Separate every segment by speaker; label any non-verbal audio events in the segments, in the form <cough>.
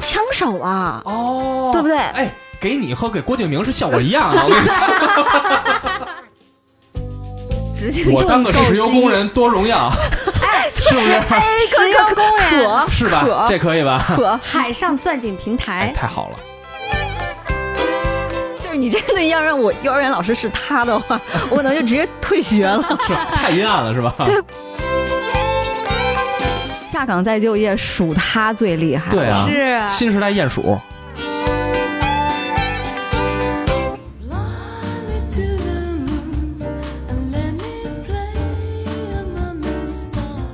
Speaker 1: 枪手啊，
Speaker 2: 哦，
Speaker 1: 对不对
Speaker 2: 哎，给你和给郭敬明是效果一样的。啊我跟你说，
Speaker 1: 直接用
Speaker 2: 我当个石油工
Speaker 1: 狗
Speaker 2: 人多荣耀，啊是不是？
Speaker 3: 哎
Speaker 1: 机，石油
Speaker 4: <laughs>
Speaker 1: 工人，
Speaker 2: 是吧？这可以吧？哎
Speaker 1: 可海上钻井平台，
Speaker 2: 太好了，
Speaker 4: 就是你真的要让我幼儿园老师是他的话，我可能就直接退学 <laughs> 了。
Speaker 2: 是太阴暗了，是吧？
Speaker 1: 对
Speaker 4: 下岗再就业，数他最厉害。
Speaker 2: 对
Speaker 3: 嗯
Speaker 2: 啊，
Speaker 1: 是
Speaker 2: 新时代鼹鼠，
Speaker 5: Fly me to the moon and let me play among the stars.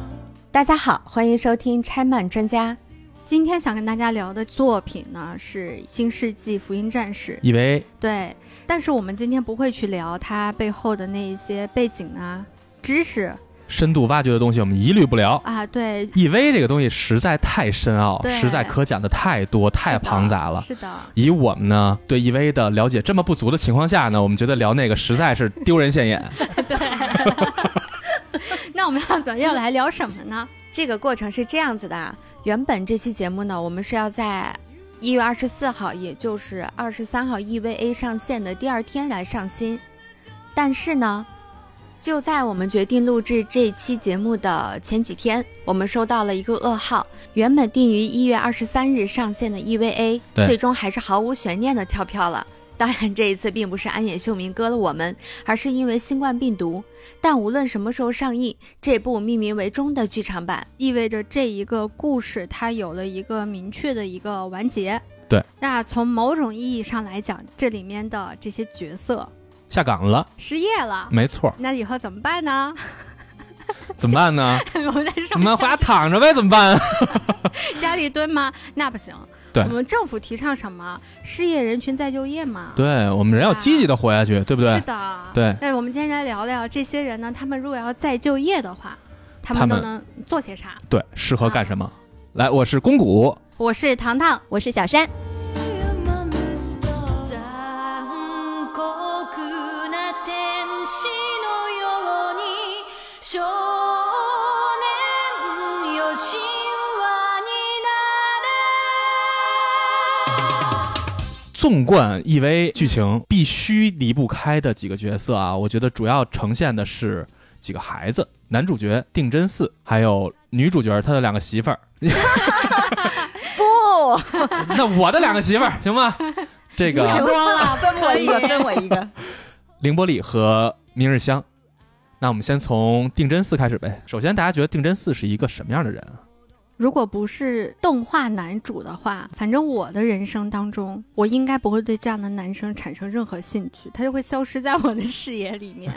Speaker 3: 大家好，欢迎收听拆漫专家。
Speaker 6: 今天想跟大家聊的作品呢是《新世纪福音战士
Speaker 2: 以为》，
Speaker 6: 对，但是我们今天不会去聊它背后的那一些背景啊、知识
Speaker 2: 深度挖掘的东西我们一律不聊。
Speaker 6: 啊，对，
Speaker 2: E V 这个东西实在太深奥，
Speaker 6: 对
Speaker 2: 实在可讲的太多太庞杂了。
Speaker 6: 是的，
Speaker 2: 以我们呢对 E V 的了解这么不足的情况下呢，我们觉得聊那个实在是丢人现眼。
Speaker 6: 是的 <laughs> 那我们要怎要来聊什么呢？
Speaker 3: 这个过程是这样子的啊，原本这期节目呢，我们是要在一月二十四号，也就是二十三号 EVA 上线的第二天来上新，但是呢，就在我们决定录制这期节目的前几天，我们收到了一个噩耗，原本定于一月二十三日上线的 EVA，
Speaker 2: 对
Speaker 3: 最终还是毫无悬念的跳票了。当然，这一次并不是安野秀明割了我们，而是因为新冠病毒。但无论什么时候上映，这部命名为中的剧场版，
Speaker 6: 意味着这一个故事它有了一个明确的一个完结。
Speaker 2: 对，
Speaker 6: 那从某种意义上来讲，这里面的这些角色
Speaker 2: 下岗了，
Speaker 6: 失业了，
Speaker 2: 没
Speaker 6: <laughs>
Speaker 2: 错，
Speaker 6: 那以后怎么办呢？ <laughs>
Speaker 2: 怎么办呢？
Speaker 6: 我们在
Speaker 2: 我
Speaker 6: 上
Speaker 2: 们回家躺着呗，怎么办？
Speaker 6: 家里蹲吗？ <laughs> 那不行。
Speaker 2: 对
Speaker 6: 我们政府提倡什么？失业人群再就业嘛。，
Speaker 2: 对我们人要积极的活下去，对不
Speaker 6: 是
Speaker 2: 对？
Speaker 6: 的。
Speaker 2: 对
Speaker 6: 那我们今天来聊聊这些人呢，他们如果要再就业的话，他
Speaker 2: 他们
Speaker 6: 们都能做些啥？
Speaker 2: 对，适合干什么？来，我是公谷，
Speaker 6: 我是糖糖，
Speaker 4: 我是小山，
Speaker 5: among the stars.
Speaker 4: 残酷な天使のように少年よ神話
Speaker 2: 纵观 EV 剧情，必须离不开的几个角色啊，我觉得主要呈现的是几个孩子，男主角定真寺，还有女主角她的两个媳妇儿。
Speaker 4: 不，
Speaker 2: <laughs> 那我的两个媳妇儿行吗？这
Speaker 4: 你
Speaker 2: 个
Speaker 4: 光了，分我一个，分我一个。
Speaker 2: 凌波丽和明日香。那我们先从定真寺开始呗。首先，大家觉得定真寺是一个什么样的人啊？
Speaker 6: 如果不是动画男主的话，反正我的人生当中，我应该不会对这样的男生产生任何兴趣，他就会消失在我的视野里面。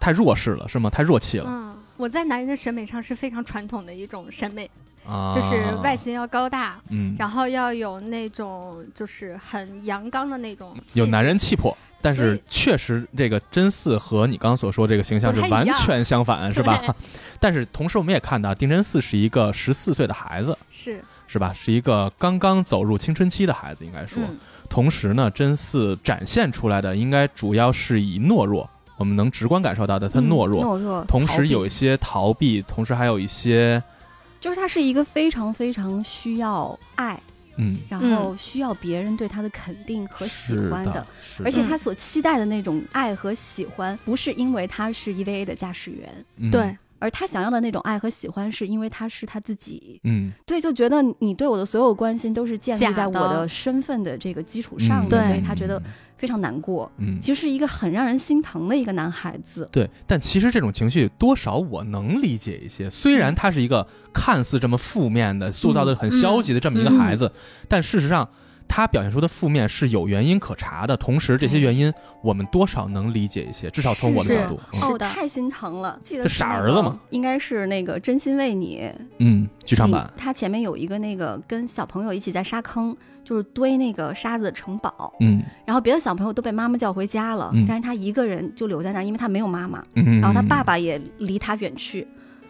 Speaker 2: 太弱势了是吗？太弱气了
Speaker 6: 嗯，我在男人的审美上是非常传统的一种审美，
Speaker 2: 啊！
Speaker 6: 嗯就是外形要高大，
Speaker 2: 嗯，
Speaker 6: 然后要有那种就是很阳刚的那种气质，
Speaker 2: 有男人气魄，但
Speaker 6: 所
Speaker 2: 是
Speaker 6: 以
Speaker 2: 确实这个真寺和你刚刚所说这个形象是
Speaker 6: 不太一
Speaker 2: 完
Speaker 6: 样
Speaker 2: 全相反，是
Speaker 6: 对
Speaker 2: 吧？ <laughs> 但是同时我们也看到，定真寺是一个十四岁的孩子，
Speaker 6: 是
Speaker 2: 是吧？是一个刚刚走入青春期的孩子，应该说。
Speaker 6: 嗯
Speaker 2: 同时呢，真嗣展现出来的应该主要是以懦弱，我们能直观感受到的他懦弱，
Speaker 4: 嗯懦弱，
Speaker 2: 同
Speaker 4: 逃
Speaker 2: 时
Speaker 4: 避
Speaker 2: 有一些逃避，同时还有一些
Speaker 4: <laughs> 就是他是一个非常非常需要爱，
Speaker 2: 嗯
Speaker 4: 然后需要别人对他的肯定和喜欢
Speaker 2: 是
Speaker 4: 的
Speaker 2: 的，，是的
Speaker 4: 而且他所期待的那种爱和喜欢，不是因为他是 EVA 的驾驶员，
Speaker 2: 嗯
Speaker 6: 对，
Speaker 4: 而他想要的那种爱和喜欢，是因为他是他自己。
Speaker 2: 嗯
Speaker 4: 对，就觉得你对我的所有关心都是建
Speaker 6: 假
Speaker 4: 立
Speaker 6: 的
Speaker 4: 在我的身份的这个基础上
Speaker 2: 嗯
Speaker 4: 的，
Speaker 6: 对
Speaker 4: 所以他觉得非常难过。
Speaker 2: 嗯。
Speaker 4: 其实是一个很让人心疼的一个男孩子，
Speaker 2: 对，但其实这种情绪多少我能理解一些。虽然他是一个看似这么负面的、塑造的很消极的这么一个孩
Speaker 4: 嗯
Speaker 2: 子，但事实上他表现出的负面是有原因可查的。同时，这些原因我们多少能理解一些，至少从我们
Speaker 6: 是
Speaker 2: 角度。嗯
Speaker 6: 是
Speaker 4: 哦，
Speaker 6: 的
Speaker 4: 太心疼了。记得
Speaker 2: 这
Speaker 4: 是
Speaker 2: 傻
Speaker 4: 那
Speaker 2: 儿子
Speaker 4: 个
Speaker 2: 嘛，
Speaker 4: 应该是那个真心为你
Speaker 2: 嗯，剧场版
Speaker 4: 嗯，它前面有一个那个跟小朋友一起在沙坑，就是堆那个沙子的城堡，
Speaker 2: 嗯
Speaker 4: 然后别的小朋友都被妈妈叫回家了，
Speaker 2: 嗯
Speaker 4: 但是他一个人就留在那儿，因为他没有妈妈，
Speaker 2: 嗯，
Speaker 4: 然后他爸爸也离他远去，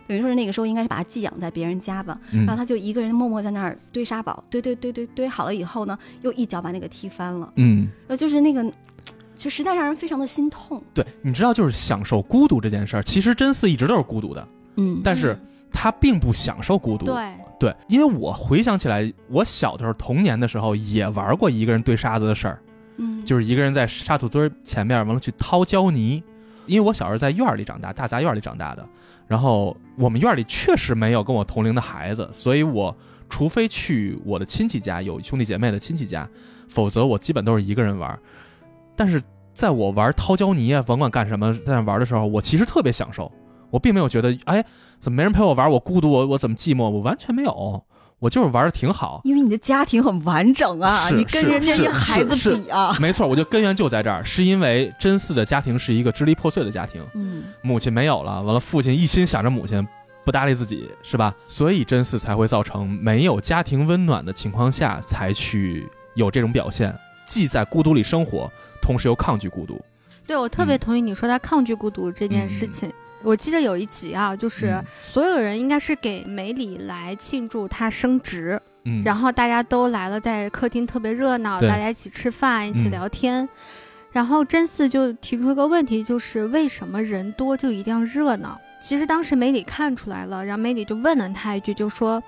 Speaker 4: 等于说是那个时候应该是把他寄养在别人家吧，
Speaker 2: 嗯，
Speaker 4: 然后他就一个人默默在那儿堆沙堡，堆堆堆堆堆好了以后呢，又一脚把那个踢翻了，
Speaker 2: 嗯，
Speaker 4: 呃，就是那个，就实在让人非常的心痛，
Speaker 2: 对，你知道，就是享受孤独这件事儿，其实真嗣一直都是孤独的，
Speaker 4: 嗯
Speaker 2: 但是他并不享受孤独。
Speaker 6: 对，
Speaker 2: 对，因为我回想起来，我小的时候童年的时候也玩过一个人堆沙子的事儿，
Speaker 6: 嗯，
Speaker 2: 就是一个人在沙土堆儿前面完了去掏胶泥。因为我小时候在院儿里长大，大杂院儿里长大的，然后我们院儿里确实没有跟我同龄的孩子，所以我除非去我的亲戚家，有兄弟姐妹的亲戚家，否则我基本都是一个人玩儿。但是在我玩掏胶泥啊，甭管干什么，在那玩的时候，我其实特别享受，我并没有觉得哎怎么没人陪我玩，我孤独，我我怎么寂寞，我完全没有，我就是玩的挺好。
Speaker 4: 因为你的家庭很完整啊，
Speaker 2: 是
Speaker 4: 你跟
Speaker 2: 是
Speaker 4: 人家
Speaker 2: 是
Speaker 4: 一孩
Speaker 2: 是
Speaker 4: 子比啊，
Speaker 2: <laughs> 没错，我就根源就在这儿，是因为真嗣的家庭是一个支离破碎的家庭，
Speaker 4: 嗯，
Speaker 2: 母亲没有了，完了父亲一心想着母亲，不搭理自己，是吧？所以真嗣才会造成没有家庭温暖的情况下才去有这种表现，既在孤独里生活，同时又抗拒孤独。
Speaker 6: 对我特别
Speaker 2: 嗯
Speaker 6: 同意你说他抗拒孤独这件事情。我记得有一集啊，就是
Speaker 2: 嗯
Speaker 6: 所有人应该是给梅里来庆祝她升职，
Speaker 2: 嗯，
Speaker 6: 然
Speaker 2: 后
Speaker 6: 后大家都来了，在客厅特别热闹，
Speaker 2: 对
Speaker 6: 大家一起吃饭，一起
Speaker 2: 嗯
Speaker 6: 聊天。然后真嗣就提出一个问题，就是为什么人多就一定要热闹？其实当时梅里看出来了，然后梅里就问了他一句，就说：“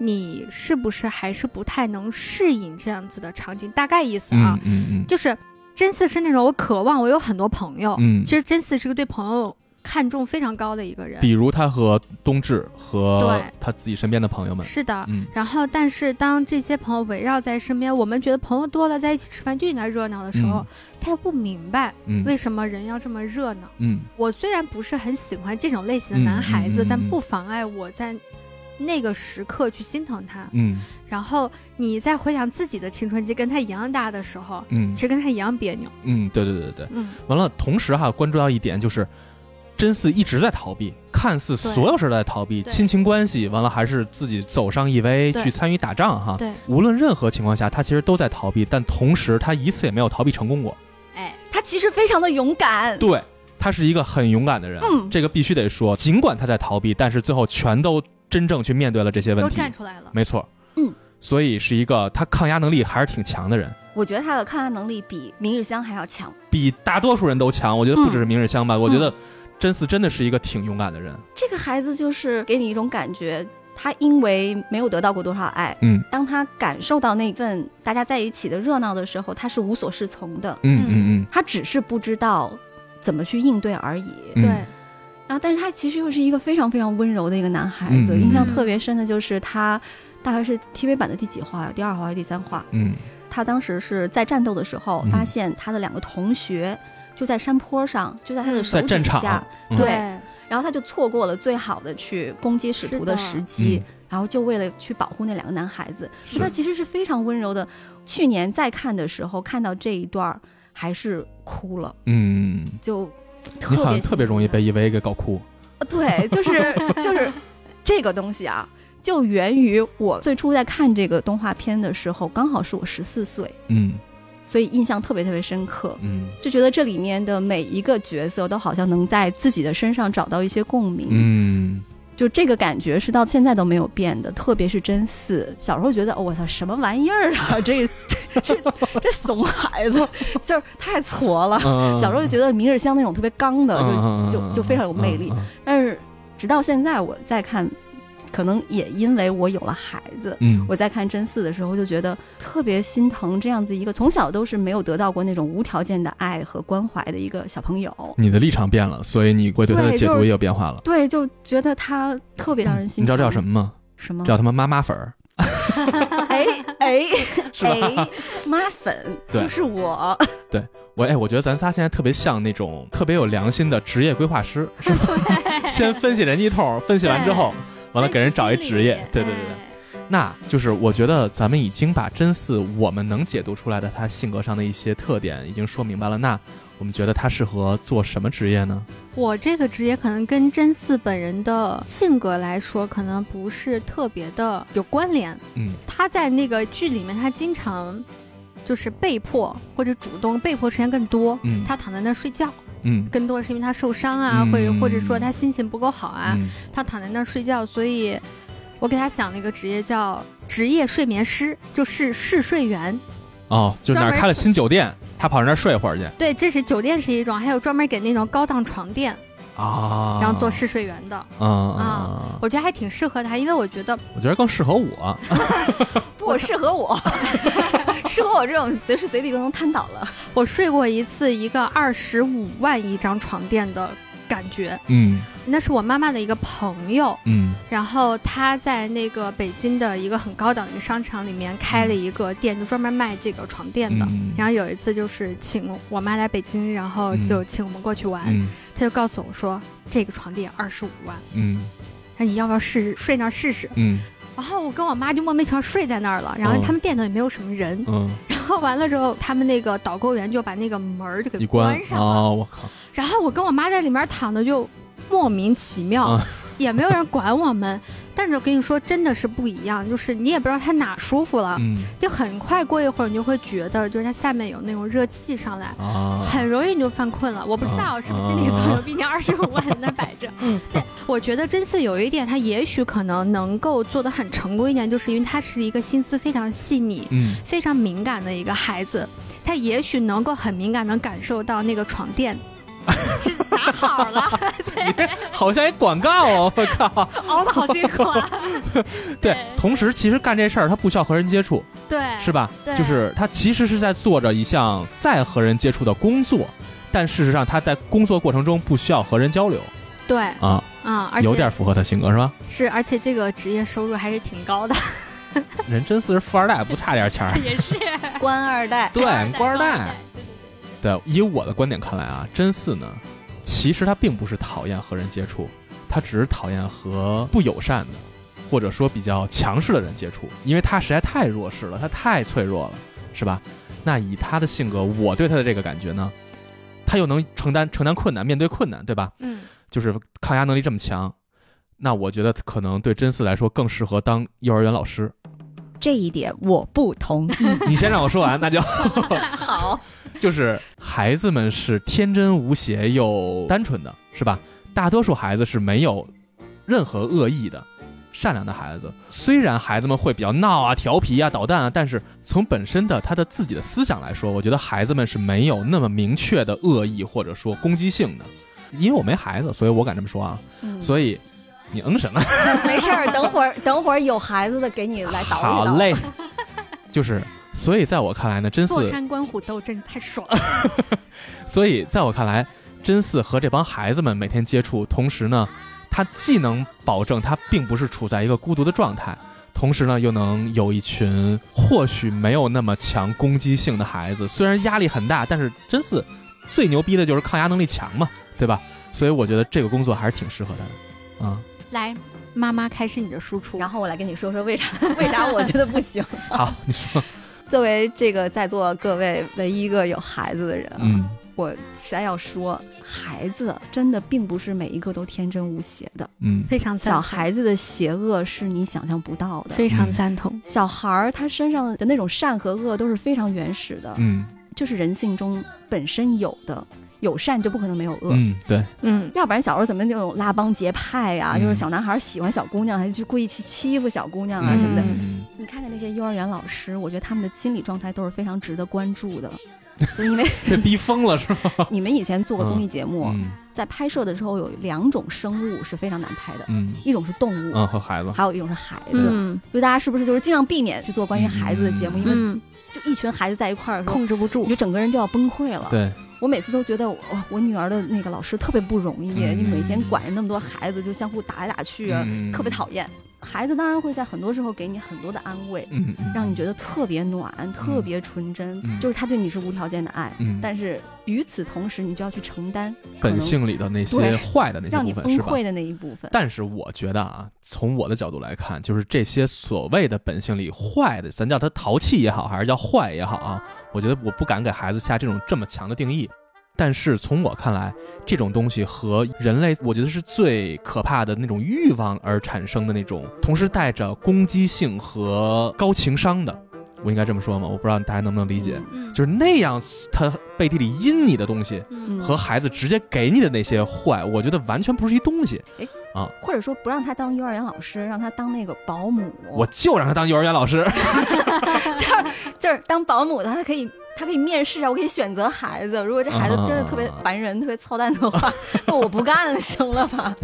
Speaker 6: 你是不是还是不太能适应这样子的场景？”大概意思啊，
Speaker 2: 嗯嗯嗯，
Speaker 6: 就是真嗣是那种我渴望我有很多朋友，
Speaker 2: 嗯
Speaker 6: 其实真嗣是个对朋友看重非常高的一个人，
Speaker 2: 比如他和冬至和
Speaker 6: 对
Speaker 2: 他自己身边的朋友们，
Speaker 6: 是啊的。
Speaker 2: 嗯
Speaker 6: 然后，但是当这些朋友围绕在身边，我们觉得朋友多了，在一起吃饭就应该热闹的时候，
Speaker 2: 嗯
Speaker 6: 他又不明白
Speaker 2: 嗯，
Speaker 6: 为什么人要这么热闹。
Speaker 2: 嗯
Speaker 6: 我虽然不是很喜欢这种类型的男孩
Speaker 2: 嗯嗯
Speaker 6: 子，
Speaker 2: 嗯嗯
Speaker 6: 但不妨碍我在那个时刻去心疼他。
Speaker 2: 嗯
Speaker 6: 然后你再回想自己的青春期，跟他一样大的时候，
Speaker 2: 嗯
Speaker 6: 其实跟他一样别扭。
Speaker 2: 嗯，对对对对对。
Speaker 6: 嗯，
Speaker 2: 完了，同时哈，关注到一点就是，真嗣一直在逃避，看似所有事儿都在逃避
Speaker 6: 对
Speaker 2: 亲情关系，完了还是自己走上 EV
Speaker 6: 对
Speaker 2: 去参与打仗哈。
Speaker 6: 对，
Speaker 2: 无论任何情况下，他其实都在逃避，但同时他一次也没有逃避成功过。
Speaker 6: 哎，
Speaker 4: 他其实非常的勇敢，
Speaker 2: 对，他是一个很勇敢的人，
Speaker 4: 嗯
Speaker 2: 这个必须得说。尽管他在逃避，但是最后全都真正去面对了这些问
Speaker 6: 都
Speaker 2: 题，
Speaker 6: 站出来了。
Speaker 2: 没错。
Speaker 4: 嗯，
Speaker 2: 所以是一个他抗压能力还是挺强的人，
Speaker 4: 我觉得他的抗压能力比明日香还要强。
Speaker 2: 比大多数人都强。我觉得不只是明日香吧，我觉得
Speaker 4: 嗯
Speaker 2: 真嗣真的是一个挺勇敢的人。
Speaker 4: 这个孩子就是给你一种感觉，他因为没有得到过多少爱，
Speaker 2: 嗯
Speaker 4: 当他感受到那份大家在一起的热闹的时候，他是无所适从的，
Speaker 2: 嗯嗯
Speaker 4: 他只是不知道怎么去应对而已。
Speaker 2: 嗯，
Speaker 6: 对，
Speaker 4: 然后，啊但是他其实又是一个非常非常温柔的一个男孩子，
Speaker 2: 嗯嗯
Speaker 4: 印象
Speaker 6: 嗯
Speaker 4: 特别深的就是他。大概是 TV 版的第几话呀？第二话还是第三话？
Speaker 2: 嗯
Speaker 4: 他当时是在战斗的时候，
Speaker 2: 嗯
Speaker 4: 发现他的两个同学就在山坡上，就在他的
Speaker 6: 嗯
Speaker 4: 手
Speaker 2: 在战
Speaker 4: 底
Speaker 2: 场
Speaker 4: 下，
Speaker 2: 嗯
Speaker 4: 对，然后他就错过了最好的去攻击使徒的时机，然后就为了去保护那两个男孩子，
Speaker 2: 嗯是
Speaker 4: 他其实是非常温柔的。去年再看的时候，看到这一段儿还是哭了，
Speaker 2: 嗯，
Speaker 4: 就特
Speaker 2: 你
Speaker 4: 别
Speaker 2: 好像特别容易被 EVA 给搞哭。
Speaker 4: 呃对，就是就是这个东西啊，就源于我最初在看这个动画片的时候，刚好是我十四岁，
Speaker 2: 嗯
Speaker 4: 所以印象特别特别深刻。
Speaker 2: 嗯
Speaker 4: 就觉得这里面的每一个角色都好像能在自己的身上找到一些共鸣，
Speaker 2: 嗯，
Speaker 4: 就这个感觉是到现在都没有变的，特别是真嗣。小时候觉得，哦我、操，什么玩意儿啊，这这这怂孩子，就是太挫了。 <laughs> 小
Speaker 2: 小
Speaker 4: 时候就觉得明日香那种特别刚的，
Speaker 2: 嗯
Speaker 4: 就
Speaker 2: 嗯
Speaker 4: 就就非常有魅力
Speaker 2: 嗯。嗯
Speaker 4: 但是直到现在我再看，可能也因为我有了孩子，
Speaker 2: 嗯，
Speaker 4: 我在看真嗣的时候就觉得特别心疼这样子一个从小都是没有得到过那种无条件的爱和关怀的一个小朋友。
Speaker 2: 你的立场变了，所以你会对他的
Speaker 4: 对
Speaker 2: 解
Speaker 4: 就
Speaker 2: 读
Speaker 4: 是
Speaker 2: 也有变化了。
Speaker 4: 对，就觉得他特别让人心疼。嗯
Speaker 2: 你知道这叫什
Speaker 4: 么？
Speaker 2: 么吗？
Speaker 4: 什么
Speaker 2: 这？叫他妈妈妈粉儿，
Speaker 4: 哎哎
Speaker 2: <laughs> 是吧？
Speaker 4: 哎，妈粉
Speaker 2: 对
Speaker 4: 就
Speaker 2: <laughs>
Speaker 4: 是我，
Speaker 2: 我哎，我觉得咱仨现在特别像那种特别有良心的职业规划
Speaker 4: <laughs>
Speaker 2: 师，是吧？ <laughs> 先分析人一通，分析完之后，完了给人找一职业。对对对对，那就是我觉得咱们已经把真嗣我们能解读出来的他性格上的一些特点已经说明白了。那我们觉得他适合做什么职业呢？
Speaker 6: 我这个职业可能跟真嗣本人的性格来说，可能不是特别的有关联。
Speaker 2: 嗯，
Speaker 6: 他在那个剧里面，他经常就是被迫或者主动被迫时间更多。
Speaker 2: 嗯
Speaker 6: 他躺在那儿睡觉，
Speaker 2: 嗯
Speaker 6: 更多的是因为他受伤啊，或者
Speaker 2: 嗯
Speaker 6: 或者说他心情不够好啊，
Speaker 2: 嗯
Speaker 6: 他躺在那儿睡觉，所以我给他想了一个职业叫职业睡眠师，就是嗜睡员。
Speaker 2: 哦，就哪
Speaker 6: 专
Speaker 2: 儿
Speaker 6: 门
Speaker 2: 开了新酒店，他跑人那儿睡一会儿去。
Speaker 6: 对，这是酒店是一种，还有专门给那种高档床垫，
Speaker 2: 啊，
Speaker 6: 然后做试睡员的，
Speaker 2: 啊
Speaker 6: 啊我觉得还挺适合他，因为我觉得
Speaker 2: 我觉得更适合我，
Speaker 4: 不适合我， <laughs> 适合我这种随时随地都能瘫倒了。
Speaker 6: 我睡过一次一个二十五万一张床垫的感觉，
Speaker 2: 嗯
Speaker 6: 那是我妈妈的一个朋友，
Speaker 2: 嗯
Speaker 6: 然后他在那个北京的一个很高档的一个商场里面开了一个店，就专门卖这个床垫的。
Speaker 2: 嗯
Speaker 6: 然后有一次就是请我妈来北京，然后就请我们过去玩，
Speaker 2: 嗯
Speaker 6: 他就告诉我说这个床垫二十五万，
Speaker 2: 嗯
Speaker 6: 那你要不要试睡那儿试试？
Speaker 2: 嗯
Speaker 6: 然后我跟我妈就莫名其妙睡在那儿了，然后
Speaker 2: 嗯
Speaker 6: 他们店头也没有什么人， <laughs>
Speaker 2: 嗯，
Speaker 6: 然后完了之后，他们那个导购员就把那个门儿就给
Speaker 2: 一关
Speaker 6: 上了，
Speaker 2: 啊，我靠，
Speaker 6: 然后我跟我妈在里面躺着就莫名其妙，
Speaker 2: 啊
Speaker 6: 也没有人管我们。 <laughs> 但是我跟你说，真的是不一样，就是你也不知道它哪舒服了，
Speaker 2: 嗯
Speaker 6: 就很快过一会儿你就会觉得，就是它下面有那种热气上来。
Speaker 2: 啊，
Speaker 6: 很容易你就犯困了，我不知道
Speaker 2: 啊
Speaker 6: 是不是心理作用，毕竟二十五万在那摆
Speaker 2: <laughs>
Speaker 6: 着。但我觉得真次有一点，它也许可能能够做得很成功一点，就是因为他是一个心思非常细腻，
Speaker 2: 嗯
Speaker 6: 非常敏感的一个孩子，他也许能够很敏感能感受到那个床垫 <laughs> 是打好了， <laughs>
Speaker 2: 好像一广告哦，我靠！
Speaker 6: 熬得好辛苦啊。
Speaker 2: 对，同时其实干这事儿他不需要和人接触，
Speaker 6: <laughs> 对，
Speaker 2: 是吧？
Speaker 6: 哎对
Speaker 2: 就是他其实是在做着一项再和人接触的工作，但事实上他在工作过程中不需要和人交流
Speaker 6: 对，
Speaker 2: 啊，
Speaker 6: 嗯，而且
Speaker 2: 有点符合他性格是吧？
Speaker 6: 是，而且这个职业收入还是挺高的，
Speaker 2: 人真是富二代，不差点钱 <laughs> 儿。
Speaker 6: 也是。
Speaker 4: 官二代，
Speaker 2: 对，官二代。对，以我的观点看来啊，真四呢，其实他并不是讨厌和人接触，他只是讨厌和不友善的，或者说比较强势的人接触，因为他实在太弱势了，他太脆弱了，是吧？那以他的性格，我对他的这个感觉呢，他又能承担承担困难，面对困难，对吧？
Speaker 6: 嗯，
Speaker 2: 就是抗压能力这么强，那我觉得可能对真四来说更适合当幼儿园老师。
Speaker 4: 这一点我不同意。 <laughs>
Speaker 2: 你先让我说完，那就。
Speaker 4: 好，
Speaker 2: 就是孩子们是天真无邪又单纯的，是吧？大多数孩子是没有任何恶意的，善良的孩子。虽然孩子们会比较闹啊、调皮啊、捣蛋啊，但是从本身的他的自己的思想来说，我觉得孩子们是没有那么明确的恶意或者说攻击性的。因为我没孩子，所以我敢这么说啊。
Speaker 4: 嗯
Speaker 2: 所以你嗯什么？
Speaker 4: 没事儿，等会儿等会儿有孩子的给你来导一导。
Speaker 2: 好嘞，就是所以在我看来呢，真
Speaker 6: <laughs> 坐
Speaker 2: 是
Speaker 6: 山观虎斗，真是太爽了。
Speaker 2: 所以在我看来，真嗣和这帮孩子们每天接触，同时呢，他既能保证他并不是处在一个孤独的状态，同时呢，又能有一群或许没有那么强攻击性的孩子。虽然压力很大，但是真嗣最牛逼的就是抗压能力强嘛，对吧？所以我觉得这个工作还是挺适合他的啊、
Speaker 6: 来，妈妈开始你的输出
Speaker 4: 然。后我来跟你说说为啥 <laughs> 为啥我觉得不行。
Speaker 2: 好，你说，
Speaker 4: <laughs> 作为这个在座各位唯一一个有孩子的人，啊
Speaker 2: 嗯
Speaker 4: 我实在要说，孩子真的并不是每一个都天真无邪的，
Speaker 2: 嗯
Speaker 6: 非常赞
Speaker 4: 小
Speaker 6: 同，
Speaker 4: 孩子的邪恶是你想象不到的。
Speaker 6: 非
Speaker 2: 嗯
Speaker 6: 常赞同。
Speaker 4: 小孩儿他身上的那种善和恶都是非常原始的，
Speaker 2: 嗯
Speaker 4: 这是人性中本身有的，有善就不可能没有恶。
Speaker 2: 嗯，对，
Speaker 6: 嗯，
Speaker 4: 要不然小时候怎么那种拉帮结派呀、
Speaker 2: 嗯
Speaker 4: 就是小男孩喜欢小姑娘，还去故意去欺负小姑娘啊什么的。
Speaker 2: 嗯
Speaker 4: 你看看那些幼儿园老师，我觉得他们的心理状态都是非常值得关注的，
Speaker 2: <laughs>
Speaker 4: 就因为
Speaker 2: 被逼疯了是吗？
Speaker 4: 你们以前做过综艺节目，
Speaker 2: 嗯
Speaker 4: 在拍摄的时候有两种生物是非常难拍的，
Speaker 2: 嗯
Speaker 4: 一种是动物，
Speaker 2: 嗯，和孩子，
Speaker 4: 还有一种是孩子。
Speaker 6: 嗯
Speaker 4: 所以大家是不是就是尽量避免去做关于孩子的节目，
Speaker 2: 嗯
Speaker 4: 因为
Speaker 6: 嗯，
Speaker 4: 就一群孩子在一块儿的时候，
Speaker 6: 控制不
Speaker 4: 你
Speaker 6: 住。
Speaker 4: 就整个人就要崩溃了。
Speaker 2: 对，
Speaker 4: 我每次都觉得我我女儿的那个老师特别不容易，
Speaker 2: 嗯
Speaker 4: 你每天管着那么多孩子，就相互打来打去，
Speaker 2: 嗯
Speaker 4: 特别讨厌。孩子当然会在很多时候给你很多的安慰，
Speaker 2: 嗯，嗯
Speaker 4: 让你觉得特别暖、特别纯真，
Speaker 2: 嗯
Speaker 4: 就是他对你是无条件的爱。
Speaker 2: 嗯
Speaker 4: 但是与此同时，你就要去承担可能
Speaker 2: 本性里的那些
Speaker 4: 对
Speaker 2: 坏的那
Speaker 4: 让
Speaker 2: 些
Speaker 4: 你
Speaker 2: 部
Speaker 4: 崩
Speaker 2: 分，是吧？
Speaker 4: 溃的那一部分。
Speaker 2: 但是我觉得啊，从我的角度来看，就是这些所谓的本性里坏的，咱叫他淘气也好，还是叫坏也好啊，我觉得我不敢给孩子下这种这么强的定义。但是从我看来，这种东西和人类，我觉得是最可怕的那种欲望而产生的那种，同时带着攻击性和高情商的，我应该这么说吗？我不知道大家能不能理解，
Speaker 6: 嗯
Speaker 2: 就是那样，他背地里阴你的东西
Speaker 4: 嗯
Speaker 2: 和孩子直接给你的那些坏，我觉得完全不是一东西。
Speaker 4: 或者说不让他当幼儿园老师，让他当那个保姆。
Speaker 2: 我就让他当幼儿园老师。 <laughs>
Speaker 4: 就是当保姆的，他可以。他可以面试啊，我可以选择孩子。如果这孩子真的特别
Speaker 2: 啊
Speaker 4: 烦人、特别操蛋
Speaker 2: <laughs>
Speaker 4: 的话，那我不干了，行了吧？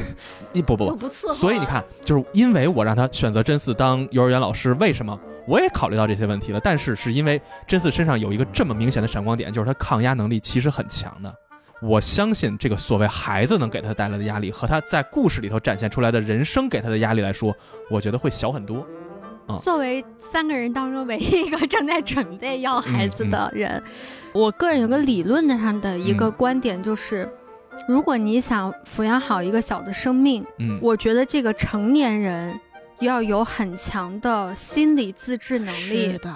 Speaker 2: 你不不
Speaker 4: 就
Speaker 2: 不，
Speaker 4: 不伺候了。
Speaker 2: 所以你看，就是因为我让他选择真嗣当幼儿园老师，为什么？我也考虑到这些问题了，但是是因为真嗣身上有一个这么明显的闪光点，就是他抗压能力其实很强的。我相信这个所谓孩子能给他带来的压力，和他在故事里头展现出来的人生给他的压力来说，我觉得会小很多。
Speaker 3: 作为三个人当中唯一一个正在准备要孩子的人，我个人有个理论上的一个
Speaker 2: 嗯
Speaker 3: 观点，就是、如果你想抚养好一个小的生命，
Speaker 2: 嗯，
Speaker 3: 我觉得这个成年人要有很强的心理自制能力，
Speaker 4: 的，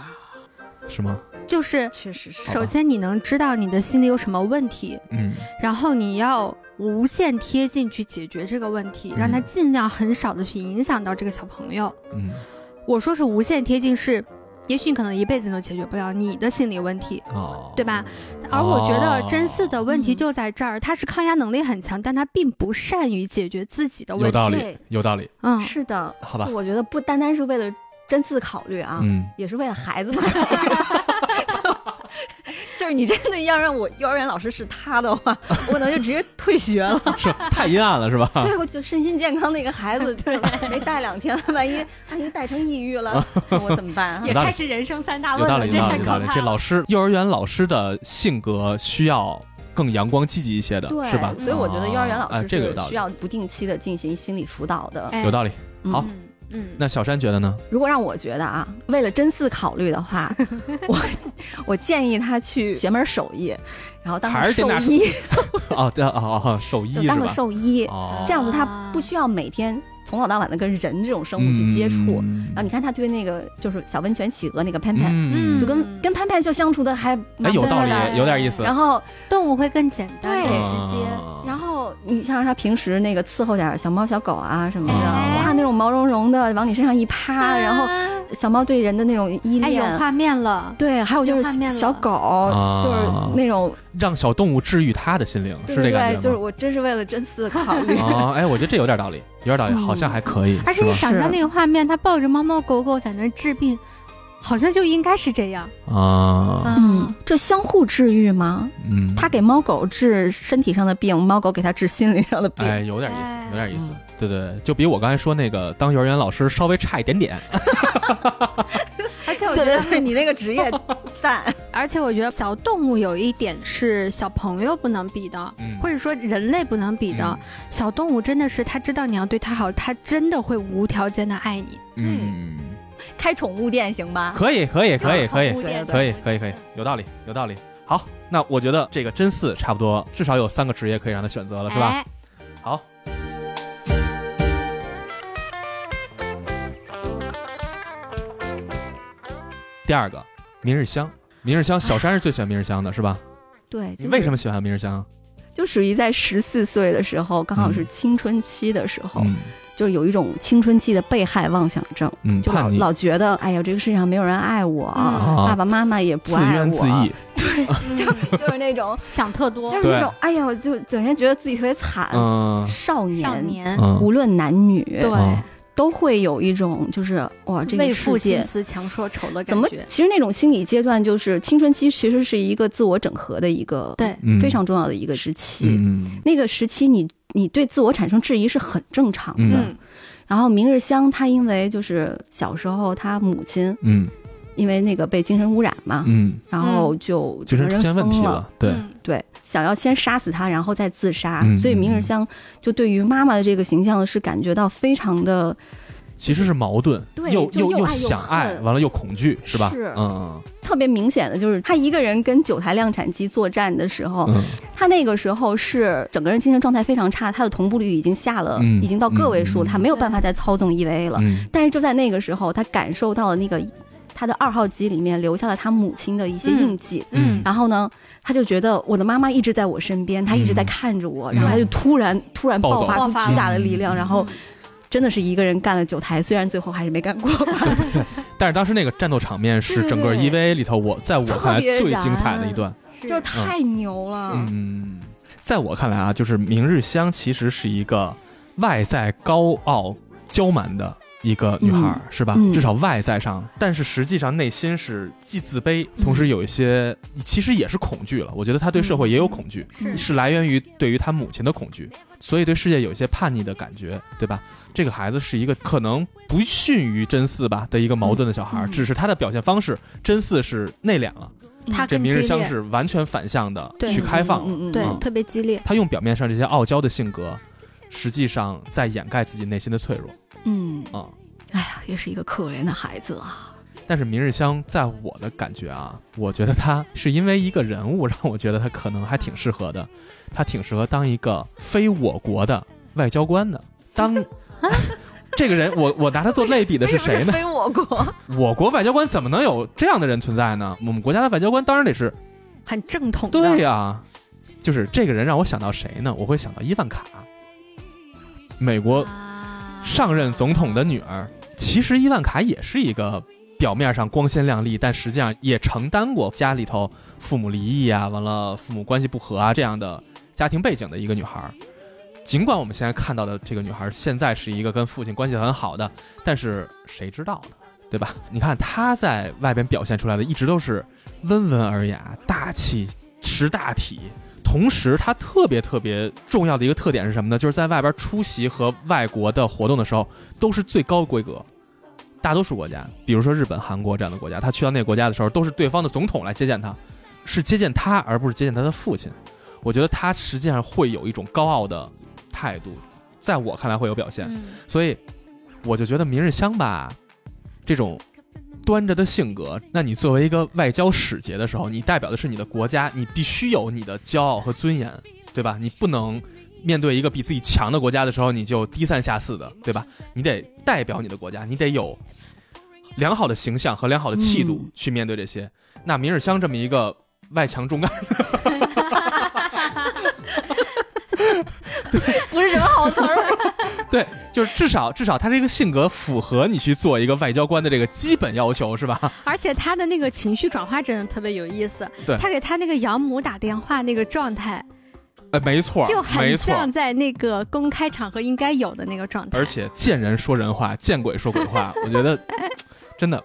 Speaker 2: 是吗？
Speaker 3: 就是
Speaker 4: 确实是。
Speaker 3: 首先你能知道你的心理有什么问题，
Speaker 2: 嗯
Speaker 3: 然后你要无限贴近去解决这个问题，让他
Speaker 2: 嗯
Speaker 3: 尽量很少的去影响到这个小朋友。
Speaker 2: 嗯
Speaker 3: 我说是无限贴近是，也许你可能一辈子都解决不了你的心理问题，
Speaker 2: 哦，
Speaker 3: 对吧？而我觉得真嗣的问题
Speaker 4: 嗯
Speaker 3: 就在这儿，他是抗压能力很强，但他并不善于解决自己的
Speaker 2: 有
Speaker 3: 问
Speaker 2: 道
Speaker 3: 题。
Speaker 2: 理，有道理，
Speaker 3: 嗯，
Speaker 4: 是的，
Speaker 2: 好啊吧
Speaker 4: 就？我觉得不单单是为了真嗣考虑啊，
Speaker 2: 嗯，
Speaker 4: 也是为了孩子嘛。 <laughs> 就就是你真的要让我幼儿园老师是他的话，我可能就直接退学了。
Speaker 2: 是太阴暗了，是吧？
Speaker 4: <laughs> 对，我就身心健康的一个孩子，对吧？没带两天，万一万一带成抑郁
Speaker 2: <laughs>
Speaker 4: 了，那我怎么办啊
Speaker 2: 有？道理。
Speaker 1: 是人生三大
Speaker 2: 有道理，有
Speaker 1: 这
Speaker 2: 道
Speaker 1: 太
Speaker 2: 理，有
Speaker 1: 可
Speaker 2: 道理。
Speaker 1: 怕
Speaker 2: 这
Speaker 1: 了。
Speaker 2: 老师，幼儿园老师的性格需要更阳光积极一些的，
Speaker 4: 对，
Speaker 2: 是吧？
Speaker 4: 所以我觉得幼儿园老
Speaker 2: 哎
Speaker 4: 师
Speaker 2: 这个有
Speaker 4: 是
Speaker 2: 道理
Speaker 4: 需，要不定期的进行心理辅导的。
Speaker 3: 哎
Speaker 2: 有道理。
Speaker 4: 嗯
Speaker 2: 好
Speaker 3: 嗯嗯，
Speaker 2: 那小山觉得呢？ <laughs>
Speaker 4: 如果让我觉得啊，为了真嗣考虑的话，我我建议他去学门手艺，然后当
Speaker 2: 还
Speaker 4: 个
Speaker 2: 是得
Speaker 4: 兽
Speaker 2: 拿
Speaker 4: 医，
Speaker 2: 哦，对，哦哦，兽医
Speaker 4: 就是当个
Speaker 2: 吧？
Speaker 4: 兽医，
Speaker 2: 哦，
Speaker 4: 这样子他不需要每天从早到晚的跟人这种生物去接触。
Speaker 2: 嗯
Speaker 4: 然后你看他对那个就是小温泉企鹅那个潘潘，
Speaker 2: 嗯
Speaker 4: 就，跟跟潘潘就相处的还
Speaker 2: 哎，
Speaker 4: 蛮
Speaker 2: 有道
Speaker 4: 自然的
Speaker 2: 理，有点意思。
Speaker 4: 然后，
Speaker 3: 动物会更简单，
Speaker 4: 对啊
Speaker 3: 更
Speaker 2: 嗯
Speaker 3: 直接。
Speaker 4: 然后你像他平时那个伺候点小猫小狗啊什么的，
Speaker 2: 哎
Speaker 4: 哇，那种毛茸茸的往你身上一趴，然后
Speaker 3: 啊
Speaker 4: 小猫对人的那种依
Speaker 3: 哎，有
Speaker 4: 恋，
Speaker 3: 画面了。
Speaker 4: 对，还有就
Speaker 3: 有画面
Speaker 4: 是
Speaker 3: 了
Speaker 4: 小狗，
Speaker 2: 啊
Speaker 4: 就是那种
Speaker 2: 让小动物治愈他的心灵，
Speaker 4: 对
Speaker 2: 是这
Speaker 4: 对
Speaker 2: 感
Speaker 4: 对，
Speaker 2: 觉
Speaker 4: 就是
Speaker 2: 吗？
Speaker 4: 我真是为了真嗣考虑，
Speaker 2: 哦，哎，我觉得这有点道理，有点道理，
Speaker 4: 嗯
Speaker 2: 好像还可以，
Speaker 3: 而且
Speaker 2: 是
Speaker 3: 你
Speaker 2: 吧？
Speaker 3: 想象那个画面，他抱着猫猫狗狗在那儿治病，好像就应该是这样。
Speaker 2: 啊，
Speaker 4: 嗯，这相互治愈吗？
Speaker 2: 嗯，
Speaker 4: 他给猫狗治身体上的病，猫狗给他治心理上的病。
Speaker 2: 哎，有点意思
Speaker 3: 哎，
Speaker 2: 有点意思
Speaker 4: 嗯。
Speaker 2: 对对，对就比我刚才说那个当幼儿园老师稍微差一点点。
Speaker 3: 而且我觉
Speaker 4: 对
Speaker 3: 得
Speaker 4: 对对，你那个职 <laughs> 业赞，
Speaker 3: 而且我觉得小动物有一点是小朋友不能比的，
Speaker 2: 嗯
Speaker 3: 或者说人类不能比的。小动物真的是，它知道你要对它好，它真的会无条件的爱你。
Speaker 2: 嗯，嗯，嗯
Speaker 4: 开宠物店行吧？
Speaker 2: 可以，可以，可以，可以，
Speaker 4: 对对对
Speaker 2: 可以，可以，可以，有道理，有道理。好，那我觉得这个真四差不多，至少有三个职业可以让他选择了，是吧？
Speaker 3: 哎
Speaker 2: 好。第二个明日香，明日香，小山是最喜欢明日香的，是吧？
Speaker 4: 对，
Speaker 2: 你为什
Speaker 4: 么？
Speaker 2: 么喜欢明日香？啊
Speaker 4: 就属于在十四岁的时候，刚好是
Speaker 2: 嗯
Speaker 4: 青春期的时候，
Speaker 2: 嗯
Speaker 4: 就是有一种青春期的被害妄想症，
Speaker 2: 嗯，
Speaker 4: 就老
Speaker 2: 叛逆，
Speaker 4: 老觉得，哎呀，这个世界上没有人爱我，
Speaker 2: 啊
Speaker 4: 爸爸妈妈也不
Speaker 2: 自
Speaker 4: 爱
Speaker 2: 怨
Speaker 4: 我，
Speaker 2: 自艾，
Speaker 4: 就 <laughs> 就是那种，
Speaker 3: 想特多
Speaker 4: 就是那
Speaker 2: 对
Speaker 4: 种，哎呀，我就整天觉得自己特别惨。
Speaker 2: 嗯
Speaker 4: 少年，
Speaker 3: 少年，
Speaker 2: 嗯，
Speaker 4: 无论男女，
Speaker 3: 对，
Speaker 2: 嗯
Speaker 4: 都会有一种就是哇，这个
Speaker 3: 为
Speaker 4: 世
Speaker 3: 赋
Speaker 4: 界
Speaker 3: 新词强说愁的
Speaker 4: 怎
Speaker 3: 感
Speaker 4: 么？
Speaker 3: 觉。
Speaker 4: 其实那种心理阶段，就是青春期，其实是一个自我整合的一个
Speaker 3: 对
Speaker 2: 嗯
Speaker 4: 非常重要的一个时期。
Speaker 2: 嗯
Speaker 4: 那个时期你，你对自我产生质疑是很正常的。
Speaker 2: 嗯
Speaker 3: 嗯，
Speaker 4: 然后明日香，她因为就是小时候她母亲
Speaker 2: 嗯
Speaker 4: 因为那个被精神污染嘛，
Speaker 2: 嗯，
Speaker 4: 然后就
Speaker 2: 精
Speaker 4: 整
Speaker 2: 神
Speaker 4: 个
Speaker 2: 出
Speaker 4: 人
Speaker 2: 现问题
Speaker 4: 疯
Speaker 2: 了，对，
Speaker 3: 嗯
Speaker 4: 对，想要先杀死他，然后再自杀。
Speaker 2: 嗯
Speaker 4: 所以明
Speaker 2: 嗯嗯
Speaker 4: 日香就对于妈妈的这个形象是感觉到非常的
Speaker 2: 其实是矛盾，
Speaker 4: 对
Speaker 2: 又
Speaker 4: 就又
Speaker 2: 又
Speaker 4: 爱又
Speaker 2: 想爱，
Speaker 4: 恨
Speaker 2: 完了又恐惧，是吧？
Speaker 4: 是哦
Speaker 2: 嗯
Speaker 4: 特别明显的，就是她一个人跟九台量产机作战的时候，
Speaker 2: 嗯
Speaker 4: 她那个时候是整个人精神状态非常差，她的同步率已经下了，
Speaker 2: 嗯
Speaker 4: 已经到个位数，
Speaker 2: 嗯嗯
Speaker 4: 她没有办法再操纵 EVA 了。
Speaker 2: 嗯
Speaker 4: 但是就在那个时候，她感受到了那个她的二号机里面留下了她母亲的一些印记。
Speaker 2: 嗯
Speaker 4: 然后呢，她就觉得我的妈妈一直在我身边，她一直在看着我，
Speaker 2: 嗯
Speaker 4: 然后她就突然突然
Speaker 2: 暴走
Speaker 4: 爆发出
Speaker 3: 爆发
Speaker 4: 巨大的力
Speaker 2: 嗯
Speaker 4: 量，然后真的是一个人干了九台，虽然最后还是没
Speaker 2: <laughs>
Speaker 4: 干过吧。
Speaker 2: 但是当时那个战斗场面是整个
Speaker 4: 对
Speaker 2: EVA 里头我在我看来
Speaker 4: 特别
Speaker 2: 最
Speaker 4: 燃
Speaker 2: 精彩的一段，
Speaker 4: 就是太牛了。
Speaker 2: 嗯，在我看来啊，就是明日香其实是一个外在高傲娇蛮的一个女孩儿，是吧？
Speaker 4: 嗯
Speaker 2: 至少外在上，但是实际上内心是既自卑，
Speaker 4: 嗯
Speaker 2: 同时有一些其实也是恐惧了。我觉得她对社会也有恐惧，
Speaker 3: 嗯
Speaker 6: 是
Speaker 2: 是来源于对于她母亲的恐惧，所以对世界有一些叛逆的感觉，对吧？这个孩子是一个可能不逊于真嗣吧的一个矛盾的小孩儿，
Speaker 4: 嗯
Speaker 2: 只是他的表现方式，真嗣是内敛了，
Speaker 3: 他
Speaker 2: 这
Speaker 3: 更
Speaker 2: 明
Speaker 3: 激
Speaker 2: 日香
Speaker 3: 烈，
Speaker 2: 是完全反向的
Speaker 3: 对
Speaker 2: 去开放了。
Speaker 4: 嗯嗯嗯嗯
Speaker 3: 对
Speaker 2: 嗯，
Speaker 3: 特别激烈。
Speaker 2: 他用表面上这些傲娇的性格，实际上在掩盖自己内心的脆弱
Speaker 4: 嗯，
Speaker 2: 啊、
Speaker 4: 哎呀，也是一个可怜的孩子啊。
Speaker 2: 但是明日香在我的感觉啊，我觉得她是因为一个人物让我觉得她可能还挺适合的，她挺适合当一个非我国的外交官的。当这个人，我我拿他做类比的是
Speaker 4: <laughs>
Speaker 2: 谁
Speaker 6: 哎
Speaker 2: 呢？
Speaker 4: 非我国，
Speaker 2: 我国外交官怎么能有这样的人存在呢？我们国家的外交官当然得是
Speaker 3: 很正统的，
Speaker 2: 对呀、就是这个人让我想到谁呢？我会想到伊万卡，美国
Speaker 3: 啊
Speaker 2: 上任总统的女儿。其实伊万卡也是一个表面上光鲜亮丽，但实际上也承担过家里头父母离异啊，完了父母关系不和啊这样的家庭背景的一个女孩儿。尽管我们现在看到的这个女孩儿现在是一个跟父亲关系很好的，但是谁知道呢？对吧？你看她在外边表现出来的一直都是温文尔雅、大气识大体。同时，她特别特别重要的一个特点是什么呢？就是在外边出席和外国的活动的时候，都是最高规格。大多数国家，比如说日本、韩国这样的国家，她去到那个国家的时候，都是对方的总统来接见她，是接见她，而不是接见她的父亲。我觉得她实际上会有一种高傲的态度，在我看来会有表现。
Speaker 3: 嗯，
Speaker 2: 所以我就觉得明日香吧，这种端着的性格，那你作为一个外交使节的时候，你代表的是你的国家，你必须有你的骄傲和尊严，对吧？你不能面对一个比自己强的国家的时候，你就低三下四的，对吧？你得代表你的国家，你得有良好的形象和良好的气度
Speaker 4: 嗯
Speaker 2: 去面对这些。那明日香这么一个外强中干，
Speaker 4: <laughs> 不是什么好词儿。
Speaker 2: <laughs> 对，就是至少至少他这个性格符合你去做一个外交官的这个基本要求，是吧？
Speaker 6: 而且他的那个情绪转化真的特别有意思。
Speaker 2: 对
Speaker 6: 他给他那个养母打电话那个状态，
Speaker 2: 呃，没错，
Speaker 6: 就
Speaker 2: 没
Speaker 6: 很
Speaker 2: 错。
Speaker 6: 像在那个公开场合应该有的那个状态。
Speaker 2: 而且见人说人话，见鬼说鬼
Speaker 6: <laughs>
Speaker 2: 话，我觉得真的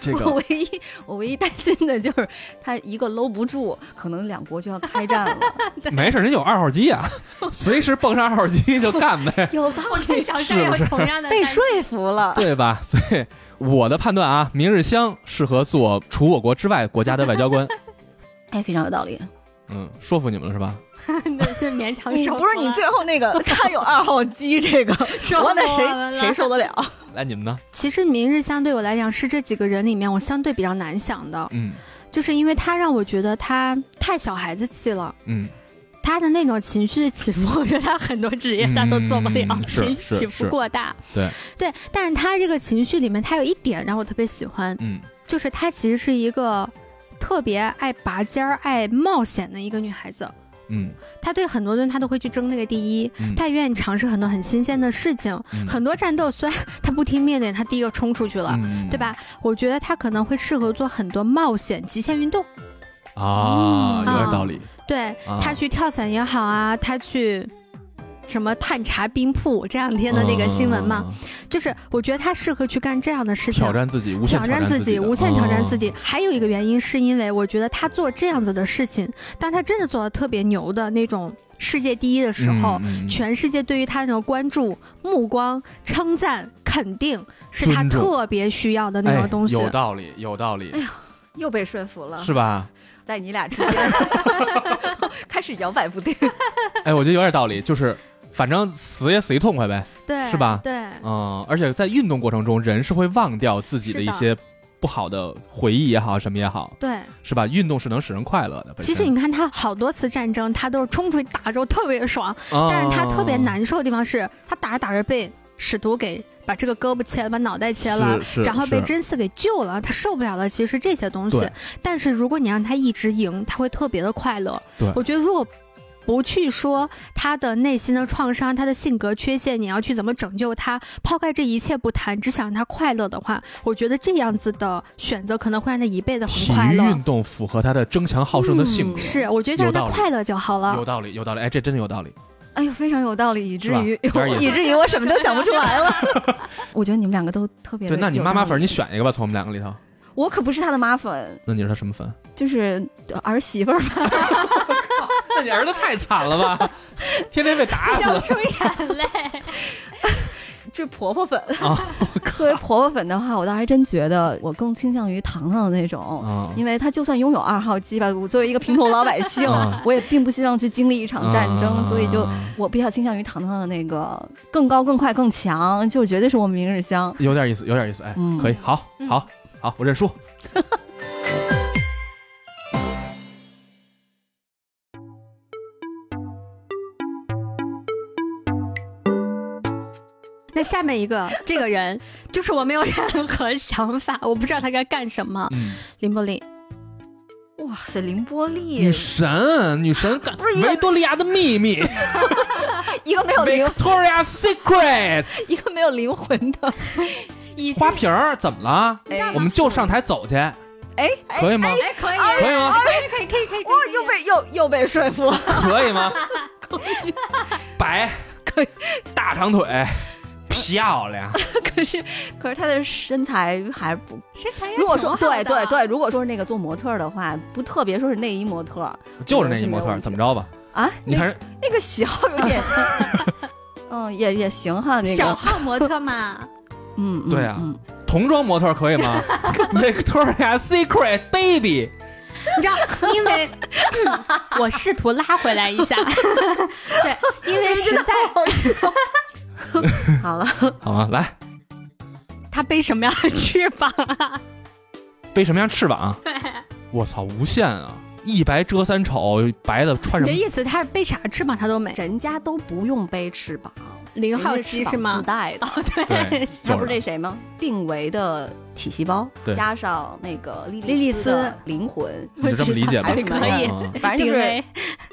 Speaker 2: 这
Speaker 4: 我
Speaker 2: 个
Speaker 4: 唯一我唯一担心的就是他一个搂不住，可能两国就要开战了。
Speaker 2: 没事，人有二号机
Speaker 6: <laughs>
Speaker 2: 啊，随时蹦上二号机就干呗，
Speaker 4: 有道理，小
Speaker 2: 是不是？
Speaker 7: 同样
Speaker 6: <laughs>
Speaker 7: 的
Speaker 4: 被说服了。
Speaker 2: 对吧？所以我的判断啊，明日香适合做除我国之外国家的外交
Speaker 6: <laughs>
Speaker 2: 官。
Speaker 4: <laughs> 哎，非常有道理。
Speaker 2: 嗯，说服你们了是吧？
Speaker 6: 那就勉强
Speaker 4: 你
Speaker 6: 收
Speaker 4: 不是你
Speaker 6: 了
Speaker 4: 最后那个看有二号机这 <laughs> 个，我那谁谁受得了？
Speaker 2: 来，你们呢？
Speaker 6: 其实明日香对我来讲是这几个人里面我相对比较难想的，
Speaker 2: 嗯
Speaker 6: 就是因为他让我觉得他太小孩子气了。
Speaker 2: 嗯，
Speaker 6: 他的那种情绪的起伏，我觉得他很多职业他都做不了，
Speaker 2: 嗯是
Speaker 6: 情绪
Speaker 2: 是
Speaker 6: 起伏
Speaker 2: 是
Speaker 6: 过大。
Speaker 2: 对
Speaker 6: 对，但是他这个情绪里面，他有一点让我特别喜欢，
Speaker 2: 嗯
Speaker 6: 就是她其实是一个特别爱拔尖儿、爱冒险的一个女孩子。
Speaker 2: 嗯
Speaker 6: 她对很多人她都会去争那个第一，
Speaker 2: 嗯，
Speaker 6: 她愿意尝试很多很新鲜的事情，
Speaker 2: 嗯
Speaker 6: 很多战斗虽然她不听命令，她第一个冲出去了。
Speaker 2: 嗯
Speaker 6: 对？吧？我觉得她可能会适合做很多冒险、极限运动。
Speaker 2: 啊，
Speaker 6: 嗯
Speaker 2: 有点道理。
Speaker 6: 对
Speaker 2: 啊
Speaker 6: 她去跳伞也好啊，她去什么探查冰瀑，这两天的那个新闻嘛，
Speaker 2: 嗯，
Speaker 6: 就是我觉得她适合去干这样的事情，
Speaker 2: 挑战自己，无限
Speaker 6: 挑战自己，
Speaker 2: 己的，啊
Speaker 6: 无限挑战自
Speaker 2: 己。
Speaker 6: 己。还有一个原因是因为我觉得他做这样子的事情，当他真的做的特别牛的那种世界第一的时候，
Speaker 2: 嗯嗯嗯
Speaker 6: 全世界对于他那种关注、目光、称赞、肯定，是他
Speaker 2: 尊重
Speaker 6: 特别需要的那
Speaker 2: 哎
Speaker 6: 种东西。哎
Speaker 2: 有道理，有道理，
Speaker 4: 又被说服了，
Speaker 2: 是吧？
Speaker 4: 在你俩之 <laughs> 间开始摇摆不定。
Speaker 2: 哎，我觉得有点道理，就是反正死也死一痛快呗，
Speaker 6: 对，
Speaker 2: 是吧
Speaker 6: 对，
Speaker 2: 嗯，而且在运动过程中，人是会忘掉自己的一些不好的回忆也好，什么也好，
Speaker 6: 对。
Speaker 2: 是吧？运动是能使人快乐的，本
Speaker 6: 其
Speaker 2: 身
Speaker 6: 实你看他好多次战争，他都是冲出去打之后特别爽，
Speaker 2: 啊嗯
Speaker 6: 但是他特别，难受的地方是，他打着打着被使徒给把这个胳膊切了，把脑袋切了，
Speaker 2: 是是
Speaker 6: 然后被
Speaker 2: 是
Speaker 6: 真嗣给救了，他受不了了。其实这些东西
Speaker 2: 对，
Speaker 6: 但是如果你让他一直赢，他会特别的快乐。
Speaker 2: 对
Speaker 6: 我觉得如果不去说他的内心的创伤、他的性格缺陷，你要去怎么拯救他，抛开这一切不谈，只想让他快乐的话，我觉得这样子的选择可能会让他一辈子
Speaker 2: 体
Speaker 6: 很快
Speaker 2: 育
Speaker 6: 乐
Speaker 2: 运。动符合他的争强好胜的性格，
Speaker 4: 嗯
Speaker 6: 是，我觉得让
Speaker 2: 有
Speaker 6: 他
Speaker 2: 道理
Speaker 6: 快乐就好了
Speaker 2: 有。道理，有道理，哎，这真的有道理。
Speaker 4: 哎呦，非常有道理，以至
Speaker 2: 是吧
Speaker 4: 于
Speaker 2: 有点意思
Speaker 4: 以至于我什么都想不出来了。 <laughs> 我觉得你们两个都特别
Speaker 2: 对，
Speaker 4: 的
Speaker 2: 那你妈妈粉儿，你
Speaker 4: 有道
Speaker 2: 选一个吧，从我们两个里头。
Speaker 4: 理我可不是他的妈粉，
Speaker 2: 那你是他什么粉？
Speaker 4: 就是儿媳妇儿吧。
Speaker 2: 那你儿子太惨了
Speaker 6: <laughs>
Speaker 2: 吧， <laughs> 天天被打死
Speaker 4: 出眼泪。这婆婆粉， <laughs>
Speaker 2: 啊！
Speaker 4: 作为婆婆粉的话，我倒还真觉得我更倾向于糖糖的那种，
Speaker 2: 啊，
Speaker 4: 因为她就算拥有二号机吧，我作为一个平头老百姓
Speaker 2: 啊，
Speaker 4: <laughs> 我也并不希望去经历一场战争，
Speaker 2: 啊
Speaker 4: 所以就我比较倾向于糖糖的那个更高、更快、更强，就绝对是我们明日香。
Speaker 2: 有点意思，有点意思，哎，
Speaker 4: 嗯
Speaker 2: 可以，好，好，好，我认输。
Speaker 6: 那下面一个这个人，就是我没有任何想法，我不知道他该干什么。
Speaker 2: 嗯，
Speaker 6: 林柏林，
Speaker 4: 哇塞，凌波丽
Speaker 2: 女神，女神干
Speaker 4: 不是一个
Speaker 2: 维多利亚的秘密
Speaker 4: <laughs> 一个没有灵，
Speaker 2: ，Victoria Secret，
Speaker 4: <laughs> 一个没有灵魂的， <laughs>
Speaker 6: 已经
Speaker 2: 花瓶儿怎么了？
Speaker 4: 哎
Speaker 2: 我们就上台走去，
Speaker 4: 哎，
Speaker 2: 可以吗？
Speaker 6: 哎可以，
Speaker 2: 可以吗？
Speaker 6: 可以可以可以可
Speaker 4: 哇，哦又被又又被说服了。
Speaker 2: 可以吗？白，
Speaker 4: 可以，
Speaker 2: 大长腿，漂亮，
Speaker 4: <laughs> 可是，可是她的身材还不，
Speaker 6: 以，身材也
Speaker 4: 如果说
Speaker 6: 挺好
Speaker 4: 对对
Speaker 6: 的
Speaker 4: 对，，如果说是那个做模特儿的话，不特别说是内衣模特儿
Speaker 2: 就是那一模
Speaker 4: 没有
Speaker 2: 特
Speaker 4: 问
Speaker 2: 儿，
Speaker 4: 题
Speaker 2: 怎么着吧？
Speaker 4: 啊，
Speaker 2: 你看人
Speaker 4: <laughs> 那那个小有 <laughs> 点，嗯，也也行哈，那
Speaker 6: 小
Speaker 4: 个，
Speaker 6: 号模特嘛，
Speaker 4: 嗯，嗯
Speaker 2: 对啊
Speaker 4: 嗯
Speaker 2: <laughs> 童装模特儿可以
Speaker 4: <laughs>
Speaker 2: 吗？Victoria Secret Baby，
Speaker 6: 你知道，因 <laughs> 为嗯我试图拉回来一 <laughs> 下，对，因为实在
Speaker 4: 好了，
Speaker 2: 好吗？来，
Speaker 6: 他背什么样的翅膀啊？
Speaker 2: 背什么样翅 <laughs> 膀？啊我操，无限啊！一白遮三丑，白的穿
Speaker 6: 你
Speaker 2: 什么？
Speaker 6: 的意思，他背啥翅膀他都美。
Speaker 4: 人家都不用背翅膀，
Speaker 6: 零号
Speaker 4: 人家
Speaker 6: 机
Speaker 4: 翅膀
Speaker 6: 是吗哦
Speaker 4: 自？带的，
Speaker 2: 对，<laughs>
Speaker 4: 那
Speaker 2: 就
Speaker 4: 不是
Speaker 2: 是
Speaker 4: 那谁吗？定维的体细胞
Speaker 2: 对
Speaker 4: 加上那个莉
Speaker 6: 莉莉
Speaker 4: 丝
Speaker 6: 丝
Speaker 4: 的灵魂，
Speaker 2: 你
Speaker 4: <laughs>
Speaker 2: 就这么理解吧，
Speaker 4: 还是可以
Speaker 2: 嗯。嗯
Speaker 4: 反正就
Speaker 6: 顶
Speaker 4: 是 <laughs>
Speaker 6: 雷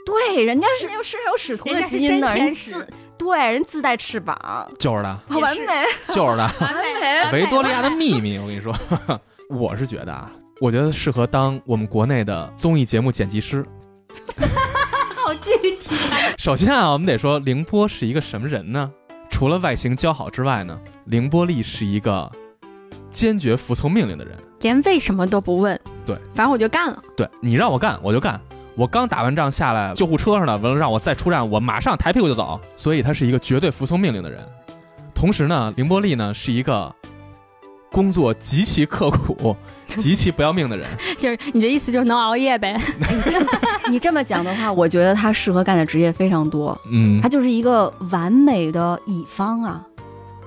Speaker 4: 对，人家是有是有使徒
Speaker 6: <laughs> 人
Speaker 4: 的
Speaker 6: 家是
Speaker 4: 基因的，
Speaker 6: 真
Speaker 4: 人
Speaker 6: 天
Speaker 4: 自
Speaker 6: 使
Speaker 4: 对人自带翅膀，
Speaker 2: 就是 <laughs> 的，
Speaker 4: 好完美。
Speaker 2: 就是的，
Speaker 6: 完
Speaker 4: <laughs>
Speaker 6: 美
Speaker 2: 维多利亚的秘密，我跟你说， <laughs> 我是觉得啊，我觉得适合当我们国内的综艺节目剪辑师。
Speaker 6: 好具体，
Speaker 2: 首先啊，我们得说凌波是一个什么人呢？除了外形姣好之外呢，凌波丽是一个坚决服从命令的人。
Speaker 6: 连为什么都不问。
Speaker 2: 对，
Speaker 6: 反正我就干了。
Speaker 2: 对你让我干，我就干。我刚打完仗下来，救护车上了，完了让我再出战，我马上抬屁股就走。所以他是一个绝对服从命令的人。同时呢，凌波丽呢是一个工作极其刻苦、极其不要命的人。
Speaker 6: 就是你这意思就是能熬夜呗？
Speaker 4: <laughs> 你这么讲的话，我觉得他适合干的职业非常多，
Speaker 2: 嗯
Speaker 4: 他，就是一个完美的乙方啊，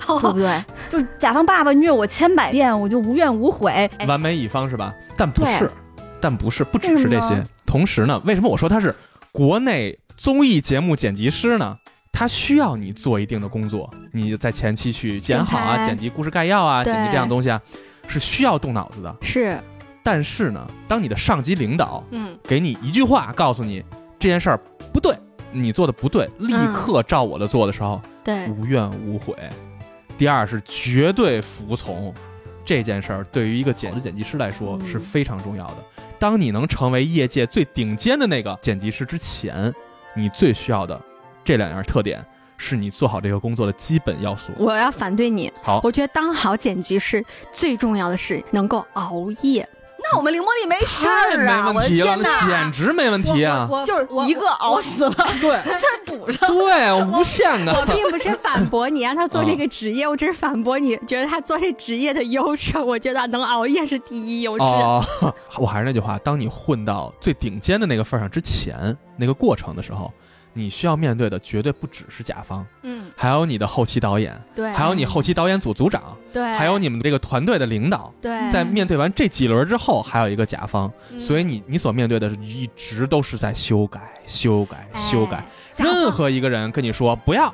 Speaker 4: 对不对？就是甲方爸爸虐我千百遍，我就无怨无悔。
Speaker 2: 完美乙方是吧？但不
Speaker 4: 对
Speaker 2: 是，但不是，不只是
Speaker 4: 为
Speaker 2: 这
Speaker 4: 什么
Speaker 2: 些。同时呢，为什么我说他是国内综艺节目剪辑师呢？他需要你做一定的工作，你在前期去剪好啊，
Speaker 6: 剪拍
Speaker 2: 剪辑故事概要啊，
Speaker 6: 对
Speaker 2: 剪辑这样东西啊，是需要动脑子的。
Speaker 6: <laughs> 是，
Speaker 2: 但是呢，当你的上级领导
Speaker 6: 嗯，
Speaker 2: 给你一句话，告诉你这件事儿不对，你做的不对，
Speaker 4: 嗯
Speaker 2: 立刻照我的做的时候，
Speaker 6: 对，
Speaker 2: 无怨无悔。第二是绝对服从，这件事儿对于一个剪辑剪辑师来说
Speaker 4: 嗯
Speaker 2: 是非常重要的。当你能成为业界最顶尖的那个剪辑师之前，你最需要的这两样特点是你做好这个工作的基本要素。
Speaker 6: 我要反对你。
Speaker 2: 好，
Speaker 6: 我觉得当好剪辑师最重要的是能够熬夜。
Speaker 4: 那我们凌波丽没事
Speaker 2: 太
Speaker 4: 儿啊！
Speaker 2: 没
Speaker 4: 我
Speaker 2: 问
Speaker 4: 的
Speaker 2: 题
Speaker 4: 天
Speaker 2: 了，
Speaker 4: 哪
Speaker 2: 简，直没问题啊！
Speaker 4: 就是一个熬死了，
Speaker 2: 对
Speaker 4: <laughs> 再补上。
Speaker 2: 对，无限
Speaker 6: 我
Speaker 2: 的。
Speaker 6: 并不是反驳你让他做这个职业，我只是反驳你觉得他做这职业的优势。我觉得能熬夜是第一优势。
Speaker 2: 哦， <laughs> 我还是那句话，当你混到最顶尖的那个份儿上之前，那个过程的时候，你需要面对的绝对不只是甲方，
Speaker 6: 嗯，
Speaker 2: 还有你的后期导演，
Speaker 6: 对，
Speaker 2: 还有你后期导演组组长，
Speaker 6: 嗯对，嗯
Speaker 2: 还有你们这个团队的领导。
Speaker 6: 对，
Speaker 2: 在面对完这几轮之后，还有一个甲方，
Speaker 6: 嗯
Speaker 2: 所以你你所面对的是一直都是在修改、修改、修改。
Speaker 6: 哎甲方
Speaker 2: 任何一个人跟你说不要，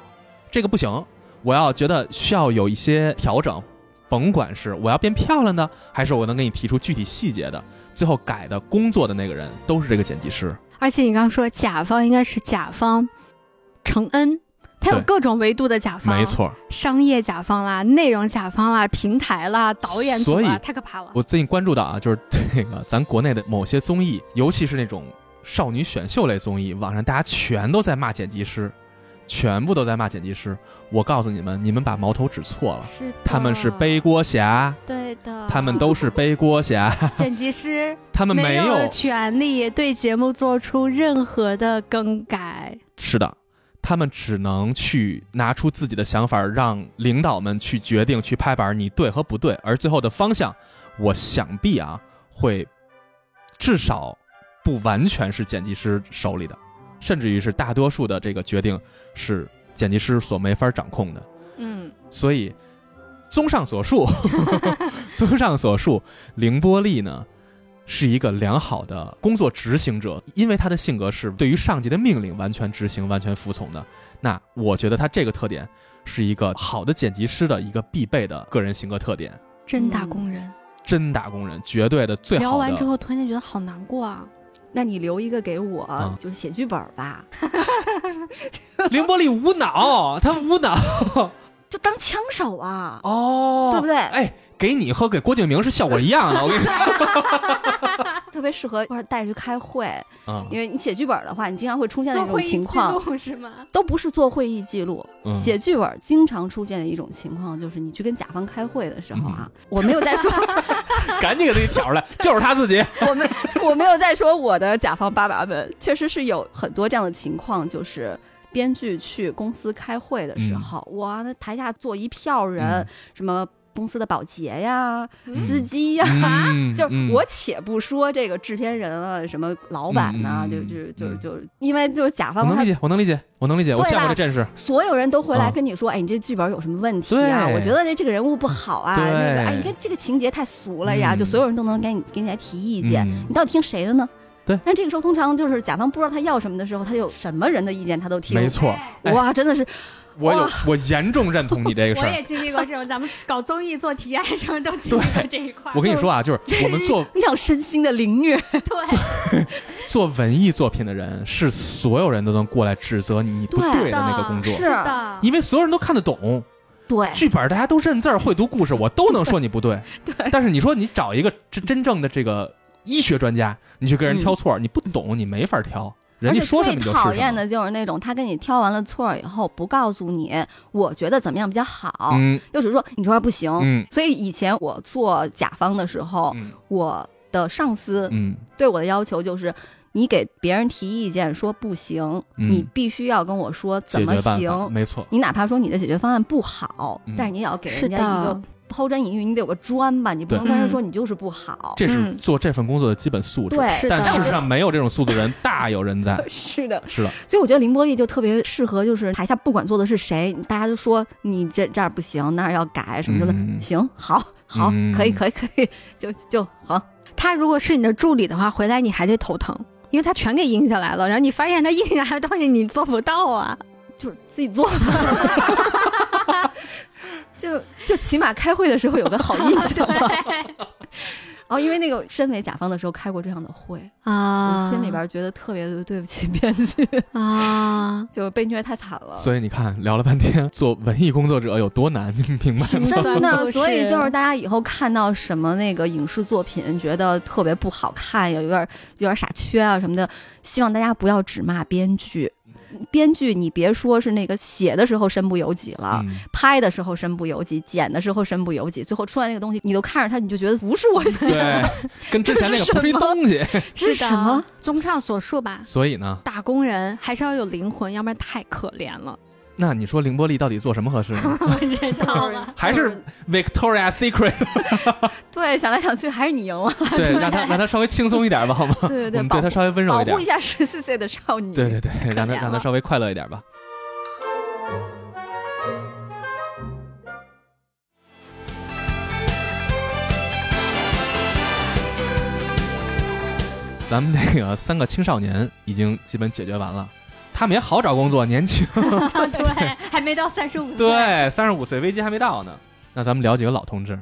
Speaker 2: 这个不行，我要觉得需要有一些调整，甭管是我要变漂亮的，还是我能给你提出具体细节的，最后改的工作的那个人都是这个剪辑师。
Speaker 6: 而且你刚说甲方应该是甲方承恩，他有
Speaker 2: 对
Speaker 6: 各种维度的甲方，
Speaker 2: 没，错，
Speaker 6: 商业甲方啦，内容甲方啦，平台啦，导演组
Speaker 2: 所
Speaker 6: 啦
Speaker 2: 以，
Speaker 6: 太可怕了。
Speaker 2: 我最近关注到啊，就是这个咱国内的某些综艺，尤其是那种少女选秀类综艺，网上大家全都在骂剪辑师。全部都在骂剪辑师。我告诉你们，你们把矛头指错了，
Speaker 3: 是的
Speaker 2: 他们是背锅侠，
Speaker 3: 对的，
Speaker 2: 他们都是背锅侠， <laughs>
Speaker 3: 剪辑师
Speaker 2: 他们没
Speaker 3: 有
Speaker 2: 有
Speaker 3: 权利对节目做出任何的更改。
Speaker 2: 是的，他们只能去拿出自己的想法，让领导们去决定、去拍板，你对和不对。而最后的方向，我想必啊，会至少不完全是剪辑师手里的，甚至于是大多数的这个决定是剪辑师所没法掌控的。
Speaker 4: 嗯，
Speaker 2: 所以，综上所
Speaker 3: <laughs>
Speaker 2: 述，综上所述，凌波丽呢是一个良好的工作执行者，因为他的性格是对于上级的命令完全执行、完全服从的。那我觉得他这个特点是一个好的剪辑师的一个必备的个人性格特点，
Speaker 3: 真打工人，
Speaker 2: 真打工人，绝对的最嗯好的。
Speaker 3: 聊完之后突然间觉得好难过啊！
Speaker 4: 那你留一个给我，
Speaker 2: 啊
Speaker 4: 就是写剧本吧，
Speaker 2: 凌波丽无脑，他无脑
Speaker 1: 就当枪手啊，
Speaker 2: 哦，
Speaker 4: 对不对
Speaker 2: 哎，给你和给郭敬明是效果一样的，我
Speaker 3: <laughs>
Speaker 2: 跟你说，
Speaker 4: 特别适合一块儿带去开会，
Speaker 2: 嗯
Speaker 4: 因为你写剧本的话，你经常会出现那种情况，
Speaker 3: 是吗？
Speaker 4: 都不是做会议记录，
Speaker 2: 嗯
Speaker 4: 写剧本经常出现的一种情况就是你去跟甲方开会的时候啊，
Speaker 2: 嗯
Speaker 4: 我没有在说，
Speaker 2: 赶紧给自己挑出来，就是他
Speaker 3: <laughs>
Speaker 2: 自己。
Speaker 4: 我没 <laughs> 我没有在说我的甲方爸爸们，确实是有很多这样的情况，就是。编剧去公司开会的时候，哇，那台下坐一票人，
Speaker 2: 嗯
Speaker 4: 什么公司的保洁呀、
Speaker 3: 嗯
Speaker 4: 司机呀，
Speaker 2: 嗯
Speaker 4: <laughs> 就是我且不说这个制片人啊，什么老板呐、
Speaker 2: 嗯
Speaker 4: 就
Speaker 2: 嗯
Speaker 4: 就
Speaker 2: 嗯
Speaker 4: 就
Speaker 2: 嗯
Speaker 4: 就，因为就是甲
Speaker 2: 我
Speaker 4: 方
Speaker 2: 能
Speaker 4: 他
Speaker 2: 理解，我能理解，我能理解，我
Speaker 4: 对
Speaker 2: 见过
Speaker 4: 吧
Speaker 2: 这阵势。
Speaker 4: 所有人都回来
Speaker 2: 嗯
Speaker 4: 跟你说，哎，你这剧本有什么问题啊？
Speaker 2: 对
Speaker 4: 我觉得这这个人物不好啊，
Speaker 2: 对
Speaker 4: 那个哎，你看这个情节太俗了呀，
Speaker 2: 嗯
Speaker 4: 就所有人都能给你给你来提意见，
Speaker 2: 嗯
Speaker 4: 你到底听谁的呢？
Speaker 2: 对
Speaker 4: 但这个时候通常就是甲方不知道他要什么的时候，他有什么人的意见他都听。
Speaker 2: 没错，哎
Speaker 4: 哇，真的是
Speaker 2: 我有
Speaker 4: 哇，
Speaker 2: 我严重认同你这个事
Speaker 3: 我
Speaker 2: 儿。
Speaker 3: 也经历过这种，咱们搞综艺做题啊什么都经历过这一块。
Speaker 2: 我跟你说啊，就是我们
Speaker 4: <laughs>
Speaker 2: 做
Speaker 4: 一场身心的
Speaker 2: <laughs>
Speaker 4: 凌虐。
Speaker 2: 做文艺作品的人，是所有人都能过来指责你你不
Speaker 4: 对
Speaker 2: 对的那个工作，
Speaker 4: 是
Speaker 3: 的，
Speaker 2: 因为所有人都看得懂
Speaker 4: 对，
Speaker 2: 剧本，大家都认字儿会读故事，我都能说你不对。
Speaker 4: <laughs> 对
Speaker 2: 但是你说你找一个真真正的这个医学专家，你去给人挑错儿，你不懂，你没法挑，人
Speaker 4: 嗯而
Speaker 2: 家
Speaker 4: 且
Speaker 2: 说什
Speaker 4: 最
Speaker 2: 么你就是
Speaker 4: 讨
Speaker 2: 什
Speaker 4: 厌
Speaker 2: 么
Speaker 4: 的就是那种他跟你挑完了错儿以后不告诉你，我觉得怎么样比较好，
Speaker 2: 嗯
Speaker 4: 又只是说你这块儿不行。
Speaker 2: 嗯
Speaker 4: 所以以前我做甲方的时候，
Speaker 2: 嗯
Speaker 4: 我的上司
Speaker 2: 嗯
Speaker 4: 对我的要求就是，你给别人提意见说不行，
Speaker 2: 嗯
Speaker 4: 你必须要跟我说怎
Speaker 2: 解
Speaker 4: 么
Speaker 2: 决办法
Speaker 4: 行。
Speaker 2: 没错，
Speaker 4: 你哪怕说你的解决方案不好，
Speaker 2: 嗯
Speaker 4: 但是你也要给人家
Speaker 8: 是
Speaker 4: 一
Speaker 8: 的
Speaker 4: 个抛砖引玉，你得有个砖吧，你不
Speaker 2: 对
Speaker 4: 能跟人说你就是不好。
Speaker 2: 这是
Speaker 8: 嗯
Speaker 2: 做这份工作的基本素质。
Speaker 4: 对，
Speaker 8: 是
Speaker 2: 但
Speaker 8: 的
Speaker 2: 事实上没有这种速度的人大有人
Speaker 4: <laughs>
Speaker 2: 在。
Speaker 4: 是的，
Speaker 2: 是的，
Speaker 4: 所以我觉得凌波丽就特别适合，就是台下不管坐的是谁，大家都说你这这儿不行，那儿要改什么之类的，
Speaker 2: 嗯
Speaker 4: 行，好，好，
Speaker 2: 嗯
Speaker 4: 可以，可以，可以，就就好。
Speaker 8: 他如果是你的助理的话，回来你还得头疼，因为他全给印下来了，然后你发现他印下来的东西你做不到
Speaker 3: <laughs>
Speaker 8: 啊。
Speaker 4: 就是自己做吧 <laughs> 就就起码开会的时候有个好印象 <laughs> 吧。哦，因为那个身为甲方的时候开过这样的会，
Speaker 8: 啊
Speaker 4: 我心里边觉得特别的对不起编剧，
Speaker 8: 啊，
Speaker 4: <laughs> 就是被虐太惨了。
Speaker 2: 所以你看，聊了半天，做文艺工作者有多难，你明白
Speaker 8: 心
Speaker 2: 吗？
Speaker 8: 酸
Speaker 4: 真的，
Speaker 8: 故事
Speaker 4: 所以就是大家以后看到什么那个影视作品，觉得特别不好看，有有点有点傻缺啊什么的，希望大家不要只骂编剧。编剧，你别说是那个写的时候身不由己了，
Speaker 2: <laughs> 嗯
Speaker 4: 拍的时候身不由己，剪的时候身不由己，最后出来那个东西，你都看着它，你就觉得不是我 <laughs> 写
Speaker 2: 对
Speaker 4: 的，，
Speaker 2: 跟之前那个不是一东西。
Speaker 4: 这是什么？？
Speaker 8: 综上所述吧，
Speaker 2: <laughs> 所以呢，
Speaker 8: 打工人还是要有灵魂，要不然太可怜了。
Speaker 2: 那你说凌波丽到底做什么合适呢？
Speaker 4: <laughs> 就是
Speaker 2: 还是 Victoria
Speaker 4: <laughs>
Speaker 2: Secret？
Speaker 4: 对，想来想去还是你赢哦了，
Speaker 2: 对，让她让她稍微轻松一点吧，好吗？
Speaker 4: 对对
Speaker 2: 我
Speaker 4: 对，
Speaker 2: 们
Speaker 4: 保
Speaker 2: 对她稍微温柔
Speaker 4: 保
Speaker 2: 一点
Speaker 4: 护一。下十四岁的少女，
Speaker 2: 对对对，让她
Speaker 4: 可怜
Speaker 2: 让她
Speaker 4: 了
Speaker 2: 稍微快乐一点吧。咱们这个三个青少年已经基本解决完了，他们也好找工作，年轻，
Speaker 3: 哦对，还没到三十五岁。
Speaker 2: 对，三十五岁危机还没到呢。那咱们聊几个老同志，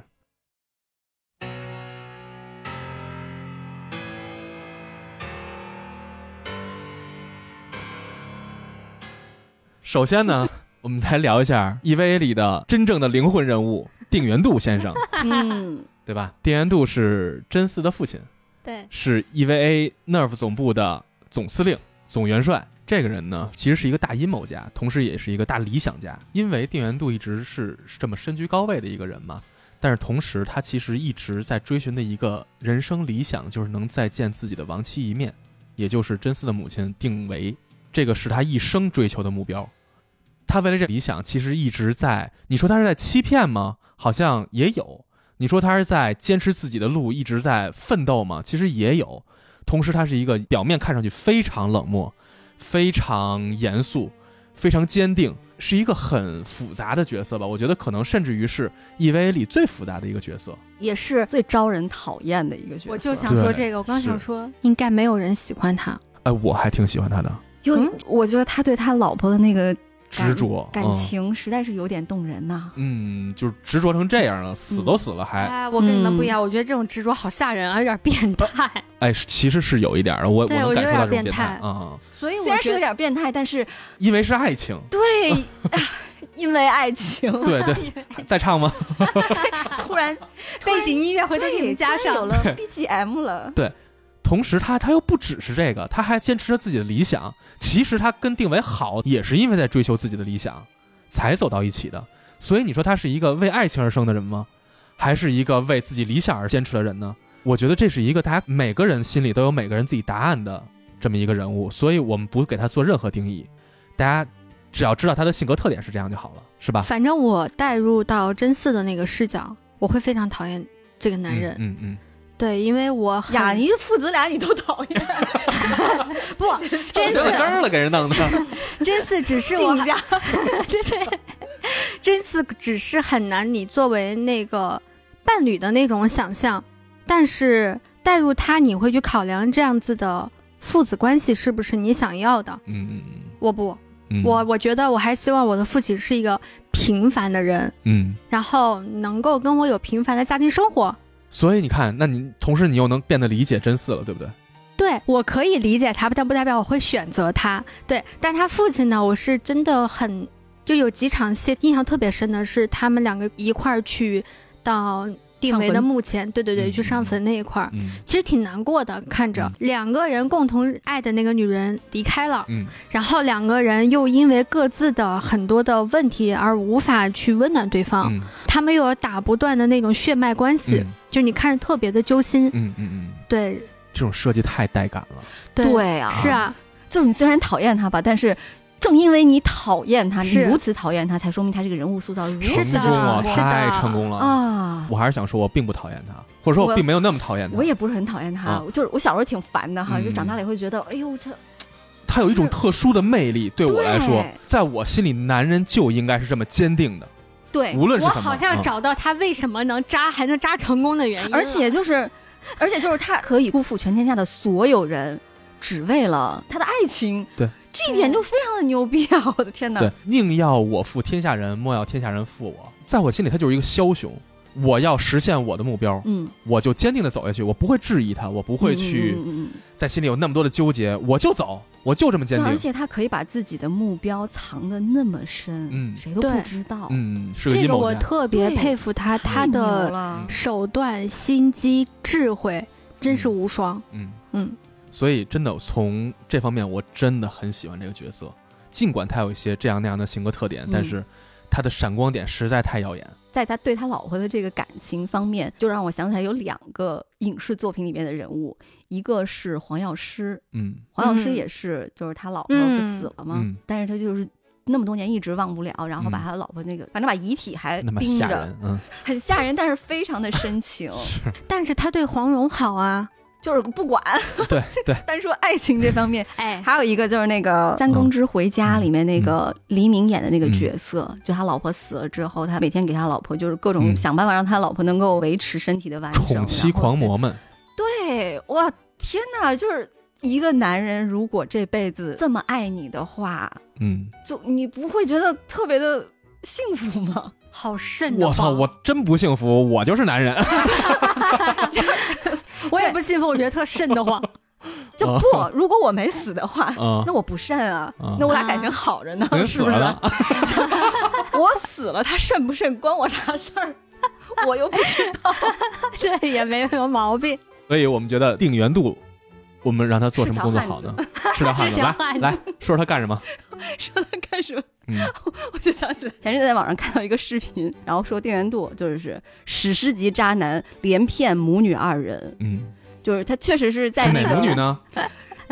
Speaker 2: 首先呢，我们来聊一下 EVA 里的真正的灵魂人物定元度先生，
Speaker 4: 嗯，
Speaker 2: 对吧？定元度是真嗣的父亲，E
Speaker 3: 对
Speaker 2: 是 EVA Nerve 总部的总司令、总元帅。这个人呢，其实是一个大阴谋家，同时也是一个大理想家。因为定元度一直是这么身居高位的一个人嘛，但是同时他其实一直在追寻的一个人生理想，就是能再见自己的亡妻一面，也就是真嗣的母亲定为，这个是他一生追求的目标。他为了这理想，其实一直在。你说他是在欺骗吗？好像也有。你说他是在坚持自己的路，一直在奋斗吗？其实也有。同时，他是一个表面看上去非常冷漠、非常严肃、非常坚定，是一个很复杂的角色吧。我觉得可能甚至于是 EVA 里最复杂的一个角色。
Speaker 4: 也是最招人讨厌的一个角色。
Speaker 3: 我就想说
Speaker 2: 对
Speaker 3: 这个，我刚想
Speaker 2: 是
Speaker 3: 说应该没有人喜欢他。
Speaker 2: 哎，我还挺喜欢他的
Speaker 4: 有，我觉得他对他老婆的那个
Speaker 2: 执着嗯
Speaker 4: 感，
Speaker 2: 哦
Speaker 4: 情实在是有点动人呐、
Speaker 2: 嗯，嗯就是执着成这样了，死都死了还。
Speaker 3: 哎，我跟你们不一样，我觉得这种执着好吓人啊，有点变 <laughs> 态。
Speaker 2: 哎，是其实是有一点儿的，我我
Speaker 3: 对
Speaker 2: 能
Speaker 3: 我觉
Speaker 2: 感
Speaker 3: 得
Speaker 2: 受
Speaker 3: 有
Speaker 2: 到这种
Speaker 3: 点
Speaker 2: 变态
Speaker 3: 变态
Speaker 2: 啊、
Speaker 3: 所以我
Speaker 4: 虽然是
Speaker 3: 觉
Speaker 4: 有
Speaker 3: 得
Speaker 4: 点变态，
Speaker 2: <laughs>
Speaker 4: 但是
Speaker 2: 嗯因为是爱情，
Speaker 4: 对，啊因为爱情，
Speaker 2: 对对，在唱吗？
Speaker 4: 突然
Speaker 3: 背景音乐回头给你加
Speaker 4: 突然有
Speaker 3: 上。
Speaker 4: 了 BGM 了。
Speaker 2: 同时他他又不只是这个，他还坚持着自己的理想。其实他跟定伟好，也是因为在追求自己的理想，才走到一起的。所以你说他是一个为爱情而生的人吗？还是一个为自己理想而坚持的人呢？我觉得这是一个大家每个人心里都有每个人自己答案的这么一个人物，所以我们不给他做任何定义，大家只要知道他的性格特点是这样就好了，是吧？
Speaker 3: 反正我带入到真嗣的那个视角，我会非常讨厌这个男人。
Speaker 2: 嗯嗯
Speaker 3: 对，因为我很
Speaker 4: 雅尼父子俩你都讨厌， <laughs>
Speaker 3: 不真
Speaker 2: 嗯，得了根
Speaker 3: 嗣，
Speaker 2: 儿了，给人弄的。
Speaker 3: 真嗣只是我
Speaker 4: 定家
Speaker 3: 对对，真嗣只是很难你作为那个伴侣的那种想象，但是带入他，你会去考量这样子的父子关系是不是你想要的。
Speaker 2: 嗯嗯
Speaker 3: 我不，
Speaker 2: 嗯，
Speaker 3: 我我觉得我还希望我的父亲是一个平凡的人，
Speaker 2: 嗯。
Speaker 3: 然后能够跟我有平凡的家庭生活。
Speaker 2: 所以你看，那你同时你又能变得理解真嗣了，对不对？
Speaker 3: 对我可以理解他，但不代表我会选择他。对，但他父亲呢，我是真的很就有几场戏印象特别深的是他们两个一块儿去到定
Speaker 4: 上
Speaker 3: 为的
Speaker 4: 坟
Speaker 3: 墓前，对对对，
Speaker 2: 嗯
Speaker 3: 去上坟那一块儿。
Speaker 2: 嗯
Speaker 3: 其实挺难过的，看着
Speaker 2: 嗯
Speaker 3: 两个人共同爱的那个女人离开了，
Speaker 2: 嗯
Speaker 3: 然后两个人又因为各自的很多的问题而无法去温暖对方，
Speaker 2: 嗯
Speaker 3: 他们又有打不断的那种血脉关系，就你看着特别的揪心。
Speaker 2: 嗯嗯嗯，
Speaker 3: 对
Speaker 2: 这种设计太带感了。
Speaker 4: 对啊，
Speaker 3: 是啊，
Speaker 4: 就是你虽然讨厌他吧，但是正因为你讨厌他，你
Speaker 3: 是
Speaker 4: 如此讨厌他，才说明他这个人物塑造如
Speaker 3: 是
Speaker 2: 成
Speaker 4: 此
Speaker 3: 的
Speaker 2: 功了，
Speaker 3: 是的
Speaker 2: 太成功了！
Speaker 4: 啊。
Speaker 2: 我还是想说，我并不讨厌他，或者说我
Speaker 4: 我
Speaker 2: 并没有那么讨厌他。
Speaker 4: 我也不是很讨厌他，
Speaker 2: 啊
Speaker 4: 就是我小时候挺烦的哈，
Speaker 2: 嗯
Speaker 4: 就长大了也会觉得，哎呦，这
Speaker 2: 他有一种特殊的魅力，对我来说
Speaker 4: 对，
Speaker 2: 在我心里，男人就应该是这么坚定的，
Speaker 4: 对，
Speaker 2: 无论是
Speaker 3: 我
Speaker 2: 什么。
Speaker 3: 好像
Speaker 2: 嗯
Speaker 3: 找到他为什么能扎还能扎成功的原因了，
Speaker 4: 而且就是，而且就是他可以辜负全天下的所有人，只为了他的爱情。
Speaker 2: 对，
Speaker 4: 这一点就非常的牛逼啊！我的天哪，
Speaker 2: 对，宁要我负天下人，莫要天下人负我。在我心里，他就是一个枭雄。我要实现我的目标，
Speaker 4: 嗯，
Speaker 2: 我就坚定的走下去，我不会质疑他，我不会去
Speaker 4: 嗯嗯嗯嗯
Speaker 2: 在心里有那么多的纠结，我就走，我就这么坚
Speaker 4: 对，而
Speaker 2: 定。
Speaker 4: 且他可以把自己的目标藏的那么深，
Speaker 2: 嗯
Speaker 4: 谁都
Speaker 3: 对
Speaker 4: 不知道，
Speaker 2: 嗯，是
Speaker 3: 这
Speaker 2: 阴
Speaker 3: 个
Speaker 2: 谋嗯
Speaker 3: 我
Speaker 2: 家。
Speaker 3: 特别
Speaker 4: 对
Speaker 3: 佩服他，他
Speaker 4: 太牛
Speaker 3: 的
Speaker 4: 了
Speaker 3: 手段、心机、智慧真是无双。
Speaker 2: 嗯
Speaker 3: 嗯，
Speaker 2: 所以真的从这方面，我真的很喜欢这个角色。尽管他有一些这样那样的性格特点，
Speaker 4: 嗯
Speaker 2: 但是他的闪光点实在太耀眼。
Speaker 4: 在他对他老婆的这个感情方面，就让我想起来有两个影视作品里面的人物，一个是黄药师，
Speaker 2: 嗯
Speaker 4: 黄药师
Speaker 3: 嗯
Speaker 4: 也是，就是他老婆不
Speaker 3: 嗯
Speaker 4: 死了吗？
Speaker 2: 嗯
Speaker 4: 但是他就是那么多年一直忘不了，然后把
Speaker 2: 嗯
Speaker 4: 他老婆那个，反正把遗体还
Speaker 2: 那么
Speaker 4: 盯
Speaker 2: 吓
Speaker 4: 着，
Speaker 2: 人，嗯，，
Speaker 4: 很吓人，但是非常的深情
Speaker 2: <laughs> 是，
Speaker 4: <laughs>
Speaker 3: 但是他对黄蓉好啊，
Speaker 4: 就是不管。 <laughs>
Speaker 2: 对对，
Speaker 4: 单说爱情这方面，
Speaker 3: 哎，
Speaker 4: 还有一个就是那个《三公之回家》
Speaker 2: 嗯
Speaker 4: 里面那个黎明演的那个角色，就他老婆死了之后，他每天给他老婆就是各种
Speaker 2: 嗯
Speaker 4: 想办法让他老婆能够维持身体的完整。
Speaker 2: 宠妻
Speaker 4: 然后
Speaker 2: 狂魔们，
Speaker 4: 对，哇，天哪！就是一个男人，如果这辈子这么爱你的话，
Speaker 2: 嗯，
Speaker 4: 就你不会觉得特别的幸福吗？
Speaker 3: 好瘆得
Speaker 2: 我操，
Speaker 3: 慌
Speaker 2: 我真不幸福，我就是
Speaker 4: <laughs>
Speaker 2: 男人，
Speaker 3: 我也不信服，我觉得特瘆得
Speaker 6: <laughs>
Speaker 3: 慌。
Speaker 4: 就
Speaker 2: 哦
Speaker 4: 不，如果我没死的话，
Speaker 2: 嗯
Speaker 4: 那我不慎啊，
Speaker 2: 嗯
Speaker 4: 那我俩感情好着呢，
Speaker 2: 人
Speaker 4: 是
Speaker 2: 死
Speaker 4: 不是？
Speaker 2: 了呢，
Speaker 4: <laughs> 我死了，他慎不慎关我啥事儿？ <laughs> 我又不知道。
Speaker 6: <laughs>
Speaker 3: 对，也没有毛病。
Speaker 2: 所以我们觉得定元度，我们让他做什么工作好呢？是条汉
Speaker 4: 是
Speaker 2: 子，
Speaker 4: 条
Speaker 2: 来
Speaker 4: 汉子
Speaker 2: 来说说他干什么？
Speaker 4: 说他干什么？
Speaker 2: 嗯，
Speaker 4: <laughs> 我就想起来，前阵子在网上看到一个视频，然后说定元度就是史诗级渣男连骗母女二人，
Speaker 2: 嗯，
Speaker 4: 就是他确实是在
Speaker 2: 是哪
Speaker 4: 那个
Speaker 2: 母女呢？
Speaker 4: <laughs>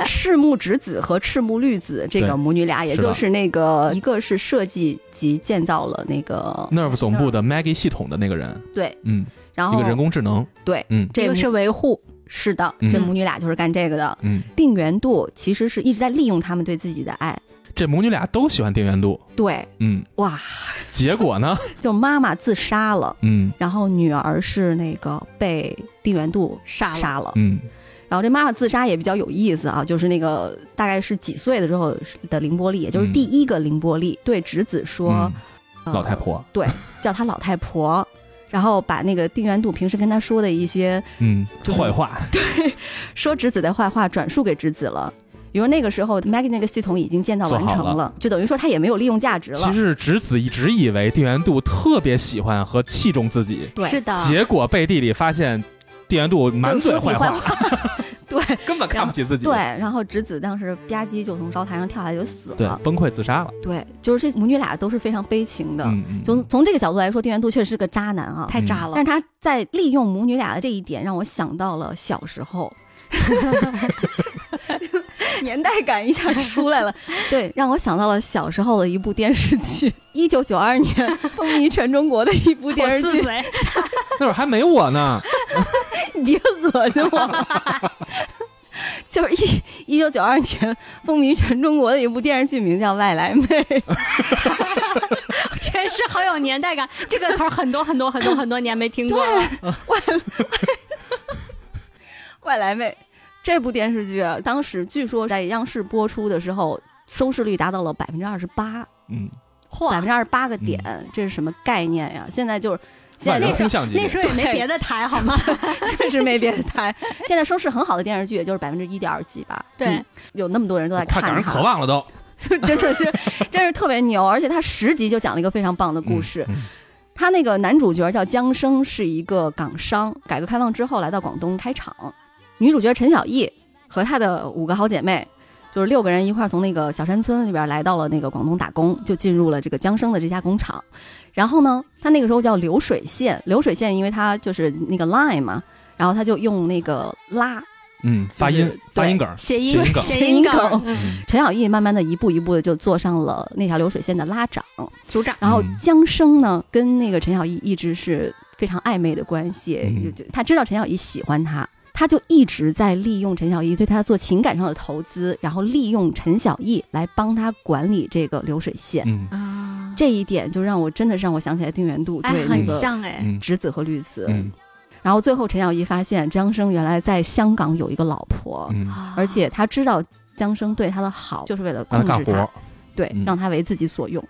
Speaker 4: 赤木直子和赤木绿子这
Speaker 2: 对
Speaker 4: 个母女俩，也
Speaker 2: 是的
Speaker 4: 就是那个一个是设计及建造了那个
Speaker 2: Nerve 总部的 Maggie 系统的那个人，
Speaker 4: 对，
Speaker 2: 嗯，
Speaker 4: 然
Speaker 2: 一
Speaker 4: 后
Speaker 2: 个人工智能，
Speaker 4: 哦对，
Speaker 2: 嗯
Speaker 4: 这
Speaker 3: 一
Speaker 4: 个
Speaker 3: 个是维护，
Speaker 4: 是的，
Speaker 2: 嗯
Speaker 4: 这母女俩就是干这个的。
Speaker 2: 嗯，
Speaker 4: 定元度其实是一直在利用他们对自己的爱，
Speaker 2: 这母女俩都喜欢定元度，
Speaker 4: 对，
Speaker 2: 嗯，
Speaker 4: 哇，
Speaker 2: 结果呢？
Speaker 4: 就妈妈自杀了，
Speaker 2: 嗯
Speaker 4: 然后女儿是那个被定元度
Speaker 8: 杀了
Speaker 4: 杀了，
Speaker 2: 嗯
Speaker 4: 然后这妈妈自杀也比较有意思啊，就是那个大概是几岁的时候的凌波丽，也就是第一个凌波丽对直子说。
Speaker 2: 嗯，
Speaker 4: 呃
Speaker 2: 老太婆，
Speaker 4: 叫她老太婆，然后把那个定元度平时跟她说的一些
Speaker 2: 嗯，
Speaker 4: 就是
Speaker 2: 坏话，
Speaker 4: 说直子的坏话转述给直子了。比如那个时候，Maggie 那个系统已经建造完成
Speaker 2: 做好
Speaker 4: 了，就等于说它也没有利用价值了。
Speaker 2: 其实直子一直以为定元度特别喜欢和器重自己，
Speaker 4: 对
Speaker 8: 是的，
Speaker 2: 结果背地里发现定元度满嘴
Speaker 4: 就是说
Speaker 2: 坏
Speaker 4: 你
Speaker 2: 话，
Speaker 4: <laughs> 对
Speaker 2: <laughs> 根本看不起自己，
Speaker 4: 对，然后直子当时吧唧就从高台上跳下来就死
Speaker 2: 对
Speaker 4: 了。
Speaker 2: 崩溃自杀了。
Speaker 4: 对就是这母女俩都是非常悲情的。
Speaker 2: 嗯嗯，
Speaker 4: 从从这个角度来说，定元度确实是个渣男啊。
Speaker 8: 太渣了
Speaker 4: 但。是他在利用母女俩的这一点，让我想到了小时候，年代感一下出来了。对，让我想到了小时候的一部电视剧，一九九二年风靡全中国的一部电视剧。
Speaker 2: 那会儿还没我呢，
Speaker 4: 你别恶心我。 <laughs> 就是一一九九二年风靡全中国的一部电视剧，名叫《外来妹》。
Speaker 6: 真是好有年代 <laughs> 感，这个词儿很多很多很多很多年没听过了。
Speaker 4: 外来妹这部电视剧，啊当时据说在央视播出的时候，收视率达到了百分之二十八，
Speaker 2: 嗯，
Speaker 4: 百分之二十八个点，这是什么概念呀？现在就是
Speaker 2: 万
Speaker 4: 现在
Speaker 2: 人
Speaker 4: 就
Speaker 2: 空巷级
Speaker 6: 那时候也没别的台好吗？
Speaker 4: 确实没别的台，现在收视很好的电视剧也就是百分之一点二几吧。
Speaker 6: 对
Speaker 4: 嗯有那么多人都在
Speaker 2: 快
Speaker 4: 看
Speaker 2: 赶
Speaker 4: 着
Speaker 2: 上渴望了都。
Speaker 4: 它， <laughs> 真的是真是特别牛，而且它十集就讲了一个非常棒的故事。
Speaker 2: 嗯
Speaker 4: 他那个男主角叫江生，是一个港商，改革开放之后来到广东开厂。女主角陈小艺和她的五个好姐妹，就是六个人一块儿从那个小山村里边来到了那个广东打工，就进入了这个江生的这家工厂。然后呢，他那个时候叫流水线，流水线因为它就是那个 line 嘛，然后他就用那个拉
Speaker 2: 嗯，发
Speaker 4: 就是
Speaker 2: 音发音梗儿，
Speaker 6: 谐
Speaker 2: 音梗
Speaker 6: 谐音
Speaker 4: 谐音
Speaker 6: 梗，嗯
Speaker 2: 嗯
Speaker 4: 陈小艺慢慢的一步一步的就坐上了那条流水线的拉长
Speaker 8: 组长，
Speaker 4: 然后
Speaker 2: 嗯
Speaker 4: 江生呢跟那个陈小艺一直是非常暧昧的关系，
Speaker 2: 嗯
Speaker 4: 就就他知道陈小艺喜欢他，他就一直在利用陈小艺对他做情感上的投资，然后利用陈小艺来帮他管理这个流水线。
Speaker 2: 嗯
Speaker 8: 啊，
Speaker 4: 这一点就让我真的让我想起来定元度
Speaker 8: 哎，
Speaker 4: 对那
Speaker 8: 很
Speaker 4: 个
Speaker 8: 像哎，
Speaker 2: 嗯
Speaker 4: 直子和绿子。
Speaker 2: 嗯
Speaker 4: 然后最后陈小艺发现江生原来在香港有一个老婆，
Speaker 2: 嗯，
Speaker 8: 啊
Speaker 4: 而且他知道江生对他的好就是为了控
Speaker 2: 让他干
Speaker 4: 制
Speaker 2: 活
Speaker 4: 他
Speaker 2: 儿，，
Speaker 4: 对
Speaker 2: 嗯，
Speaker 4: 让他为自己所用。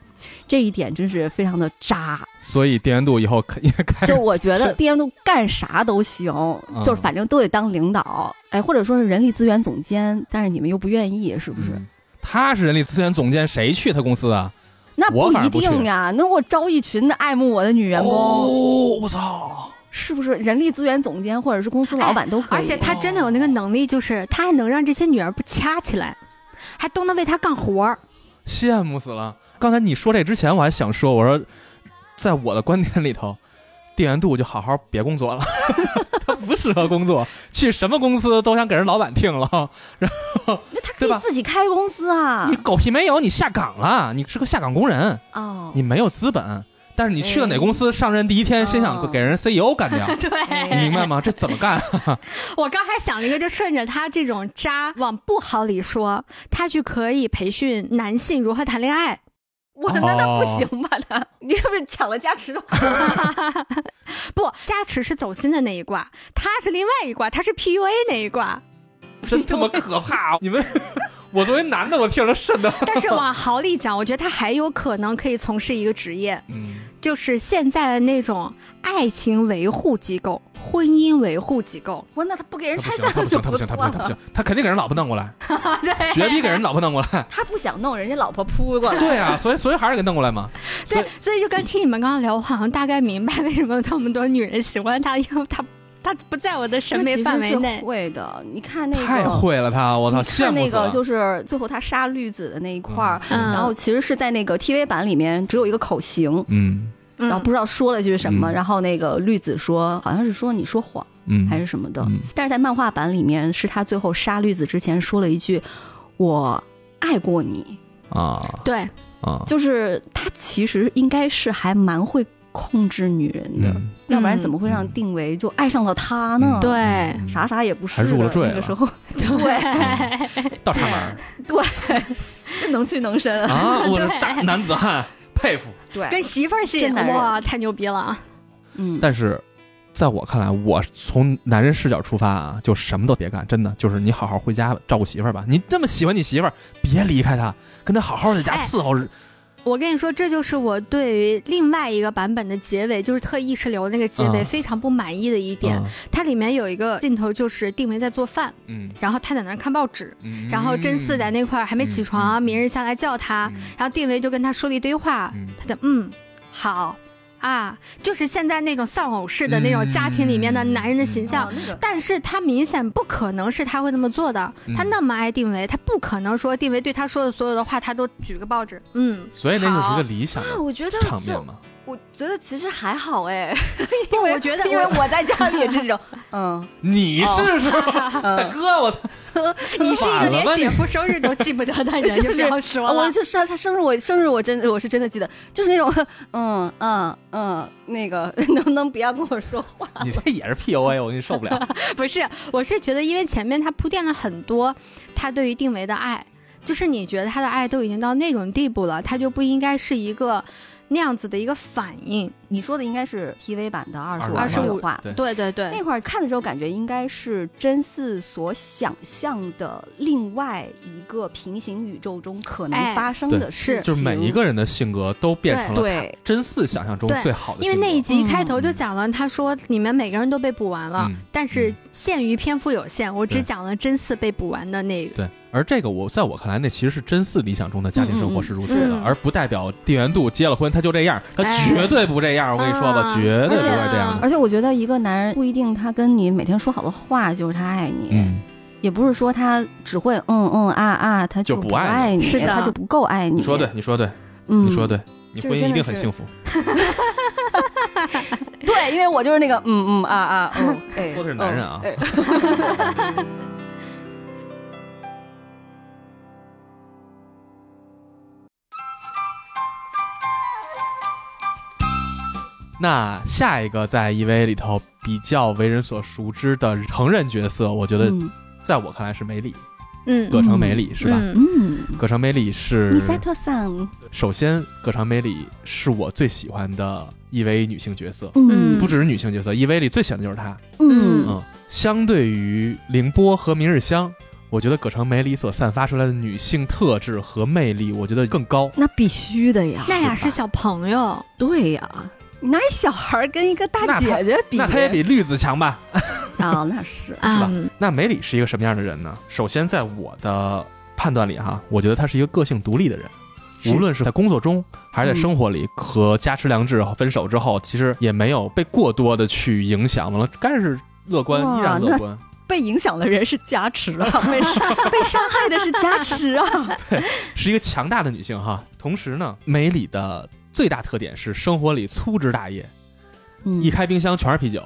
Speaker 4: 这一点真是非常的渣。
Speaker 2: 所以电源度以后可也开
Speaker 4: 就我觉
Speaker 2: 是嗯
Speaker 4: 得店都干啥都行，就是反正都得当领导，哎，或者说是人力资源总监，但是你们又不愿意，是不是？
Speaker 2: 嗯他是人力资源总监，谁去他公司啊？
Speaker 4: 那
Speaker 2: 我
Speaker 4: 不
Speaker 2: 反而
Speaker 4: 一
Speaker 2: 不去
Speaker 4: 定呀，那我招一群的爱慕我的女员工，
Speaker 2: 哦，我操！
Speaker 4: 是不是？人力资源总监或者是公司老板都哎可以。
Speaker 3: 而且他真的有那个能力，就是他还能让这些女儿不掐起来，还都能为他干活儿。
Speaker 2: 羡慕死了！刚才你说这之前，我还想说，我说，在我的观点里头，店员度就好好别工作了， <laughs> 他不适合工作，去什么公司都想给人老板听
Speaker 4: 啊
Speaker 2: 了，
Speaker 4: 那他可
Speaker 2: 对吧
Speaker 4: 以自己开公司啊
Speaker 2: 你。狗屁没有，你下岗了，你是个下岗工人，
Speaker 4: 哦，
Speaker 2: 你没有资本。但是你去了哪公司，上任第一天先想
Speaker 4: 哦
Speaker 2: 给人 CEO 干掉，
Speaker 6: <laughs> 对。
Speaker 2: 你明白吗？这怎么干？
Speaker 6: <laughs> 我刚还想了一个，就顺着他这种渣往不好里说，他去可以培训男性如何谈恋爱。
Speaker 4: 我那那 <laughs>
Speaker 2: 哦
Speaker 4: 不行吧？他你是不是抢了加持了？
Speaker 6: <laughs> 不，加持是走心的那一卦，他是另外一卦，他是 PUA 那一
Speaker 4: <laughs>
Speaker 6: 卦。
Speaker 2: 真他妈可怕！你们，我作为男的，我听着瘆得。
Speaker 6: 但是往好里讲，我觉得他还有可能可以从事一个职业，
Speaker 2: 嗯，
Speaker 6: 就是现在的那种爱情维护机构、婚姻维护机构。
Speaker 4: <laughs> 我那他不给人拆
Speaker 2: 他
Speaker 4: 散
Speaker 2: 不
Speaker 4: 就
Speaker 2: 行，他不行，他不行，他不行，他不
Speaker 4: 错了
Speaker 2: 行，他肯定给人老婆弄过来，绝逼给人老婆弄过来。
Speaker 4: 他不想弄，人家老婆扑过来。
Speaker 2: 对啊，所以所以还是给弄过来嘛。所
Speaker 6: 对
Speaker 2: 以，
Speaker 6: 所以就跟听你们刚刚聊，我好像大概明白为什么那么多女人喜欢他，因为他他不在我的审
Speaker 4: 那
Speaker 6: 美
Speaker 4: 其
Speaker 6: 范
Speaker 4: 实
Speaker 6: 围
Speaker 4: 是
Speaker 6: 内。
Speaker 4: 会的。你看那个
Speaker 2: 太会了他，我操，
Speaker 4: 你
Speaker 2: 羡
Speaker 4: 看
Speaker 2: 慕
Speaker 4: 那
Speaker 2: 死了。
Speaker 4: 个就是最后他杀绿子的那一块儿，
Speaker 6: 嗯
Speaker 4: 然后其实是在那个 TV 版里面只有一个口型，
Speaker 2: 嗯
Speaker 4: 然后不知道说了句什么，
Speaker 2: 嗯
Speaker 4: 然后那个绿子说好像是说你说谎
Speaker 2: 嗯，
Speaker 4: 还是什么的，
Speaker 2: 嗯
Speaker 4: 但是在漫画版里面是他最后杀绿子之前说了一句我。爱过你，
Speaker 2: 啊
Speaker 6: 对，
Speaker 2: 啊，
Speaker 4: 就是他其实应该是还蛮会控制女人的，
Speaker 2: 嗯
Speaker 4: 要不然
Speaker 6: 嗯
Speaker 4: 怎么会让
Speaker 2: 嗯
Speaker 4: 定为就爱上了他呢？
Speaker 2: 嗯
Speaker 6: 对
Speaker 2: 嗯
Speaker 4: 啥啥也不是
Speaker 2: 还
Speaker 4: 的，
Speaker 2: 入了赘
Speaker 4: 那个
Speaker 2: 了
Speaker 4: 时候 <laughs>
Speaker 2: 嗯倒插门儿
Speaker 4: 能屈能伸啊。
Speaker 2: 啊！我是
Speaker 6: 对
Speaker 2: 大男子汉，佩服。
Speaker 4: 对，
Speaker 6: 跟媳妇儿戏
Speaker 4: 真男人
Speaker 6: 哇，太牛逼了！
Speaker 4: 嗯，
Speaker 2: 但是在我看来，我从男人视角出发啊，就什么都别干，真的就是你好好回家照顾媳妇儿吧。你这么喜欢你媳妇儿，别离开她，跟她好好在家
Speaker 6: 哎
Speaker 2: 伺候日。
Speaker 3: 我跟你说，这就是我对于另外一个版本的结尾，就是特意识流那个结尾
Speaker 2: 嗯
Speaker 3: 非常不满意的一点。它里面有一个镜头，就是定梅在做饭，
Speaker 2: 嗯，
Speaker 3: 然后他在那儿看报纸，
Speaker 2: 嗯
Speaker 3: 然后真嗣在那块儿还没起床，
Speaker 2: 嗯
Speaker 3: 鸣人下来叫他，然后定梅就跟他说了一堆话，
Speaker 2: 嗯
Speaker 3: 他就嗯好啊，就是现在那种丧偶式的那种家庭里面的
Speaker 2: 嗯
Speaker 3: 男人的形象。
Speaker 4: 像那个
Speaker 3: 但是他明显不可能是他会那么做的，
Speaker 2: 嗯
Speaker 3: 他那么爱定维，他不可能说定维对他说的所有的话，他都举个报纸，嗯，
Speaker 2: 所以那就是一个理想
Speaker 4: 啊，
Speaker 2: 的
Speaker 4: 我觉得
Speaker 2: 场
Speaker 4: 就
Speaker 2: 面嘛。
Speaker 4: 我觉得其实还好哎，
Speaker 3: 因为我觉得
Speaker 4: <laughs> 因为我在家里也是这种，
Speaker 6: <laughs>
Speaker 4: 嗯，
Speaker 2: 你试试吧，大
Speaker 4: 嗯
Speaker 2: 哥，我操，
Speaker 6: 你是一
Speaker 2: 晚
Speaker 6: 个
Speaker 2: 了吧
Speaker 6: 连
Speaker 2: 你
Speaker 6: 姐夫生日都记不得的
Speaker 4: <laughs>
Speaker 6: 人，
Speaker 4: 就是
Speaker 6: 就不要说
Speaker 4: 我
Speaker 6: 了。
Speaker 4: 就是他生日我生日我真我是真的记得，就是那种嗯嗯嗯那个 <laughs> 能不能不要跟我说话？
Speaker 2: 你这也是 PUA，我给你受不了。
Speaker 3: 不是，我是觉得，因为前面他铺垫了很多他对于定维的爱，就是你觉得他的爱都已经到那种地步了，他就不应该是一个那样子的一个反应。
Speaker 4: 你说的应该是 TV 版的二
Speaker 2: 25
Speaker 4: 十
Speaker 3: 25
Speaker 4: 话。
Speaker 2: 对
Speaker 3: 对对对
Speaker 4: 那会儿看的时候，感觉应该是真嗣所想象的另外一个平行宇宙中可能
Speaker 3: 哎
Speaker 4: 发生
Speaker 2: 对
Speaker 4: 的事情。
Speaker 2: 就是每一个人的性格都变成了
Speaker 4: 对，
Speaker 2: 真嗣想象中
Speaker 3: 对
Speaker 2: 最好的
Speaker 3: 因
Speaker 2: 性格，
Speaker 3: 为那一集一
Speaker 4: 嗯
Speaker 3: 开头就讲了，他说你们每个人都被补完了，
Speaker 2: 嗯
Speaker 3: 但是限于篇幅有限，我只
Speaker 2: 对
Speaker 3: 讲了真嗣被补完的那个。
Speaker 2: 对，而这个我在我看来，那其实是真嗣理想中的家庭生活是如此的，
Speaker 3: 嗯嗯嗯
Speaker 2: 而不代表定元度结了婚他就这样，他绝对不这样。我跟你说吧，
Speaker 3: 啊
Speaker 2: 绝对不会这样
Speaker 3: 啊
Speaker 2: 的。
Speaker 4: 哎而且我觉得一个男人不一定他跟你每天说好的话就是他爱你，
Speaker 2: 嗯，
Speaker 4: 也不是说他只会嗯嗯啊啊，他
Speaker 2: 就
Speaker 4: 不
Speaker 2: 不爱
Speaker 4: 爱
Speaker 2: 你
Speaker 4: 你，
Speaker 6: 是的
Speaker 4: 他就不够爱你。
Speaker 2: 你说对，，你说对，
Speaker 4: 嗯，
Speaker 2: 你说对，你
Speaker 4: 这
Speaker 2: 婚姻一
Speaker 4: 真
Speaker 2: 定
Speaker 4: 的
Speaker 2: 很
Speaker 4: 是
Speaker 2: 幸福。
Speaker 4: 对，因为我就是那个嗯嗯啊啊，嗯，哎，
Speaker 2: 说的是男人啊
Speaker 4: 嗯哎
Speaker 2: <laughs> 那下一个在 EVA 里头比较为人所熟知的成人角色，我觉得
Speaker 4: 嗯
Speaker 2: 在我看来是美里，
Speaker 3: 嗯
Speaker 2: 葛城美里是吧？
Speaker 3: 嗯，
Speaker 4: 嗯，
Speaker 2: 葛城美里是
Speaker 4: 米萨特桑，
Speaker 2: 首先，葛城美里是我最喜欢的 EVA 女性角色，
Speaker 4: 嗯
Speaker 2: 不只是女性角色，EVA 里最喜欢的就是她。
Speaker 4: 嗯
Speaker 2: 嗯，相对于凌波和明日香，我觉得葛城美里所散发出来的女性特质和魅力，我觉得更高。
Speaker 4: 那必须的呀，
Speaker 3: 那俩
Speaker 4: 吧
Speaker 3: 是小朋友，
Speaker 4: 对呀、你拿一小孩儿跟一个
Speaker 2: 那他
Speaker 4: 大姐姐比，
Speaker 2: 那她也比绿子强吧？
Speaker 4: 啊、那是
Speaker 2: 吧
Speaker 3: 嗯，
Speaker 2: 那美里是一个什么样的人呢？首先，在我的判断里哈，我觉得她是一个个性独立的人。
Speaker 4: 是
Speaker 2: 无论是在工作中，还是在生活里，和加持良治分手之
Speaker 4: 嗯
Speaker 2: 后，其实也没有被过多的去影响。完了，该是乐观，
Speaker 4: 哇
Speaker 2: 依然乐观。
Speaker 4: 被影响的人是加持啊，被伤被伤害的是加持
Speaker 3: <laughs>
Speaker 4: 啊，
Speaker 2: 是一个强大的女性哈。同时呢，美里的最大特点是生活里粗枝大叶，一
Speaker 4: 嗯，
Speaker 2: 开冰箱全是啤酒，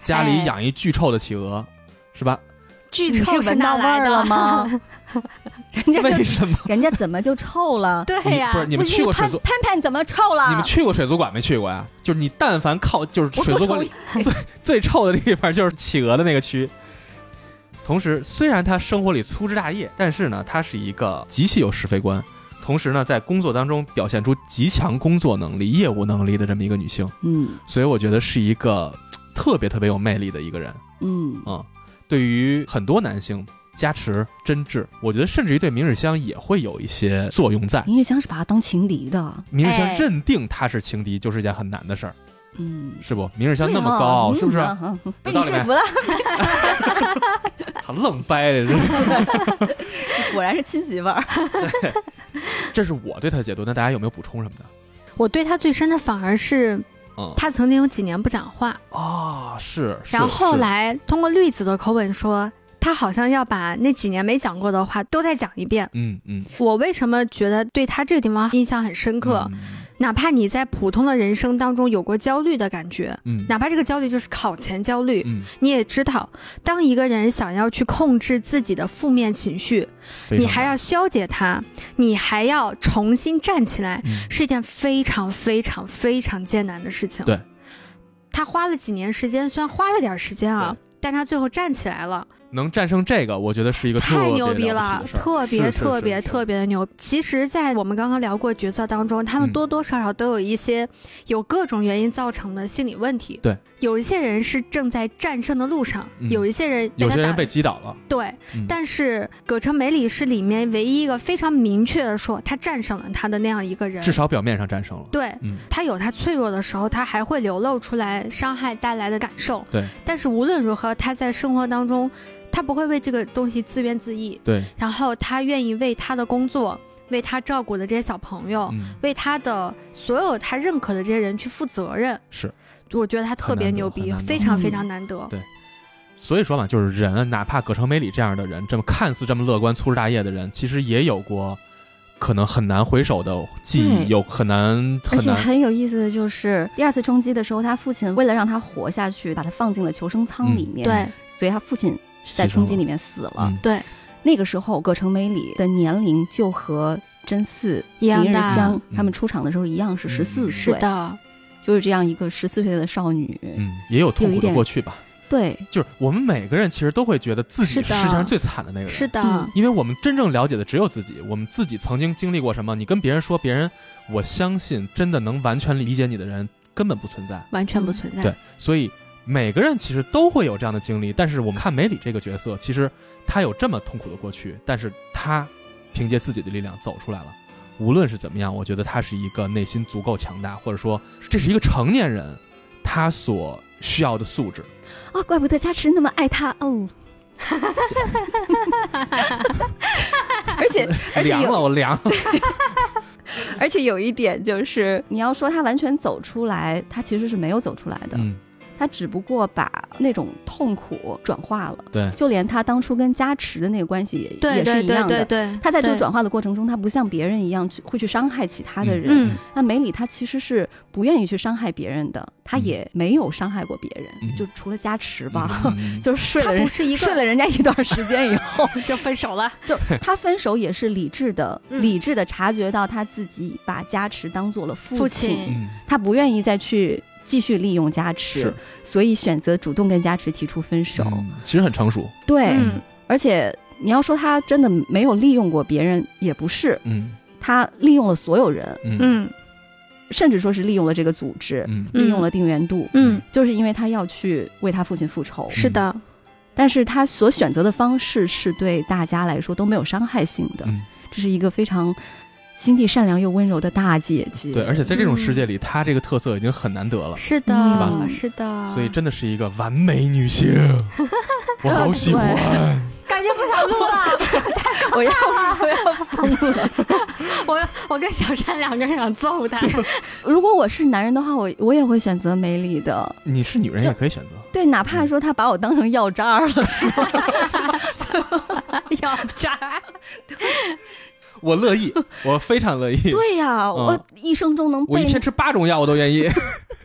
Speaker 2: 家里
Speaker 4: 哎
Speaker 2: 养一巨臭的企鹅，是吧？
Speaker 6: 剧
Speaker 4: 你
Speaker 6: 臭
Speaker 4: 是
Speaker 6: 是
Speaker 4: 闻到
Speaker 6: 哪
Speaker 4: 味
Speaker 6: 来
Speaker 4: 儿
Speaker 6: 的
Speaker 4: 了？吗？ <laughs> 人家
Speaker 2: 为
Speaker 4: 就
Speaker 2: 什么？
Speaker 4: 人家怎么就臭了？
Speaker 6: 对
Speaker 2: 你
Speaker 6: 呀、
Speaker 2: 不 <laughs> 是你们
Speaker 4: 不是
Speaker 2: 去过水
Speaker 4: 潘
Speaker 2: 族？
Speaker 4: 潘潘怎么臭了？
Speaker 2: 你们去过水族馆没去过呀？就是你但凡靠就是水族馆里最臭的地方就是企鹅的那个区。同时，虽然她生活里粗枝大叶，但是呢，她是一个极其有是非观，同时呢，在工作当中表现出极强工作能力、业务能力的这么一个女性。
Speaker 4: 嗯
Speaker 2: 所以我觉得是一个嘖特别特别有魅力的一个人
Speaker 4: 嗯
Speaker 2: 啊、嗯。对于很多男性，加持真挚，我觉得甚至于对明日香也会有一些作用在。
Speaker 4: 明日香是把他当情敌的，
Speaker 2: 明日香
Speaker 3: 哎
Speaker 2: 认定他是情敌，就是一件很难的事儿，
Speaker 4: 嗯，
Speaker 2: 是不？明日香那
Speaker 3: 哦
Speaker 2: 么高傲，
Speaker 4: 对啊
Speaker 2: 是不是？
Speaker 4: 嗯嗯被
Speaker 2: 有
Speaker 4: 你
Speaker 2: 道理没
Speaker 4: 说服了，
Speaker 2: <laughs> 他愣掰的，这是
Speaker 4: 果然是亲媳妇儿。
Speaker 2: 这是我对他的解读。那大家有没有补充什么的？
Speaker 3: 我对他最深的反而是
Speaker 2: 嗯
Speaker 3: 他曾经有几年不讲话，
Speaker 2: 啊，是。是
Speaker 3: 然后后
Speaker 2: 是
Speaker 3: 来通过绿子的口吻说，他好像要把那几年没讲过的话都再讲一遍。
Speaker 2: 嗯嗯，
Speaker 3: 我为什么觉得对他这个地方印象很深刻？
Speaker 2: 嗯，
Speaker 3: 哪怕你在普通的人生当中有过焦虑的感觉，
Speaker 2: 嗯
Speaker 3: 哪怕这个焦虑就是考前焦虑，
Speaker 2: 嗯，
Speaker 3: 你也知道，当一个人想要去控制自己的负面情绪，
Speaker 2: 非
Speaker 3: 你
Speaker 2: 常
Speaker 3: 还
Speaker 2: 好
Speaker 3: 要消解它，你还要重新站起来，
Speaker 2: 嗯
Speaker 3: 是一件非常非常非常艰难的事情。
Speaker 2: 对，
Speaker 3: 他花了几年时间，虽然花了点时间啊，但他最后站起来了，
Speaker 2: 能战胜这个，我觉得是一个特
Speaker 3: 太
Speaker 2: 别
Speaker 3: 牛逼
Speaker 2: 了
Speaker 3: 了
Speaker 2: 不起的，事儿
Speaker 3: 特别
Speaker 2: 是是
Speaker 3: 特
Speaker 2: 是
Speaker 3: 别
Speaker 2: 是
Speaker 3: 特别的牛。其实，在我们刚刚聊过角色当中，他们
Speaker 2: 嗯
Speaker 3: 多多少少都有一些有各种原因造成的心理问题。
Speaker 2: 对，
Speaker 3: 有一些人是正在战胜的路上，
Speaker 2: 嗯
Speaker 3: 有一些人被
Speaker 2: 有
Speaker 3: 他
Speaker 2: 些人
Speaker 3: 打
Speaker 2: 被击倒了，
Speaker 3: 对，
Speaker 2: 嗯
Speaker 3: 但是葛城美里是里面唯一一个非常明确的说他战胜了他的那样一个人，
Speaker 2: 至少表面上战胜了。
Speaker 3: 对。
Speaker 2: 嗯，
Speaker 3: 他有他脆弱的时候，他还会流露出来伤害带来的感受。
Speaker 2: 对，
Speaker 3: 但是无论如何，他在生活当中，他不会为这个东西自怨自艾，
Speaker 2: 对，
Speaker 3: 然后他愿意为他的工作、为他照顾的这些小朋友、
Speaker 2: 嗯，
Speaker 3: 为他的所有他认可的这些人去负责任。
Speaker 2: 是，
Speaker 3: 我觉得他特别
Speaker 2: 很难得
Speaker 3: 牛
Speaker 2: 很
Speaker 3: 逼
Speaker 2: 难，得
Speaker 3: 非常
Speaker 4: 嗯
Speaker 3: 非常难得。
Speaker 2: 所以说嘛，就是人啊，哪怕葛城美里这样的人，这么看似这么乐观、粗枝大叶的人，其实也有过可能很难回首的记
Speaker 4: 对
Speaker 2: 忆，有很难
Speaker 4: 而
Speaker 2: 很
Speaker 4: 且
Speaker 2: 难。
Speaker 4: 很有意思的就是，第二次冲击的时候，他父亲为了让他活下去，把他放进了求生舱里面，
Speaker 3: 对，
Speaker 4: 所以他父亲是在
Speaker 2: 嗯牺牲
Speaker 4: 冲击
Speaker 2: 了
Speaker 4: 里面啊死了。
Speaker 2: 嗯
Speaker 3: 对，
Speaker 4: 那个时候，葛城美里的年龄就和真嗣、
Speaker 3: 一样
Speaker 4: 明日
Speaker 3: 的，
Speaker 4: 香他们出场的时候一样，是十
Speaker 2: 嗯
Speaker 4: 四岁，
Speaker 3: 是的，
Speaker 4: 就是这样一个十四岁的少女。
Speaker 2: 嗯，也有痛
Speaker 4: 有一
Speaker 2: 苦的
Speaker 4: 点
Speaker 2: 过去吧。
Speaker 4: 对，
Speaker 2: 就是我们每个人其实都会觉得自己
Speaker 3: 是
Speaker 2: 是
Speaker 3: 的
Speaker 2: 世界上最惨的那个人，
Speaker 3: 是的。
Speaker 4: 嗯
Speaker 2: 因为我们真正了解的只有自己，我们自己曾经经历过什么，你跟别人说，别人我相信真的能完全理解你的人根本不存在。
Speaker 3: 完全不
Speaker 4: 哎
Speaker 3: 存在。
Speaker 2: 对，所以每个人其实都会有这样的经历，但是我们看梅里这个角色，其实她有这么痛苦的过去，但是她凭借自己的力量走出来了。无论是怎么样，我觉得她是一个内心足够强大，或者说这是一个成年人她所需要的素质。
Speaker 4: 哦，怪不得加持那么爱他
Speaker 3: <laughs>
Speaker 4: 哦。而且而且
Speaker 2: 凉
Speaker 4: 有
Speaker 2: 了，我凉了。
Speaker 4: 而且有一点就是，你要说他完全走出来，他其实是没有走出来的，
Speaker 2: 嗯，
Speaker 4: 他只不过把那种痛苦转化了。
Speaker 2: 对
Speaker 4: 就连他当初跟加持的那个关系也
Speaker 3: 对
Speaker 4: 也
Speaker 3: 对
Speaker 4: 是一样
Speaker 3: 对
Speaker 4: 的。
Speaker 3: 对对，
Speaker 4: 他在这个
Speaker 3: 对
Speaker 4: 转化的过程中，他不像别人一样去会去伤害其他的人。
Speaker 3: 嗯
Speaker 4: 那梅里他其实是不愿意去伤害别人的，他
Speaker 2: 嗯
Speaker 4: 也没有伤害过别人，
Speaker 2: 嗯
Speaker 4: 就除了加持吧， <laughs>
Speaker 2: 嗯嗯嗯
Speaker 4: 就是睡
Speaker 3: 他
Speaker 4: 了
Speaker 3: 不
Speaker 4: 人
Speaker 3: 是一
Speaker 4: 睡
Speaker 3: 个
Speaker 4: 了人家一段时间以
Speaker 2: <laughs>
Speaker 4: 后，
Speaker 3: 就分手了，
Speaker 4: 就他分手也是理智的，
Speaker 3: 嗯
Speaker 4: 理智的察觉到他自己把加持当做了父
Speaker 3: 父
Speaker 4: 亲，
Speaker 3: 亲
Speaker 2: 嗯
Speaker 4: 他不愿意再去继续利用加持
Speaker 2: 是，
Speaker 4: 所以选择主动跟加持提出分手。
Speaker 2: 嗯其实很成熟。
Speaker 4: 对，
Speaker 3: 嗯
Speaker 4: 而且你要说他真的没有利用过别人，也不是，
Speaker 2: 嗯
Speaker 4: 他利用了所有人，
Speaker 2: 嗯
Speaker 3: 嗯
Speaker 4: 甚至说是利用了这个组织，
Speaker 2: 嗯
Speaker 4: 利用了定元度，
Speaker 3: 嗯，
Speaker 4: 就是因为他要去为他父亲复
Speaker 2: 嗯
Speaker 4: 仇。
Speaker 3: 是的，
Speaker 4: 但是他所选择的方式是对大家来说都没有伤害性的，
Speaker 2: 嗯，
Speaker 4: 这是一个非常心地善良又温柔的大姐姐。
Speaker 2: 对，而且在这种世界里，她这个特色已经很难得了，
Speaker 3: 是
Speaker 4: 是
Speaker 3: 的，
Speaker 4: 吧
Speaker 3: 是的，
Speaker 2: 嗯所以真的是一个完美女 <laughs> 性，我好喜欢。
Speaker 3: 感觉不想录了。
Speaker 4: <laughs> 我要 <laughs> 我要疯了！ <laughs>
Speaker 3: 我我跟小山两个人想揍他，
Speaker 4: 如果我是男人的话，我我也会选择梅里的。
Speaker 2: 你是女人也可以选择，
Speaker 4: 对，哪怕说他把我当成药渣儿了，
Speaker 3: 要渣。
Speaker 2: 我乐 <laughs> 意，我非常乐意。
Speaker 4: 对呀、我一生中能
Speaker 2: 嗯我一
Speaker 4: 被
Speaker 2: 天吃八种药，我都愿意。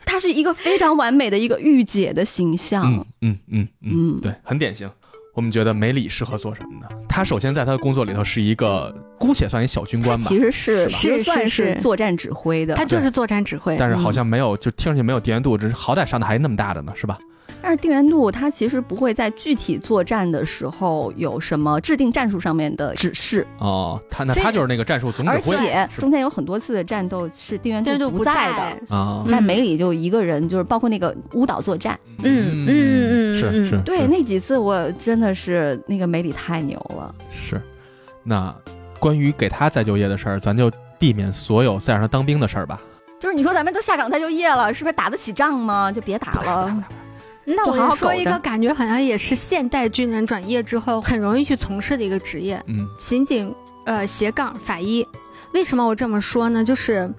Speaker 4: 她是一个非常完美的一个御姐的形象。
Speaker 2: 嗯 <laughs> 嗯
Speaker 4: 嗯
Speaker 2: 对，很典型。我们觉得梅里适合做什么呢？她首先在她的工作里头是一个，姑且算一小军官吧
Speaker 4: 其，实
Speaker 3: 是
Speaker 4: 是其实
Speaker 3: 是
Speaker 4: 算
Speaker 3: 是
Speaker 4: 作战指挥的，
Speaker 3: 他就是作战指挥，嗯
Speaker 2: 但是好像没有，就听上去没有敌人度，只是好歹上的还那么大的呢，是吧？
Speaker 4: 但是定元度他其实不会在具体作战的时候有什么制定战术上面的指示，
Speaker 2: 哦，他那
Speaker 3: 所以
Speaker 2: 他就是那个战术总指
Speaker 4: 而
Speaker 2: 挥，
Speaker 4: 且
Speaker 2: 是吧
Speaker 4: 中间有很多次的战斗是定元
Speaker 3: 对对
Speaker 4: 度
Speaker 3: 不
Speaker 4: 在
Speaker 3: 在
Speaker 4: 的。
Speaker 2: 啊，
Speaker 4: 但梅里就一个人，就是包括那个舞蹈作战，
Speaker 3: 嗯嗯嗯嗯
Speaker 2: 是
Speaker 3: 嗯
Speaker 2: 是，
Speaker 4: 对
Speaker 2: 是
Speaker 4: 那几次我真的是那个梅里太牛了，
Speaker 2: 是。那关于给他再就业的事儿，咱就避免所有再让他当兵的事儿吧。
Speaker 4: 就是你说咱们都下岗再就业了，是不是打得起仗吗？就别打了。
Speaker 3: 嗯那
Speaker 4: 就
Speaker 3: 我
Speaker 4: 好好
Speaker 3: 就说
Speaker 4: 苟
Speaker 3: 一
Speaker 4: 着
Speaker 3: 个感觉好像也是现代军人转业之后很容易去从事的一个职业，
Speaker 2: 嗯
Speaker 3: 刑警呃斜杠法医。为什么我这么说呢？就是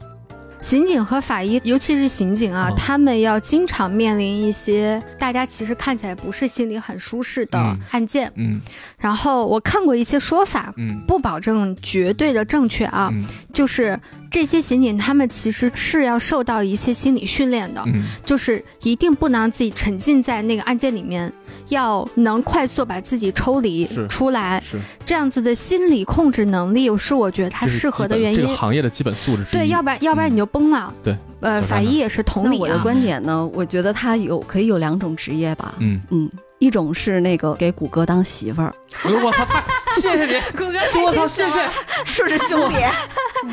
Speaker 3: 刑警和法医，尤其是刑警啊，
Speaker 2: 嗯
Speaker 3: 他们要经常面临一些大家其实看起来不是心里很舒适的
Speaker 2: 嗯
Speaker 3: 案件。
Speaker 2: 嗯
Speaker 3: 然后我看过一些说法，
Speaker 2: 嗯
Speaker 3: 不保证绝对的正确啊，
Speaker 2: 嗯
Speaker 3: 就是这些刑警他们其实是要受到一些心理训练的，
Speaker 2: 嗯
Speaker 3: 就是一定不能让自己沉浸在那个案件里面，要能快速把自己抽离
Speaker 2: 是
Speaker 3: 出来，
Speaker 2: 是，
Speaker 3: 这样子的心理控制能力是我觉得它
Speaker 2: 这是
Speaker 3: 适
Speaker 2: 基
Speaker 3: 合的
Speaker 2: 本
Speaker 3: 原
Speaker 2: 这
Speaker 3: 因
Speaker 2: 个。行业的基本素质之一
Speaker 3: 对，要不然要不然你就崩了。
Speaker 2: 嗯对，
Speaker 3: 呃，
Speaker 2: 小
Speaker 3: 法
Speaker 2: 山呢
Speaker 3: 医也是同
Speaker 4: 那
Speaker 3: 理
Speaker 4: 我的
Speaker 3: 啊。
Speaker 4: 观点呢，我觉得他有可以有两种职业吧。
Speaker 2: 嗯，
Speaker 4: 嗯，一种是那个给谷歌当媳
Speaker 2: <laughs>
Speaker 4: 妇儿，
Speaker 2: 哎呦我操，太谢谢
Speaker 6: <laughs>
Speaker 2: 你，
Speaker 6: 谷歌
Speaker 2: 我操，谢谢，
Speaker 4: 顺着胸脸，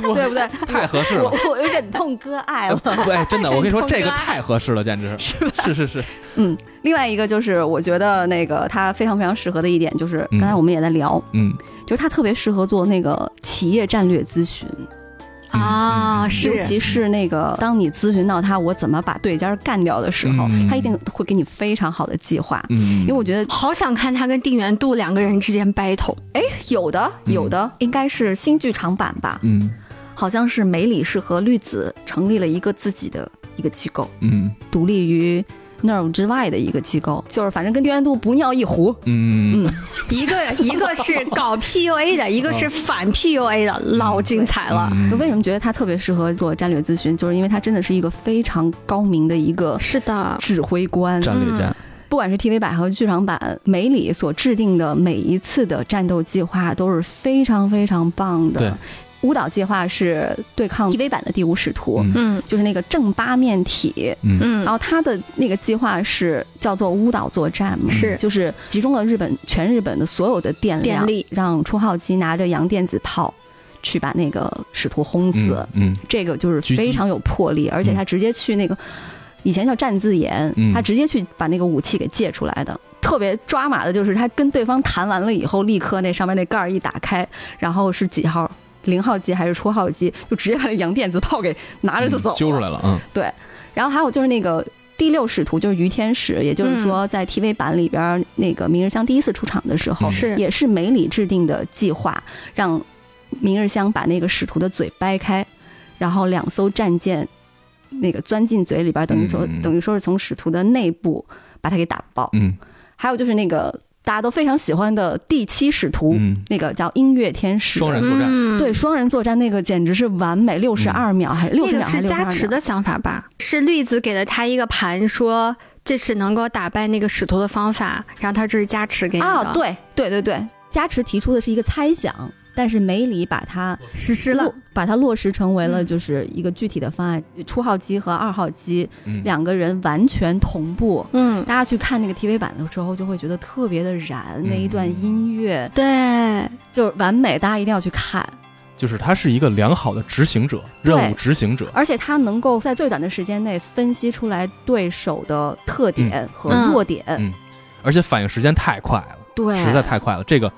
Speaker 2: 我
Speaker 4: 对不对？
Speaker 2: 太合适
Speaker 4: 我
Speaker 2: 了。
Speaker 4: 我有忍痛割爱了。
Speaker 2: 哎，真的，我跟你说，这个
Speaker 4: 痛快
Speaker 2: 太合适了，简直是是是是，
Speaker 4: 嗯，另外一个就是我觉得那个他非常非常适合的一点就是，
Speaker 2: 嗯
Speaker 4: 刚才我们也在聊，
Speaker 2: 嗯
Speaker 4: 就是他特别适合做那个企业战略咨询，
Speaker 3: 啊，
Speaker 2: 嗯
Speaker 3: 是
Speaker 4: 尤其是那个当你咨询到他我怎么把对家干掉的时候，
Speaker 2: 嗯
Speaker 4: 他一定会给你非常好的计划。
Speaker 2: 嗯，
Speaker 4: 因为我觉得
Speaker 3: 好想看他跟定元度两个人之间 battle。
Speaker 4: 有的
Speaker 2: 嗯
Speaker 4: 有的应该是新剧场版吧，
Speaker 2: 嗯
Speaker 4: 好像是梅里士和绿子成立了一个自己的一个机构，
Speaker 2: 嗯
Speaker 4: 独立于 Nerve 之外的一个机构，就是反正跟定元度不尿一壶。
Speaker 2: 嗯嗯
Speaker 3: 一
Speaker 2: <laughs>
Speaker 3: 个一个是搞 PUA 的，一个是反 PUA 的，老精彩
Speaker 2: 嗯
Speaker 3: 了。
Speaker 4: 就为什么觉得他特别适合做战略咨询，就是因为他真的是一个非常高明的一
Speaker 2: 嗯
Speaker 4: 个
Speaker 3: 是的，
Speaker 4: 指挥官。
Speaker 2: 战略家？
Speaker 4: 不管是 TV 百合剧场版，梅里所制定的每一次的战斗计划都是非常非常棒的。
Speaker 2: 对
Speaker 4: 舞蹈计划是对抗 TV 版的第五使徒，
Speaker 2: 嗯
Speaker 3: 嗯
Speaker 4: 就是那个正八面体。
Speaker 2: 嗯
Speaker 3: 嗯
Speaker 4: 然后他的那个计划是叫做屋岛作战嘛，
Speaker 3: 是
Speaker 4: 就是集中了日本全日本的所有的电量，
Speaker 3: 电力
Speaker 4: 让初号机拿着洋电子炮去把那个使徒轰死，
Speaker 2: 嗯
Speaker 4: 这个就是
Speaker 2: 狙击
Speaker 4: 非常有魄力，而且他直接去那个、以前叫战字眼，
Speaker 2: 嗯
Speaker 4: 他直接去把那个武器给借出来的。特别抓马的就是他跟对方谈完了以后，立刻那上面那盖儿一打开，然后是几号零号机还是初号机，就直接把那洋电子炮给拿着就走了
Speaker 2: 揪出来了，嗯
Speaker 4: 然后还有就是那个第六使徒，就是于天使，也就是
Speaker 2: 嗯
Speaker 4: 说在 TV 版里边儿那个明日香第一次出场的时候，
Speaker 2: 嗯
Speaker 3: 是
Speaker 4: 也是梅里制定的计划，让明日香把那个使徒的嘴掰开，然后两艘战舰那个钻进嘴里边儿，等于说、
Speaker 2: 嗯嗯嗯
Speaker 4: 等于说是从使徒的内部把它给打爆。
Speaker 2: 嗯
Speaker 4: 还有就是那个大家都非常喜欢的第七使徒，
Speaker 2: 嗯，
Speaker 4: 那个叫音乐天使，
Speaker 2: 双人作战，
Speaker 3: 嗯，
Speaker 4: 对双人作战那个简直是完美，六十
Speaker 2: 嗯
Speaker 4: 二秒还六
Speaker 3: 那
Speaker 4: 十
Speaker 3: 个
Speaker 4: 两还
Speaker 3: 是
Speaker 4: 六十
Speaker 3: 加
Speaker 4: 二
Speaker 3: 持
Speaker 4: 秒。
Speaker 3: 的想法吧？是绿子给了他一个盘，说这是能够打败那个使徒的方法，然后他这是加持给你的。
Speaker 2: 嗯
Speaker 4: 啊，，对对对对，加持提出的是一个猜想，但是梅里把它
Speaker 3: 实施
Speaker 4: 落
Speaker 3: 了。
Speaker 4: 把它落实成为了
Speaker 3: 嗯
Speaker 4: 就是一个具体的方案。初号机和二号机
Speaker 2: 嗯
Speaker 4: 两个人完全同步。
Speaker 3: 嗯，
Speaker 4: 大家去看那个 TV 版的时候，就会觉得特别的燃，
Speaker 2: 嗯
Speaker 4: 那一段音乐
Speaker 3: 对，
Speaker 4: 就是完美，大家一定要去看。
Speaker 2: 就是他是一个良好的执行者，任务执行者，
Speaker 4: 而且他能够在最短的时间内分析出来对手的特点和
Speaker 3: 嗯
Speaker 4: 弱点，
Speaker 2: 嗯而且反应时间太快了，
Speaker 4: 对，
Speaker 2: 实在太快了，这个。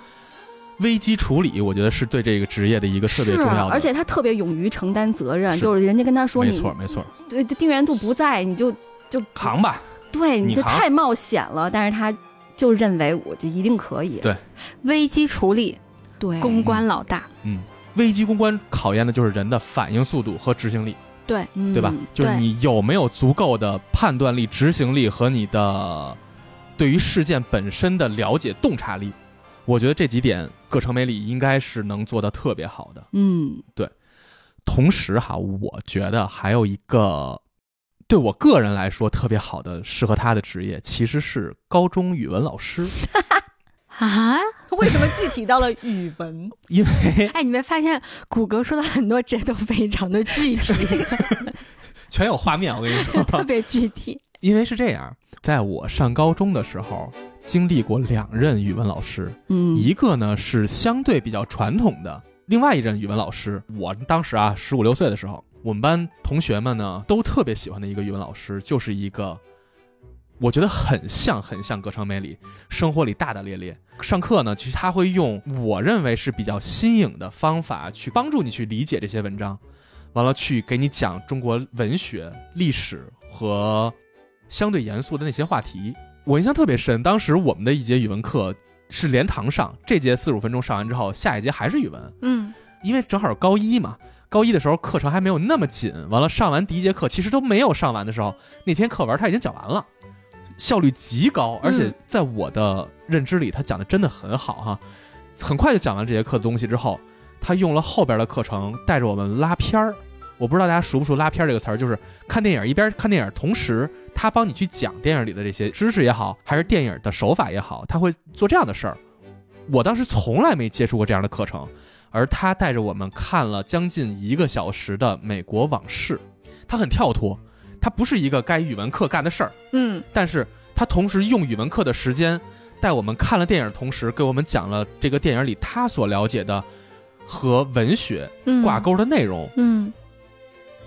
Speaker 2: 危机处理，我觉得是对这个职业的一个特别
Speaker 4: 是啊
Speaker 2: 重要的，
Speaker 4: 而且他特别勇于承担责任，
Speaker 2: 是
Speaker 4: 就是人家跟他说
Speaker 2: 没
Speaker 4: 你
Speaker 2: 错没错，
Speaker 4: 对定元度不在，你就就
Speaker 2: 扛吧，
Speaker 4: 对，
Speaker 2: 你
Speaker 4: 你就
Speaker 2: 扛
Speaker 4: 太冒险了。但是他就认为我就一定可以，
Speaker 2: 对
Speaker 3: 危机处理，
Speaker 2: 哎
Speaker 4: 对
Speaker 3: 公关老大。
Speaker 2: 危机公关考验的就是人的反应速度和执行力，
Speaker 4: 嗯
Speaker 2: 对吧？就是
Speaker 3: 对
Speaker 2: 你有没有足够的判断力、执行力和你的对于事件本身的了解、洞察力。我觉得这几点，葛城美里应该是能做到特别好的。
Speaker 4: 嗯
Speaker 2: 同时哈，我觉得还有一个对我个人来说特别好的适合他的职业，其实是高中语文老师， <laughs>
Speaker 3: 啊！
Speaker 4: <laughs> 为什么具体到了语文？
Speaker 2: 因为
Speaker 3: 哎，你没发现谷歌说的很多真都非常的具体，
Speaker 2: <laughs> 全有画面。我跟你说，
Speaker 3: 特别具体。
Speaker 2: <laughs> 因为是这样，在我上高中的时候，经历过两任语文老师，
Speaker 4: <laughs> 嗯，
Speaker 2: 一个呢是相对比较传统的，另外一任语文老师，我当时啊十五六岁的时候，我们班同学们呢都特别喜欢的一个语文老师，就是一个我觉得很像很像葛城美里，生活里大大咧咧。上课呢，其实他会用我认为是比较新颖的方法去帮助你去理解这些文章，完了去给你讲中国文学、历史和相对严肃的那些话题。我印象特别深，当时我们的一节语文课是连堂上，这节四十五分钟上完之后，下一节还是语文，
Speaker 3: 嗯
Speaker 2: 因为正好高一嘛，高一的时候课程还没有那么紧，完了上完第一节课其实都没有上完的时候，那天课文他已经讲完了，效率极高，而且在我的认知里，他讲的真的很好哈、很快就讲完这节课的东西之后，他用了后边的课程带着我们拉片儿。我不知道大家熟不熟“拉片”儿这个词儿，就是看电影一边看电影，同时他帮你去讲电影里的这些知识也好，还是电影的手法也好，他会做这样的事儿。我当时从来没接触过这样的课程，而他带着我们看了将近一个小时的《美国往事》，他很跳脱，他不是一个该语文课干的事儿，
Speaker 6: 嗯，
Speaker 2: 但是他同时用语文课的时间带我们看了电影，同时给我们讲了这个电影里他所了解的和文学挂钩的内容。
Speaker 3: 嗯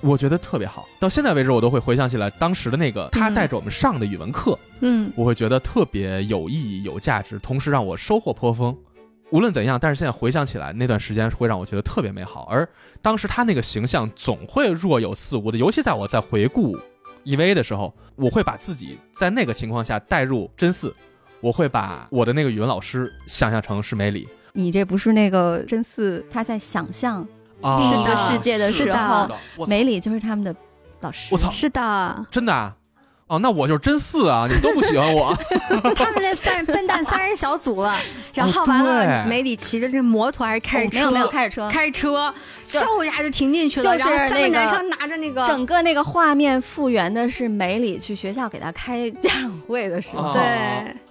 Speaker 2: 我觉得特别好。到现在为止，我都会回想起来当时的那个他
Speaker 3: 嗯
Speaker 2: 带着我们上的语文课，
Speaker 3: 嗯
Speaker 2: 我会觉得特别有意义、有价值，同时让我收获颇丰。无论怎样，但是现在回想起来，那段时间会让我觉得特别美好。而当时他那个形象总会若有似无的，尤其在我在回顾 EVA 的时候，我会把自己在那个情况下带入真嗣，我会把我的那个语文老师想象成是梅里
Speaker 4: 你这不是那个真嗣他在想象
Speaker 2: 啊
Speaker 4: 是的世界的时候，
Speaker 2: 我操
Speaker 4: 梅里就是他们的老师。
Speaker 2: 我
Speaker 4: 哦
Speaker 2: 操，
Speaker 6: 是的，
Speaker 2: 真的啊！哦，那我就是真嗣啊！你们都不喜欢我，
Speaker 3: 嗯
Speaker 6: 他们在三笨蛋
Speaker 3: 哦
Speaker 6: 三人小组了，然后
Speaker 2: 哦
Speaker 6: 完了，
Speaker 2: 对
Speaker 6: 梅里骑着这摩托还是开着
Speaker 4: 没
Speaker 6: 车，
Speaker 4: 有没有开着哦车，
Speaker 6: 开着车，
Speaker 4: 就
Speaker 6: 嗖一下就停进去了，
Speaker 4: 就是
Speaker 6: 然后三
Speaker 4: 那个
Speaker 6: 男生拿着那个 <laughs>
Speaker 4: 整个那个画面复原的是梅里去学校给他开家长会的时候，
Speaker 2: 哦
Speaker 6: 对，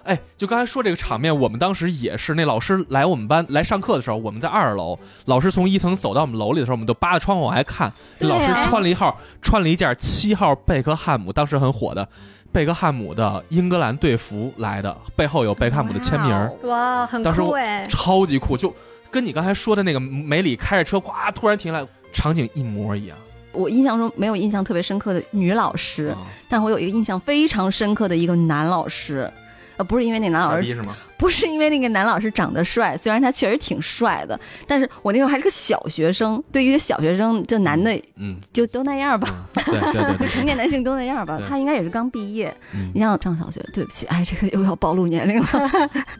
Speaker 2: 哎，就刚才说这个场面，我们当时也是，那老师来我们班来上课的时候，我们在二楼，老师从一层走到我们楼里的时候，我们都扒着窗户往外看。
Speaker 4: 对啊
Speaker 2: 老师穿了一号，穿了一件七号贝克汉姆，当时很火的贝克汉姆的英格兰队服来的，背后有贝克汉姆的签名儿，
Speaker 4: 哦
Speaker 6: 哇，很
Speaker 2: 当时
Speaker 6: 酷
Speaker 2: 我
Speaker 6: 哎，
Speaker 2: 超级酷，就跟你刚才说的那个梅里开着车呱突然停下来，场景一模一样。
Speaker 4: 我印象中没有印象特别深刻的女老师，
Speaker 2: 啊
Speaker 4: 但我有一个印象非常深刻的一个男老师，呃，不是因为那男老
Speaker 2: 傻
Speaker 4: 师
Speaker 2: 逼是吗？
Speaker 4: 不是因为那个男老师长得帅，虽然他确实挺帅的，但是我那时候还是个小学生，对于一个小学生，这男的
Speaker 2: 嗯，
Speaker 4: 就都那
Speaker 2: <laughs>
Speaker 4: 样吧，
Speaker 2: 嗯对对对对
Speaker 4: 成
Speaker 2: <laughs>
Speaker 4: 年男性都那样吧
Speaker 2: 对，
Speaker 4: 他应该也是刚毕业。
Speaker 2: 嗯
Speaker 4: 你像上小学，对不起，哎，这个又要暴露年龄
Speaker 2: <laughs>
Speaker 4: 了，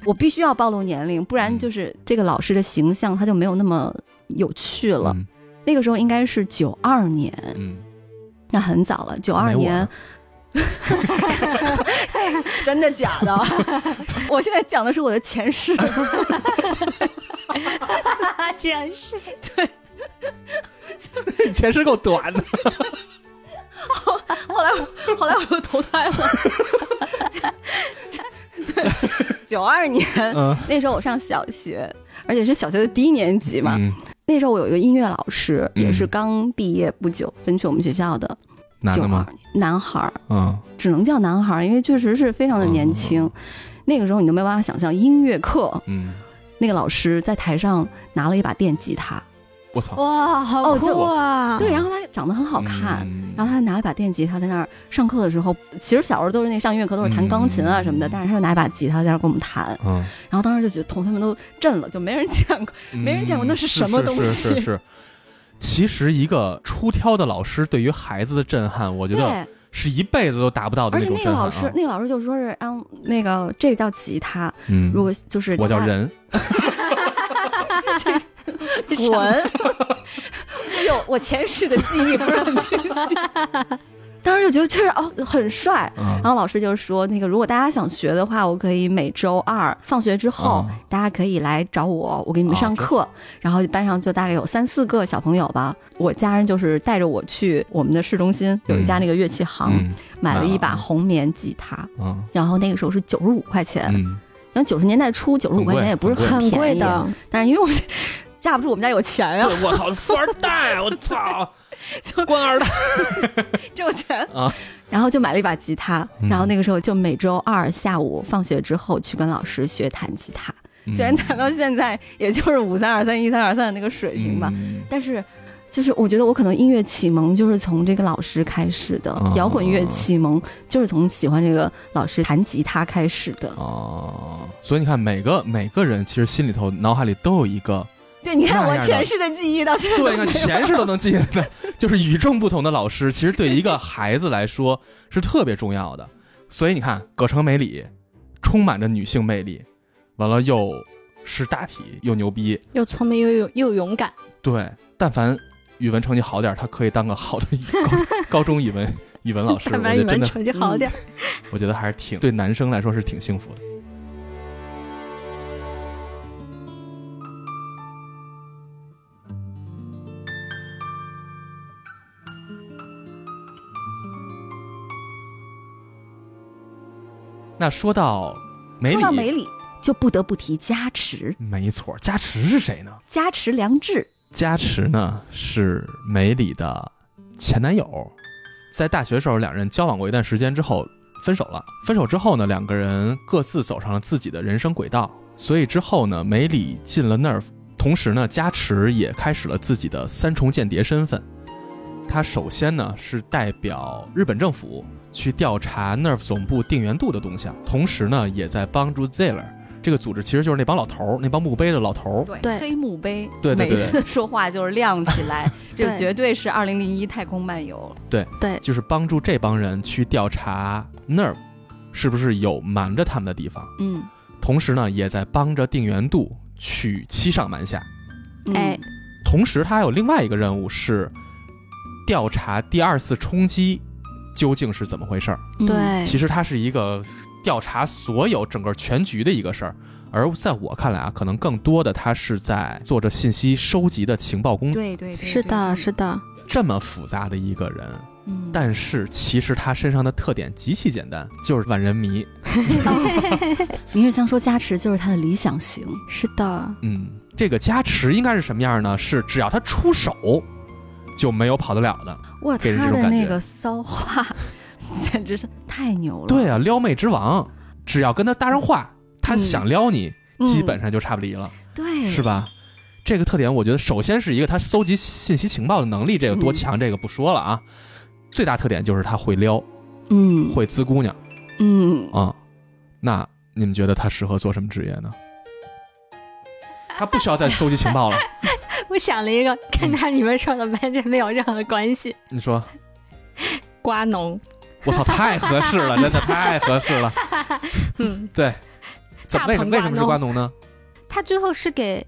Speaker 4: 我必须要暴露年龄，不然
Speaker 2: 嗯
Speaker 4: 就是这个老师的形象他就没有那么有趣了。
Speaker 2: 嗯
Speaker 4: 那个时候应该是九二年，
Speaker 2: 嗯，
Speaker 4: 那很早了，九
Speaker 2: 没
Speaker 4: 二
Speaker 2: 我
Speaker 4: 年
Speaker 2: 呢。
Speaker 4: <laughs>
Speaker 2: <laughs>
Speaker 4: 真的假的？我现在讲的是我的前
Speaker 2: <laughs>
Speaker 4: 世。
Speaker 6: 真是
Speaker 2: <laughs> 你前世够短的，
Speaker 4: 后来我后来我又投胎了。对，九二年
Speaker 2: 嗯，
Speaker 4: 那时候我上小学，而且是小学的低年级嘛。那时候我有一个音乐老师，
Speaker 2: 嗯
Speaker 4: 也是刚毕业不久，分去我们学校的。
Speaker 2: 男
Speaker 4: 九
Speaker 2: 的
Speaker 4: 二
Speaker 2: 吗？
Speaker 4: 年男孩儿，
Speaker 2: 嗯，
Speaker 4: 只能叫男孩儿，因为确实是非常的年轻。
Speaker 2: 哦
Speaker 4: 那个时候你都没办法想象，音乐课
Speaker 2: 嗯，
Speaker 4: 那个老师在台上拿了一把电吉他，
Speaker 2: 我操，
Speaker 6: 哇，好
Speaker 4: 哦就
Speaker 6: 酷啊！
Speaker 4: 对，然后他长得很好看，
Speaker 2: 嗯
Speaker 4: 然后他拿一把电吉他在那儿上课的时候，其实小时候都是那上音乐课都是弹钢琴啊什么的，
Speaker 2: 嗯
Speaker 4: 但是他就拿一把吉他在那儿跟我们弹，
Speaker 2: 嗯，
Speaker 4: 然后当时就觉得同学们都震了，就没人见过。没人见过那是什么东西
Speaker 2: 嗯是是是是其实一个出挑的老师对于孩子的震撼，我觉
Speaker 4: 对，
Speaker 2: 得是一辈子都达不到的
Speaker 4: 而且
Speaker 2: 种
Speaker 4: 哦那个
Speaker 2: 震撼、
Speaker 4: 老
Speaker 2: 啊。
Speaker 4: 师，那个老师就说是嗯，那个这个叫吉他，
Speaker 2: 嗯，
Speaker 4: 如果就是
Speaker 2: 我叫
Speaker 4: <laughs> 大
Speaker 2: 人，
Speaker 4: 滚。哎呦，我前世的记忆不是很清晰。当时就觉得就是哦，很帅。
Speaker 2: 嗯
Speaker 4: 然，后老师就说，那个如果大家想学的话，我可以每周二放学之后，
Speaker 2: 嗯
Speaker 4: 大家可以来找我，我给你们
Speaker 2: 哦
Speaker 4: 上
Speaker 2: 这
Speaker 4: 课。然后班上就大概有三四个小朋友吧，我家人就是带着我去我们的市中心有一家
Speaker 2: 嗯
Speaker 4: 那个乐器行，
Speaker 2: 嗯
Speaker 4: 买了一把
Speaker 2: 啊
Speaker 4: 红棉吉他，
Speaker 2: 嗯
Speaker 4: 然后那个时候是九十五块钱， <laughs>
Speaker 2: 嗯
Speaker 4: 然后九十年代初九十五
Speaker 2: 很
Speaker 4: 块
Speaker 2: 贵
Speaker 4: 钱也不是
Speaker 2: 很
Speaker 4: 便宜，
Speaker 6: 贵的，
Speaker 4: 但是因为我们 <laughs> 架不住我们家有钱啊呀、
Speaker 2: 对我操，富二代，我操，官二代，
Speaker 4: <laughs> 这种钱
Speaker 2: 啊，
Speaker 4: 然后就买了一把吉他，
Speaker 2: 嗯
Speaker 4: 然后那个时候就每周二下午放学之后去跟老师学弹吉他，
Speaker 2: 嗯
Speaker 4: 虽然弹到现在也就是五三二三一三二三的那个水平吧，
Speaker 2: 嗯
Speaker 4: 但是。就是我觉得我可能音乐启蒙就是从这个老师开始的，
Speaker 2: 哦
Speaker 4: 摇滚乐启蒙就是从喜欢这个老师弹吉他开始的。
Speaker 2: 哦，所以你看，每个每个人其实心里头、脑海里都有一个，
Speaker 4: 对，你看
Speaker 2: 那
Speaker 4: 我
Speaker 2: 样的
Speaker 4: 前世的记忆到现在都
Speaker 2: <laughs>
Speaker 4: 没
Speaker 2: 对，你
Speaker 4: 有
Speaker 2: 看前世都能记得的，就是与众不同的老师，其实对一个孩子来说是特别重要的。所以你看，葛城美里充满着女性魅力，完了又识大体又牛逼，
Speaker 6: 又聪明又有又勇敢，
Speaker 2: 对，但凡语文成绩好点儿，他可以当个好的语 <laughs> 高高中语文语文
Speaker 3: <laughs>
Speaker 2: 老
Speaker 6: <laughs>
Speaker 2: 师。
Speaker 6: 他
Speaker 2: 我
Speaker 6: 把
Speaker 2: 觉
Speaker 6: 语
Speaker 2: 得真
Speaker 6: 文
Speaker 2: 的，
Speaker 6: 成绩好点儿。
Speaker 2: 我觉得还是挺对男生来说是挺幸福的。那说到梅
Speaker 4: 说到
Speaker 2: 里，
Speaker 4: 梅里，就不得不提加持，
Speaker 2: 没错，加持是谁呢？
Speaker 4: 加持良治。
Speaker 2: 加持呢是梅里的前男友，在大学时候两人交往过一段时间之后分手了。分手之后呢，两个人各自走上了自己的人生轨道。所以之后呢，梅里进了 NERF，同时呢，加持也开始了自己的三重间谍身份。他首先呢是代表日本政府去调查 NERF 总部定员度的动向，同时呢也在帮助 Zeller 这个组织，其实就是那帮老头儿，那帮墓碑的老头儿。
Speaker 3: 对
Speaker 4: 黑墓碑，
Speaker 2: 对对对
Speaker 4: 每次说话就是亮起 <laughs> 来，这
Speaker 3: 对
Speaker 4: 绝对是二零零一太空漫游了。
Speaker 2: 就是帮助这帮人去调查 NERV 是不是有瞒着他们的地方，
Speaker 4: 嗯，
Speaker 2: 同时呢，也在帮着定元度去欺上瞒下。
Speaker 4: 嗯
Speaker 3: 哎，
Speaker 2: 同时，他还有另外一个任务是调查第二次冲击究竟是怎么回事儿。
Speaker 4: 嗯，
Speaker 3: 对，
Speaker 2: 其实它是一个调查所有整个全局的一个事儿。而在我看来啊，可能更多的他是在做着信息收集的情报工作。
Speaker 4: 对对对，
Speaker 3: 是的，是的，
Speaker 2: 这么复杂的一个人，
Speaker 4: 嗯，
Speaker 2: 但是其实他身上的特点极其简单，就是万人迷。
Speaker 4: 明日香说加持就是他的理想型，
Speaker 3: 是的，
Speaker 2: 嗯，这个加持应该是什么样呢？是只要他出手，就没有跑得了的。
Speaker 4: 哇，
Speaker 2: 给人
Speaker 4: 他
Speaker 2: 这种
Speaker 4: 的
Speaker 2: 感
Speaker 4: 那
Speaker 2: 觉
Speaker 4: 个骚话 <laughs> 简直是太牛了。
Speaker 2: 对啊，撩妹之王，只要跟他搭上话，他
Speaker 4: 嗯
Speaker 2: 想撩你，
Speaker 4: 嗯，
Speaker 2: 基本上就差不离了，
Speaker 4: 对
Speaker 2: 是吧？这个特点，我觉得首先是一个他搜集信息情报的能力，这个多强，这个不说了啊。最大特点就是他会撩，
Speaker 4: 嗯
Speaker 2: 会滋姑娘
Speaker 4: 嗯，
Speaker 2: 啊、那你们觉得他适合做什么职业呢？他不需
Speaker 4: <laughs>
Speaker 2: 要再搜集情报了。
Speaker 6: 我想了一个，跟他你们说的完全没有任何关系。
Speaker 2: 你说，
Speaker 6: 瓜农，
Speaker 2: 我操，太合
Speaker 3: <laughs>
Speaker 2: 适了，真的太合适了。
Speaker 6: 嗯，
Speaker 2: 对，怎么为什么为什么是瓜农呢？
Speaker 3: 他最后是给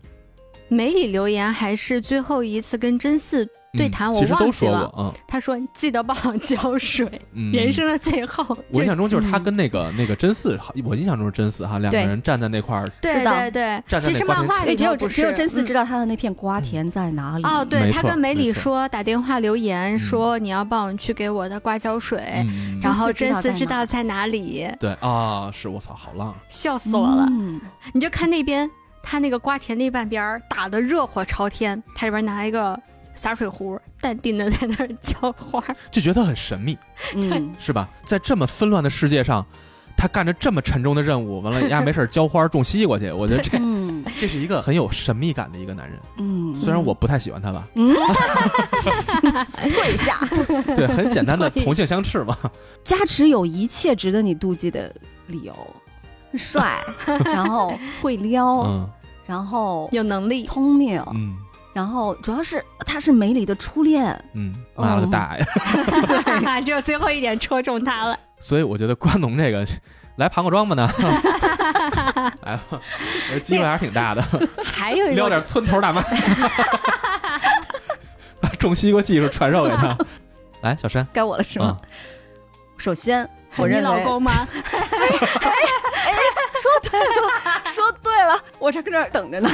Speaker 3: 梅里留言，还是最后一次跟真嗣对谈？
Speaker 2: 嗯
Speaker 3: 我
Speaker 2: 其实
Speaker 3: 忘
Speaker 2: 都
Speaker 3: 记
Speaker 2: 说
Speaker 3: 了。
Speaker 2: 过，
Speaker 6: 他说你记得帮
Speaker 3: <laughs>
Speaker 6: 我浇水。
Speaker 2: 嗯，嗯
Speaker 6: 人。生的最后，
Speaker 2: 我印象中就是他
Speaker 4: 嗯
Speaker 2: 跟那个那个真嗣，我印象中是真嗣哈，两个
Speaker 4: 对
Speaker 2: 人站在那块儿，
Speaker 3: 对
Speaker 4: 知道
Speaker 3: 对对，
Speaker 2: 站在
Speaker 3: 其
Speaker 2: 那
Speaker 3: 实
Speaker 2: 瓜
Speaker 3: 漫
Speaker 2: 田
Speaker 3: 画
Speaker 4: 因
Speaker 3: 里
Speaker 4: 为只有
Speaker 3: 头不
Speaker 4: 只有
Speaker 3: 是
Speaker 4: 真嗣
Speaker 3: 嗯
Speaker 4: 哎知道他的那片瓜田在哪里。
Speaker 3: 哦，对
Speaker 2: 没
Speaker 3: 他
Speaker 2: 错
Speaker 3: 跟梅
Speaker 2: 没
Speaker 3: 里
Speaker 2: 错
Speaker 3: 说打电话留言
Speaker 2: 嗯
Speaker 3: 说你要帮我去给我的挂胶水，
Speaker 2: 嗯，
Speaker 3: 哎然后
Speaker 4: 真
Speaker 3: 真
Speaker 4: 嗣知道
Speaker 3: 嗣知
Speaker 4: 在
Speaker 3: 道在
Speaker 4: 哪
Speaker 3: 哪里，
Speaker 2: 对啊，是我操，好浪，
Speaker 6: 笑死我了。
Speaker 4: 嗯
Speaker 3: 你就看那边他那个瓜田那半边儿打得热火朝天，他这边拿一个洒水壶淡定的在那儿浇花儿，
Speaker 2: 就觉得他很神秘，
Speaker 4: 嗯，
Speaker 2: 是吧？在这么纷乱的世界上，他干着这么沉重的任务，完了丫没事儿 <laughs> 浇花种西瓜去，我觉得这
Speaker 4: <laughs> 嗯
Speaker 2: 这是一个很有神秘感的一个男人。
Speaker 4: 嗯，
Speaker 2: 虽然我不太喜欢他吧，
Speaker 4: 嗯，退下。
Speaker 2: 对，很
Speaker 3: <laughs>
Speaker 2: 简单的同性相斥嘛，
Speaker 4: 加持有一切值得你妒忌的理由，帅，然后会
Speaker 3: 哦
Speaker 4: 撩，
Speaker 2: 嗯
Speaker 4: 然后
Speaker 3: 有能力。
Speaker 4: 聪明，
Speaker 3: 哦
Speaker 2: 嗯
Speaker 4: 然后主要是他是梅里的初恋，
Speaker 2: 嗯，妈了个
Speaker 4: 哦
Speaker 2: 大爷！
Speaker 6: 只有最后一点戳中他了。
Speaker 2: 所以我觉得关农这个来庞各庄
Speaker 4: <laughs>
Speaker 2: 吧呢，来吧，我这机会还是挺大的，
Speaker 6: 还有一
Speaker 2: 撩
Speaker 6: 个，
Speaker 2: 点村头大妈，把种西瓜技术传授给
Speaker 4: <laughs>
Speaker 2: 他。来，小山，啊
Speaker 4: 该我了是吗？
Speaker 2: 嗯
Speaker 4: 首先，我
Speaker 6: 你
Speaker 4: 认为
Speaker 6: 老 <laughs> 公吗？
Speaker 4: <laughs> 说对了，我这跟这儿
Speaker 2: <laughs>
Speaker 4: 等着呢。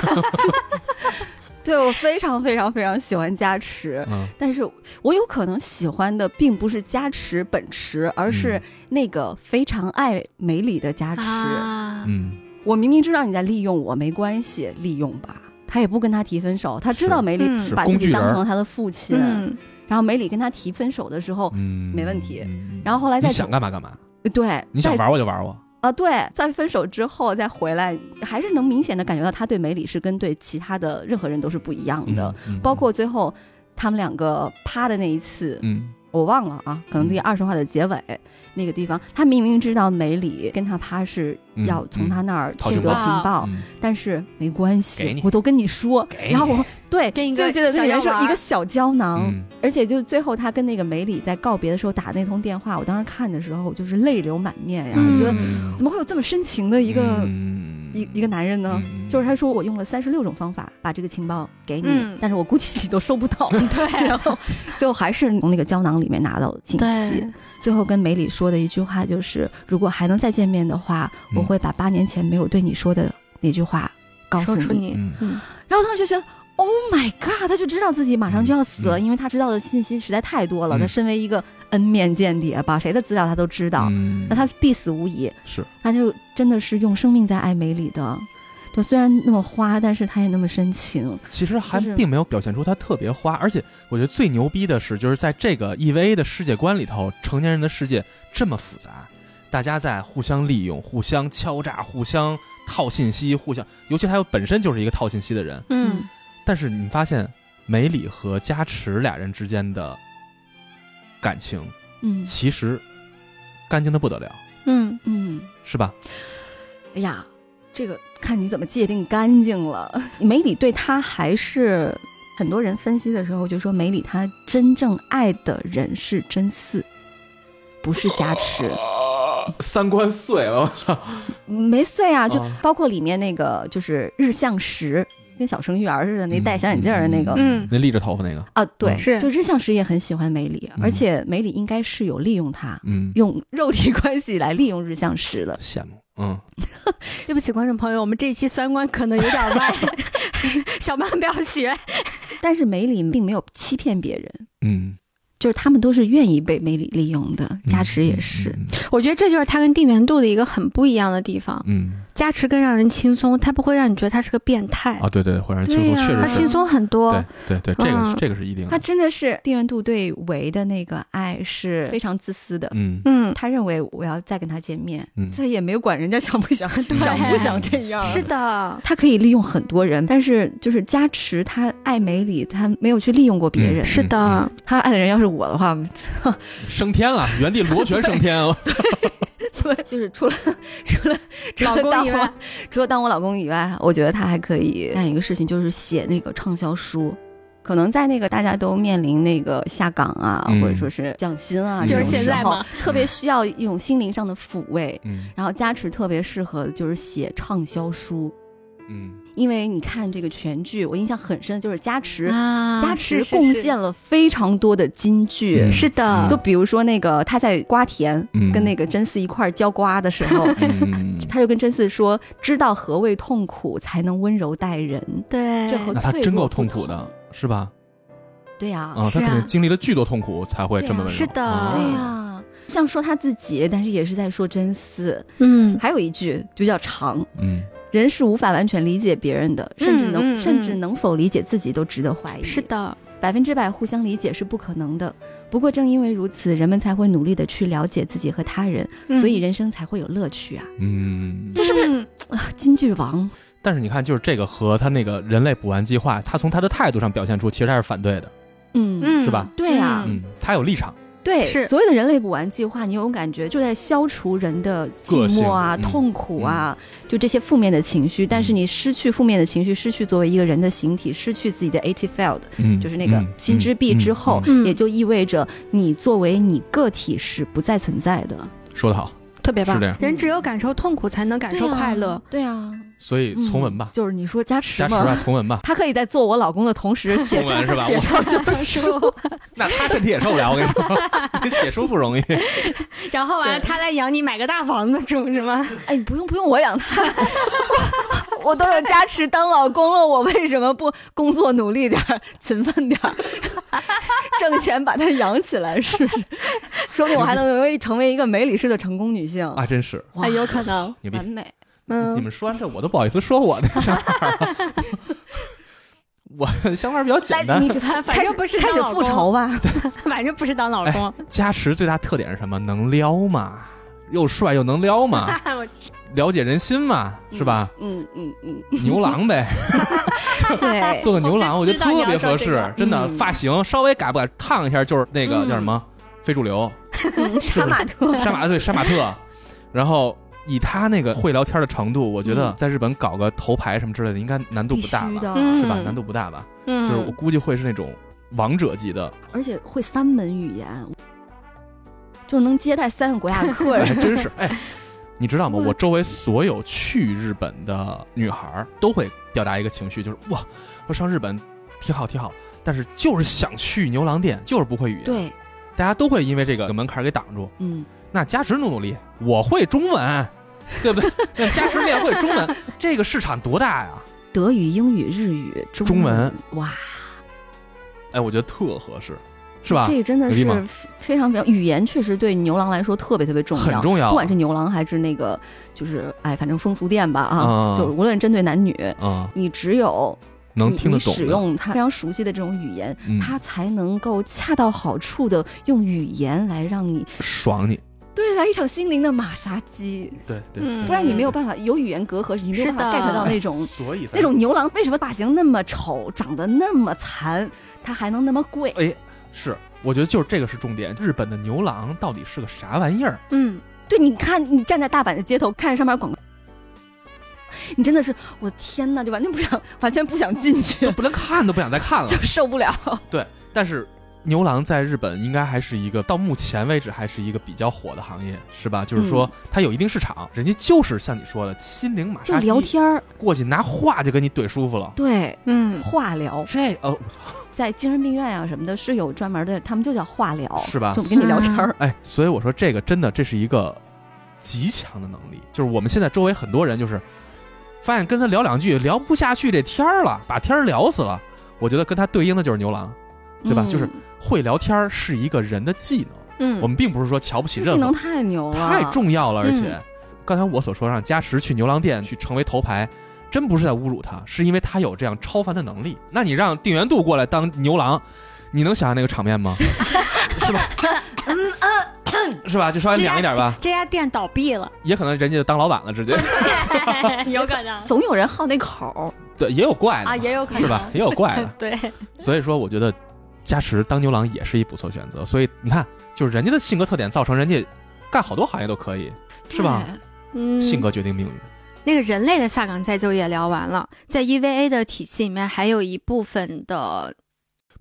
Speaker 4: 对我非常非常非常喜欢加持，
Speaker 2: 嗯
Speaker 4: 但是我有可能喜欢的并不是加持本池，而是
Speaker 2: 嗯
Speaker 4: 那个非常爱梅里的加持。
Speaker 3: 啊，
Speaker 2: 嗯
Speaker 4: 我明明知道你在利用我，没关系，利用吧。他也不跟他提分手，他知道
Speaker 2: 是
Speaker 4: 梅里
Speaker 3: 嗯
Speaker 2: 是
Speaker 4: 把自
Speaker 2: 工具
Speaker 4: 己
Speaker 2: 人
Speaker 4: 当
Speaker 2: 儿
Speaker 4: 成他的父亲，
Speaker 3: 嗯，
Speaker 4: 然后梅里跟他提分手的时候，
Speaker 2: 嗯，
Speaker 4: 没问题
Speaker 2: 嗯。
Speaker 4: 然后后来再
Speaker 2: 你想干嘛干嘛，
Speaker 4: 对，
Speaker 2: 你想
Speaker 4: 在
Speaker 2: 玩我就玩我。
Speaker 4: 啊，对，在分手之后再回来，还是能明显的感觉到他对梅里是跟对其他的任何人都是不一样的，
Speaker 2: 嗯，嗯
Speaker 4: 包括最后他们两个趴的那一次，
Speaker 2: 嗯
Speaker 4: 我忘了啊，可能第
Speaker 2: 嗯
Speaker 4: 二十话的结尾、那个地方，他明明知道梅里跟他趴是
Speaker 2: 嗯
Speaker 4: 要从他那儿
Speaker 2: 讨
Speaker 4: 窃
Speaker 2: 情
Speaker 4: 得
Speaker 2: 报
Speaker 4: 情报，
Speaker 2: 嗯
Speaker 4: 但是没关
Speaker 2: 给
Speaker 4: 系
Speaker 2: 你，
Speaker 4: 我都跟啊你说，
Speaker 2: 给
Speaker 4: 然后
Speaker 2: 你
Speaker 4: 我对
Speaker 3: 跟一
Speaker 4: 就
Speaker 3: 个
Speaker 4: 记得那
Speaker 3: 小
Speaker 4: 个人
Speaker 3: 药
Speaker 4: 说
Speaker 3: 丸
Speaker 4: 一
Speaker 3: 儿
Speaker 4: 个小胶囊，
Speaker 2: 嗯
Speaker 4: 而且就最后他跟那个梅里在告别的时候打那通电话，我当时看的时候我就是泪流满面呀，我觉得
Speaker 2: 嗯
Speaker 4: 怎么会有这么深情的一个
Speaker 2: 嗯
Speaker 4: 一一个男人呢？就是他
Speaker 2: 说
Speaker 4: 说我用了三十六种方法把这个情报给你，
Speaker 6: 嗯
Speaker 4: 但是我估计你都收不到。对，然后最后还是从那个胶囊里面拿到信息。
Speaker 3: 对，
Speaker 4: 最后跟梅里说的一句话就是：如果还能再见面的话，
Speaker 2: 嗯
Speaker 4: 我会把八年前没有对你说的那句话告诉
Speaker 3: 说
Speaker 4: 你。
Speaker 3: 出你，
Speaker 2: 嗯
Speaker 4: 然后当时就觉得。Oh my god！他就知道自己马上就要死了，
Speaker 2: 嗯
Speaker 4: 因为他知道的信息实在太多了。
Speaker 2: 嗯
Speaker 4: 他身为一个 N 面间谍，把谁的资料他都知道，
Speaker 2: 嗯
Speaker 4: 那他必死无疑。
Speaker 2: 是
Speaker 4: 他就真的是用生命在爱梅里的。就虽然那么花，但是他也那么深情。
Speaker 2: 其实还
Speaker 4: 就是
Speaker 2: 并没有表现出他特别花，而且我觉得最牛逼的是，就是在这个 EVA 的世界观里头，成年人的世界这么复杂，大家在互相利用、互相敲诈、互相套信息、互相，尤其他又本身就是一个套信息的人。
Speaker 6: 嗯，
Speaker 2: 但是你发现梅里和加持俩人之间的感情，
Speaker 4: 嗯
Speaker 2: 其实干净的不得了，
Speaker 6: 嗯，
Speaker 4: 嗯，
Speaker 2: 是吧？
Speaker 4: 哎呀，这个看你怎么界定干净了。梅里对他还是很多人分析的时候就说，梅里他真正爱的人是真嗣，不是加持。
Speaker 2: 三观碎了，我操！
Speaker 4: 没碎啊，就
Speaker 2: 啊
Speaker 4: 包括里面那个就是日向石，跟小程序员似的，那戴小眼镜儿的那个。
Speaker 6: 嗯
Speaker 2: 那立着头发那个，
Speaker 4: 啊，对，
Speaker 2: 嗯
Speaker 3: 是
Speaker 4: 就日向石也很喜欢梅里，
Speaker 2: 嗯
Speaker 4: 而且梅里应该是有利用他，
Speaker 2: 嗯，
Speaker 4: 用肉体关系来利用日向石的。
Speaker 2: 羡慕，嗯，
Speaker 6: 对不起，观众朋友，我们这一期三观可能有点 <laughs> 歪，小曼不要学。
Speaker 4: 但是梅里并没有欺骗别人，
Speaker 2: 嗯，
Speaker 4: 就是他们都是愿意被梅里利用的，加持也是。
Speaker 2: 嗯，
Speaker 3: 我觉得这就是他跟地缘度的一个很不一样的地方。
Speaker 2: 嗯
Speaker 3: 加持更让人轻松，他不会让你觉得他是个变态，
Speaker 2: 啊，对对，会让人
Speaker 3: 对
Speaker 2: 轻松，
Speaker 3: 呀
Speaker 2: 确
Speaker 3: 他
Speaker 2: 实是
Speaker 3: 轻，松很多。
Speaker 2: 对对对，这个是
Speaker 3: 嗯
Speaker 2: 这个是一定
Speaker 4: 他
Speaker 2: 的，
Speaker 4: 真的是地缘度对维的那个爱是非常自私的，
Speaker 2: 嗯
Speaker 3: 嗯，
Speaker 4: 他认为我要再跟他见面，
Speaker 2: 嗯
Speaker 4: 他也没有管人家想不想，想不想这样。
Speaker 3: 是的，
Speaker 4: 他可以利用很多人，但是就是加持他爱梅里，他没有去利用过别人。
Speaker 2: 嗯
Speaker 3: 是的，
Speaker 4: 他爱的人要是我的话，
Speaker 2: 升天了，原地螺旋升天啊，
Speaker 4: 对，就是除了 <laughs> 除了除
Speaker 6: 老
Speaker 4: 了
Speaker 6: 公
Speaker 4: 当
Speaker 6: 以
Speaker 4: 我
Speaker 6: 外
Speaker 4: 除了当我老公以外，我觉得他还可以干一个事情，就是写那个畅销书。可能在那个大家都面临那个下岗啊，
Speaker 2: 嗯
Speaker 4: 或者说是降薪啊，
Speaker 2: 就是
Speaker 4: 这种
Speaker 2: 现
Speaker 4: 时
Speaker 6: 在
Speaker 4: 候
Speaker 6: 嘛，
Speaker 4: 特别需要一种心灵上的抚慰。
Speaker 2: 嗯
Speaker 4: 然后加持特别适合就是写畅销书，
Speaker 2: 嗯，
Speaker 4: 因为你看这个全剧，我印象很深，就是加持，
Speaker 3: 啊
Speaker 4: 加持贡献了非常多的金句。
Speaker 2: 嗯
Speaker 3: 是
Speaker 2: 嗯
Speaker 3: 的
Speaker 4: 就，比如说那个他在瓜田
Speaker 2: 嗯
Speaker 4: 跟那个真嗣一块儿浇瓜的时候，
Speaker 2: 嗯，
Speaker 4: <laughs> 他就跟真嗣说：“知道何谓痛苦，才能温柔待人。
Speaker 3: 对，
Speaker 4: 这和
Speaker 2: 那他真够痛
Speaker 4: 脆
Speaker 2: 苦
Speaker 4: 弱不同
Speaker 2: 的，是吧？”
Speaker 4: 对呀、
Speaker 2: 啊，他
Speaker 3: 是啊
Speaker 2: 肯定经历了巨多痛苦才会这么温柔，
Speaker 3: 是的
Speaker 2: 啊
Speaker 4: 对呀、像说他自己，但是也是在说真嗣。
Speaker 3: 嗯，
Speaker 4: 还有一句就比较长。
Speaker 2: 嗯
Speaker 4: 人是无法完全理解别人的，甚至能、
Speaker 6: 嗯嗯
Speaker 4: 甚至能否理解自己都值得怀疑。
Speaker 3: 是，的，
Speaker 4: 百分之百互相理解是不可能的。不过正因为如此，人们才会努力的去了解自己和他人，所以人生才会有乐趣啊！
Speaker 2: 嗯，
Speaker 4: 这是不是、
Speaker 6: 嗯
Speaker 4: 啊金句王？
Speaker 2: 但是你看，就是这个和他那个人类补完计划，他从他的态度上表现出，其实他是反对的，
Speaker 4: 嗯，
Speaker 6: 嗯
Speaker 2: 是吧？
Speaker 4: 对呀、
Speaker 2: 嗯，他有立场，
Speaker 4: 对，
Speaker 3: 是
Speaker 4: 所谓的人类补完计划，你有种感觉就在消除人的寂寞啊、
Speaker 2: 个性嗯
Speaker 4: 痛苦啊，就这些负面的情绪。但是你失去负面的情绪，失去作为一个人的形体，失去自己的 AT field，
Speaker 2: 嗯，
Speaker 4: 就是那个
Speaker 2: 嗯
Speaker 4: 心之壁之后，
Speaker 2: 嗯嗯
Speaker 3: 嗯
Speaker 4: 也就意味着你作为你个体是不再存在的，
Speaker 2: 嗯说得好，
Speaker 3: 特别
Speaker 2: 是
Speaker 3: 棒
Speaker 2: 这。样。
Speaker 3: 人只有感受痛苦，才能感受快乐。
Speaker 4: 对啊，
Speaker 2: 所以从文吧，
Speaker 4: 就是你说加持
Speaker 2: 加持吧
Speaker 4: 嘛，，
Speaker 2: 从文吧，
Speaker 4: 他可以在做我老公的
Speaker 2: <laughs>
Speaker 4: 同时写
Speaker 2: 从文是吧？
Speaker 4: 写
Speaker 2: 我
Speaker 4: 上就是书，
Speaker 2: 那他身体也受不了，我跟你
Speaker 4: <laughs>
Speaker 2: 说，写书不容易。
Speaker 6: 然后完了，他来养你，买个大房子住是吗？
Speaker 4: 哎，不用不用，我养他， <laughs> 我我都有加持当老公了，我为什么不工作努力点儿，勤奋点儿， <laughs> 挣钱把他养起来试试？说不定我还能为成为一个美里式的成功女性，
Speaker 2: 啊，真是
Speaker 4: 哇
Speaker 6: 哎，有可能。嗯
Speaker 2: 牛逼
Speaker 4: 完！美。
Speaker 2: 你们说完这，我都不好意思说我
Speaker 4: <laughs>
Speaker 2: 的想法了。我的想法比较简
Speaker 4: 来，
Speaker 2: 单
Speaker 4: 你。
Speaker 6: 反正不是
Speaker 4: 开
Speaker 6: 当
Speaker 4: 始
Speaker 6: 老
Speaker 4: 复
Speaker 6: 公
Speaker 4: 仇吧？
Speaker 6: 反正不是当老
Speaker 2: 哎
Speaker 6: 公，
Speaker 2: 加持最大特点是什么？能撩嘛，又帅又能撩
Speaker 4: <laughs>
Speaker 2: 嘛，
Speaker 6: 我
Speaker 2: 了解人心嘛，是吧？
Speaker 4: 嗯嗯嗯，
Speaker 2: 牛郎呗，
Speaker 4: 对，
Speaker 2: 做个牛郎，
Speaker 6: 哎我
Speaker 2: 我
Speaker 6: 就
Speaker 2: 觉得
Speaker 6: 知道你
Speaker 2: 特
Speaker 6: 要
Speaker 2: 别合
Speaker 6: 说这个
Speaker 2: 适，真的。
Speaker 4: 嗯
Speaker 2: 发型稍微改不改，烫一下就是那个
Speaker 4: 嗯
Speaker 2: 叫什么非主流， <laughs>
Speaker 4: 嗯杀马特，
Speaker 2: 杀马特对杀马特，然后。以他那个会聊天的程度，我觉得在日本搞个头牌什么之类的，应该难度
Speaker 4: 必
Speaker 2: 不
Speaker 4: 须
Speaker 2: 大吧？
Speaker 4: 的，
Speaker 6: 嗯
Speaker 2: 是吧？难度不大吧？就是我
Speaker 6: 嗯，
Speaker 2: 估计会是那种王者级的，
Speaker 4: 而且会三门语言，就能接待三个国家的客
Speaker 2: 哎还
Speaker 4: 人。 <laughs>
Speaker 2: 真是哎。你知道吗？
Speaker 4: 嗯
Speaker 3: 哇
Speaker 2: 我周围所有去日本的女孩儿都会表达一个情绪，就是哇，说上日本挺好挺好，但是就是想去牛郎店，就是不会语言。，
Speaker 4: 对，
Speaker 2: 大家都会因为这个门槛儿给挡住。
Speaker 4: 嗯，
Speaker 2: 那加持努努力，我会中文，对不对？ <laughs> 那加持练会中文，这个市场多大呀？
Speaker 4: 德语、英语、日语、中
Speaker 2: 中文
Speaker 4: 哇，
Speaker 2: 哎，我觉得特合适，是吧？
Speaker 4: 这个真的
Speaker 2: 牛逼吗
Speaker 4: 是非常非常语言，确实对牛郎来说特别特别重要，
Speaker 2: 很重要啊
Speaker 4: 不管是牛郎还是那个，就是哎，反正风俗店吧啊，
Speaker 2: 嗯
Speaker 4: 就无论针对男女，
Speaker 2: 嗯，
Speaker 4: 你只有
Speaker 2: 能
Speaker 4: 你
Speaker 2: 听得懂
Speaker 4: 你
Speaker 2: 的。
Speaker 4: 使用他非常熟悉的这种语言，
Speaker 2: 嗯，
Speaker 4: 他才能够恰到好处的用语言来让你
Speaker 2: 爽你，
Speaker 4: 对来一场心灵的马杀鸡，
Speaker 2: 对对
Speaker 3: 嗯
Speaker 4: 不然你没有办法有语言隔阂，你没有办法
Speaker 8: 是的
Speaker 4: get 到那种
Speaker 2: 所以才
Speaker 4: 那种牛郎为什么发型那么丑，长得那么残，他还能那么贵？
Speaker 2: 哎是，我觉得就是这个是重点。日本的牛郎到底是个啥玩意儿？
Speaker 3: 嗯，
Speaker 4: 对，你看你站在大阪的街头看上面广告，你真的是我天呐，就完全不想，完全不想进去
Speaker 2: 都，不能看都不想再看了
Speaker 4: 就。受不了。
Speaker 2: 但是牛郎在日本应该还是一个到目前为止还是一个比较火的行业，是吧？就是说它有一定市场，人家就是像你说的心灵马
Speaker 4: 嗯就
Speaker 2: 杀鸡，
Speaker 4: 聊天儿，
Speaker 2: 过去拿话就跟你怼舒服了。
Speaker 4: 对，
Speaker 3: 嗯，
Speaker 4: 化疗，
Speaker 2: 这呃，我操，
Speaker 4: 在精神病院啊什么的，是有专门的，他们就叫化疗，
Speaker 2: 是吧
Speaker 4: 就跟你聊天儿。
Speaker 2: 哎，所以我说这个真的这是一个极强的能力，就是我们现在周围很多人就是发现跟他聊两句聊不下去这天儿了，把天儿聊死了。我觉得跟他对应的就是牛郎，对吧？
Speaker 4: 嗯
Speaker 2: 就是会聊天儿是一个人的技能，
Speaker 3: 嗯
Speaker 2: 我们并不是说瞧不起
Speaker 4: 这
Speaker 2: 任
Speaker 4: 技
Speaker 2: 何
Speaker 4: 能太牛了，
Speaker 2: 太重要了，而且、
Speaker 3: 嗯
Speaker 2: 刚才我所说让加时去牛郎店去成为头牌，真不是在侮辱他，是因为他有这样超凡的能力。那你让定元度过来当牛郎，你能想象那个场面吗？是吧？
Speaker 6: 嗯
Speaker 2: 是吧？就稍微哎凉一点吧，
Speaker 6: 这家店倒闭了，
Speaker 2: 也可能人家就当老板了，直接
Speaker 6: 嗯 <laughs> 有可能
Speaker 4: 总有人好那口儿，
Speaker 2: 对，也有怪的嘛，
Speaker 6: 啊，也有 <laughs> 可能
Speaker 2: 是吧？？也有怪的，
Speaker 6: 对，
Speaker 2: 所以说我觉得加时当牛郎也是一不错选择。所以你看，就是人家的性格特点造成人家干好多行业都可以，是吧？
Speaker 6: 嗯，
Speaker 2: 性格决定命运。
Speaker 3: 那个人类的下岗再就业聊完了，在 EVA 的体系里面还有一部分的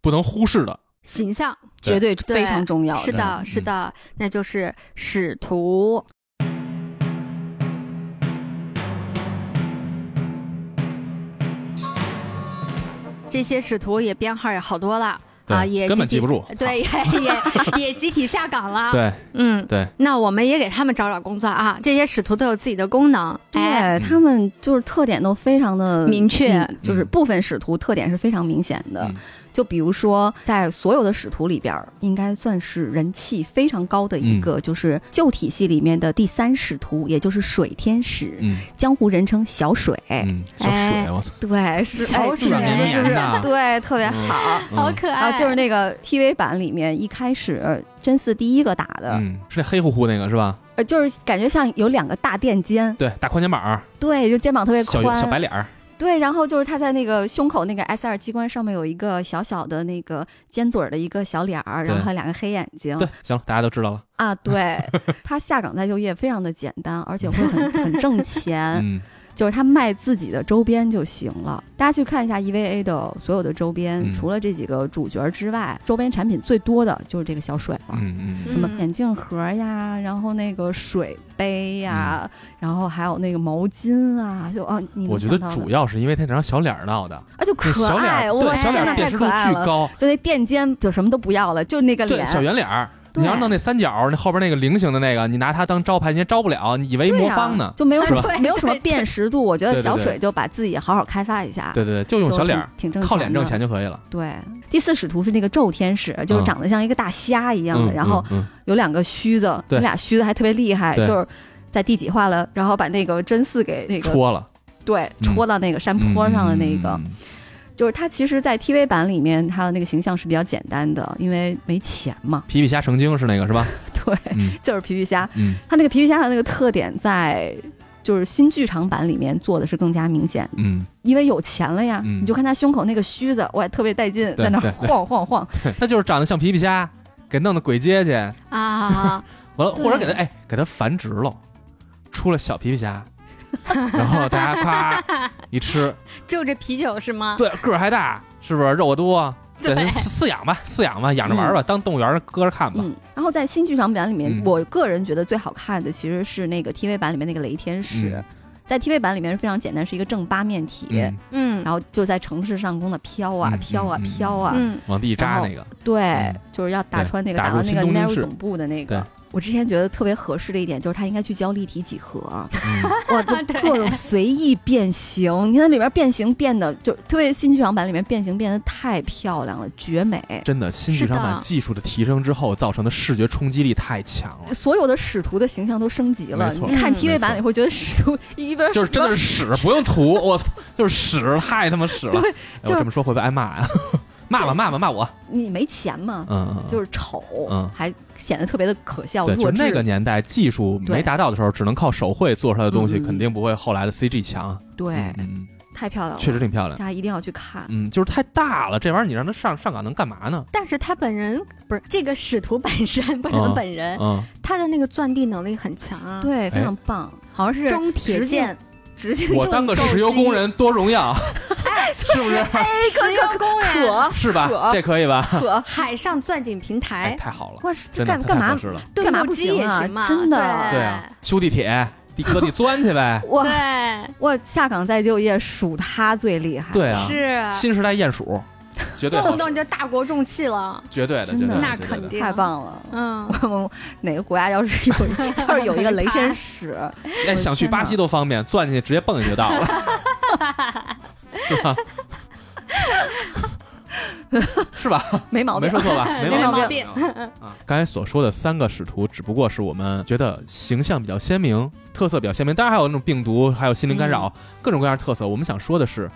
Speaker 2: 不能忽视的，
Speaker 3: 形象，
Speaker 2: 对
Speaker 4: 绝对非常重要
Speaker 3: 是的，
Speaker 2: 嗯
Speaker 3: 是的，那就是使徒。这些使徒也编号也好多了啊，
Speaker 2: 对
Speaker 3: 也
Speaker 2: 根本
Speaker 3: 集体
Speaker 2: 记不住
Speaker 3: 对，也也也集体下岗了。
Speaker 2: 对，
Speaker 3: 嗯，
Speaker 2: 对。
Speaker 3: 那我们也给他们找找工作啊，这些使徒都有自己的功能，哎，
Speaker 4: 哎，他们就是特点都非常的
Speaker 3: 明确
Speaker 4: 嗯就是部分使徒特点是非常明显的。
Speaker 2: 嗯
Speaker 4: 就比如说，在所有的使徒里边儿，应该算是人气非常高的一个，就是旧体系里面的第三使徒，也就是水天使，
Speaker 2: 嗯
Speaker 4: 江湖人称小水。
Speaker 2: 嗯，小水，
Speaker 3: 哎
Speaker 2: 我操，
Speaker 4: 对，是
Speaker 3: 小水
Speaker 4: 哎名字是不是
Speaker 2: 软绵绵的
Speaker 4: 对，特别好。
Speaker 2: 好
Speaker 3: 可
Speaker 4: 啊，就是那个 TV 版里面一开始呃真嗣第一个打的，
Speaker 2: 嗯，是那黑乎乎那个是吧？
Speaker 4: 呃，就是感觉像有两个大垫肩，
Speaker 2: 对，大宽肩膀儿，
Speaker 4: 对，就肩膀特别
Speaker 2: 小
Speaker 4: 宽，
Speaker 2: 小白脸儿，
Speaker 4: 对，然后就是他在那个胸口那个 S 二机关上面有一个小小的那个尖嘴儿的一个小脸儿，
Speaker 2: 对
Speaker 4: 然后还有两个黑眼睛。
Speaker 2: 对，行了，大家都知道了。
Speaker 4: 啊，对，他下岗再就业非常的简单，而且会
Speaker 2: <laughs>
Speaker 4: 很很挣钱，
Speaker 2: 嗯
Speaker 4: <laughs> 就是他卖自己的周边就行了。大家去看一下 EVA 的所有的周边，
Speaker 2: 嗯
Speaker 4: 除了这几个主角之外，周边产品最多的就是这个小水了。
Speaker 2: 嗯嗯
Speaker 4: 什么眼镜盒呀，然后那个水杯呀，然后还有那个毛巾啊，就啊，你
Speaker 2: 嗯，
Speaker 4: 能
Speaker 2: 我觉得
Speaker 4: 想到的
Speaker 2: 主要是因为他那张小脸儿闹的，
Speaker 4: 啊，
Speaker 2: 那
Speaker 4: 就可
Speaker 2: 小脸
Speaker 4: 爱，
Speaker 2: 儿
Speaker 4: 我
Speaker 2: 对小脸儿
Speaker 4: 天呐
Speaker 2: 辨
Speaker 4: 太
Speaker 2: 识
Speaker 4: 可
Speaker 2: 度
Speaker 4: 爱
Speaker 2: 巨
Speaker 4: 了，
Speaker 2: 高，
Speaker 4: 就那垫肩就什么都不要了，就那个
Speaker 2: 对，
Speaker 4: 脸，
Speaker 2: 小圆脸儿。
Speaker 4: 对
Speaker 2: 你要弄那三角儿，那后边那个菱形的那个，你拿它当招牌，人家招不了，你以为
Speaker 4: 对
Speaker 2: 魔
Speaker 4: 呀
Speaker 2: 方呢？
Speaker 4: 就没有
Speaker 2: 是吧
Speaker 4: 什么没有什么辨识度。我觉
Speaker 2: 对
Speaker 4: 得
Speaker 2: 对
Speaker 4: 小
Speaker 2: 对
Speaker 4: 水就把自己好好开发一下，
Speaker 2: 对对对，就用
Speaker 4: 就
Speaker 2: 小脸儿，
Speaker 4: 挺挺挣
Speaker 2: 靠脸挣
Speaker 4: 的
Speaker 2: 钱。就可以了。
Speaker 4: 对，第四使徒是那个宙天使，就是
Speaker 2: 嗯
Speaker 4: 长得像一个大虾一样的，
Speaker 2: 嗯
Speaker 4: 然后
Speaker 2: 嗯
Speaker 4: 有两个须子，
Speaker 2: 对
Speaker 4: 那俩须子还特别厉害，
Speaker 2: 对
Speaker 4: 就是。在第几话了，然后把那个真嗣给那
Speaker 2: 嗯
Speaker 4: 个
Speaker 2: 戳了，
Speaker 4: 对
Speaker 2: 嗯
Speaker 4: 戳到那个山坡上的那个，
Speaker 2: 嗯，嗯嗯
Speaker 4: 就是他其实，在 TV 版里面他的那个形象是比较简单的，因为没钱嘛， <laughs>
Speaker 2: 皮皮虾成精是那个是吧？
Speaker 4: 对，
Speaker 2: 嗯
Speaker 4: 就是皮皮虾。
Speaker 2: 嗯
Speaker 4: 它那个皮皮虾的那个特点在。就是新剧场版里面做的是更加明显，
Speaker 2: 嗯，
Speaker 4: 因为有钱了呀，
Speaker 2: 嗯
Speaker 4: 你就看他胸口那个须子，我也特别带劲，
Speaker 2: 对
Speaker 4: 在那儿
Speaker 2: 对对
Speaker 4: 晃晃晃，
Speaker 2: <laughs> 他就是长得像皮皮虾，给弄到鬼街去，
Speaker 3: 啊，
Speaker 2: 完了，
Speaker 3: 对
Speaker 2: 或者给它哎给它繁殖了，出了小皮皮虾， <laughs> 然后大家夸一吃，
Speaker 4: <laughs>
Speaker 3: 就这啤酒是吗？
Speaker 2: 对，个儿还大，是不是肉多？对，饲饲养吧，饲养吧，养着玩儿吧，当动物园儿搁着看吧。
Speaker 4: 嗯，然后在新剧场版里面，
Speaker 2: 嗯
Speaker 4: 我个人觉得最好看的其实是那个 TV 版里面那个雷天使，
Speaker 2: 嗯
Speaker 4: 在 TV 版里面是非常简单，是一个正八面体，
Speaker 2: 嗯，
Speaker 3: 嗯
Speaker 4: 然后就在城市上空的飘啊、
Speaker 2: 嗯
Speaker 4: 飘啊、
Speaker 2: 嗯嗯
Speaker 4: 飘啊，
Speaker 3: 嗯，
Speaker 2: 往地一扎
Speaker 4: 然后
Speaker 2: 那个，
Speaker 4: 对，
Speaker 2: 嗯
Speaker 4: 就是要打
Speaker 2: 对
Speaker 4: 穿那个
Speaker 2: 打
Speaker 4: 打
Speaker 2: 入
Speaker 4: 到那
Speaker 2: 新
Speaker 4: 个
Speaker 2: 东京
Speaker 4: Narrow
Speaker 2: 市
Speaker 4: 总部的那
Speaker 2: 对
Speaker 4: 个。我之前觉得特别合适的一点就是它应该聚焦立体几何， <laughs>
Speaker 2: 嗯
Speaker 4: 哇，就各种随意变形。你看它里边变形变得就特别新剧场版里面变形变得太漂亮了，绝美。
Speaker 2: 真的新剧场版技术的提升之后造成的视觉冲击力太强
Speaker 4: <laughs>
Speaker 2: 了，
Speaker 4: 所有的使徒的形象都升级了。
Speaker 2: 没错
Speaker 4: 你看
Speaker 3: 嗯
Speaker 4: TV 版，
Speaker 2: 没错
Speaker 4: 你会觉得使徒一边
Speaker 2: 就是真的是屎，不用
Speaker 4: <laughs>
Speaker 2: 涂，我操，就是屎，太他妈屎了！
Speaker 4: 对
Speaker 2: 哎我
Speaker 4: 就是
Speaker 2: 这么说会不会挨骂
Speaker 4: <laughs>
Speaker 2: 呀？ <laughs> 骂吧骂吧骂我！
Speaker 4: 你没钱嘛，
Speaker 2: 嗯，嗯嗯
Speaker 4: 就是丑，
Speaker 2: 嗯
Speaker 4: 还显得特别的可笑
Speaker 2: 对，就
Speaker 4: 哦弱
Speaker 2: 是
Speaker 4: 智。
Speaker 2: 那个年代技术没
Speaker 4: 对
Speaker 2: 达到的时候，只能靠手绘做出来的东西，
Speaker 4: 嗯嗯嗯
Speaker 2: 肯定不会后来的 CG 强。
Speaker 4: 对，
Speaker 2: 嗯嗯，嗯
Speaker 4: 太漂亮了，
Speaker 2: 确实挺漂亮
Speaker 4: 大。家一定要去看。
Speaker 2: 嗯，就是太大了，这玩意儿你让它上上岗能干嘛呢？
Speaker 6: 但是他本人不是这个使徒本身，不
Speaker 2: 啊
Speaker 6: 能本人，
Speaker 4: <laughs>
Speaker 2: 嗯，
Speaker 6: 他的那个钻地能力很强啊。
Speaker 4: 对，非常棒，
Speaker 2: 哎
Speaker 4: 好像是
Speaker 6: 中铁
Speaker 4: 直径
Speaker 6: 剑，
Speaker 4: 直径
Speaker 2: 我当个石油工人多荣
Speaker 4: <laughs>
Speaker 2: 耀，
Speaker 4: 哎
Speaker 2: <laughs> 是不是？
Speaker 6: 石油工人，
Speaker 4: 可
Speaker 2: 是吧？这可以吧？
Speaker 4: 可。
Speaker 6: 海上钻井平
Speaker 2: 哎，
Speaker 6: 台，
Speaker 2: 太好了，
Speaker 4: 哇，是
Speaker 2: 真的
Speaker 4: 干干
Speaker 2: 太
Speaker 4: 嘛
Speaker 2: 合？适了。
Speaker 6: 对
Speaker 4: 干嘛
Speaker 6: 路
Speaker 4: 不
Speaker 6: 基
Speaker 4: 行
Speaker 6: 也
Speaker 4: 啊
Speaker 6: 行嘛，
Speaker 4: 真的。
Speaker 2: 对啊，修地铁，地搁地钻去呗
Speaker 4: 我
Speaker 6: 对，
Speaker 4: 我下岗再就业数他最厉害，
Speaker 2: 对啊，
Speaker 6: 是
Speaker 2: 新时代鼹
Speaker 4: <laughs>
Speaker 2: 鼠，绝对
Speaker 6: 动
Speaker 2: 好
Speaker 6: 不
Speaker 2: 使
Speaker 6: 动就大国重器了，
Speaker 2: 绝对的，绝
Speaker 4: 真
Speaker 2: 对
Speaker 4: 的
Speaker 2: 的，
Speaker 6: 那
Speaker 2: 绝对
Speaker 6: 肯
Speaker 2: 的
Speaker 3: 啊
Speaker 6: 定
Speaker 4: 太棒了。
Speaker 6: 嗯，
Speaker 4: <laughs> 哪个国家要是有
Speaker 6: <laughs>
Speaker 4: 要是有一个雷天使，
Speaker 2: 哎，
Speaker 4: 我的
Speaker 2: 想去
Speaker 4: 天哪
Speaker 2: 巴西都方便，钻进去直接蹦进去就到
Speaker 4: <laughs>
Speaker 2: 了，是吧？ <laughs> 是吧？
Speaker 4: 没 <laughs> 毛
Speaker 2: 没
Speaker 4: 病
Speaker 2: 说。错吧？
Speaker 4: <laughs> 没
Speaker 2: 毛
Speaker 4: 毛嗯
Speaker 2: 病啊！刚才所说的三个使徒，只不过是我们觉得形象比较鲜明、特色比较鲜明，当然还有那种病毒，还有心灵干扰，
Speaker 4: 嗯
Speaker 2: 各种各样的特色。我们想说的是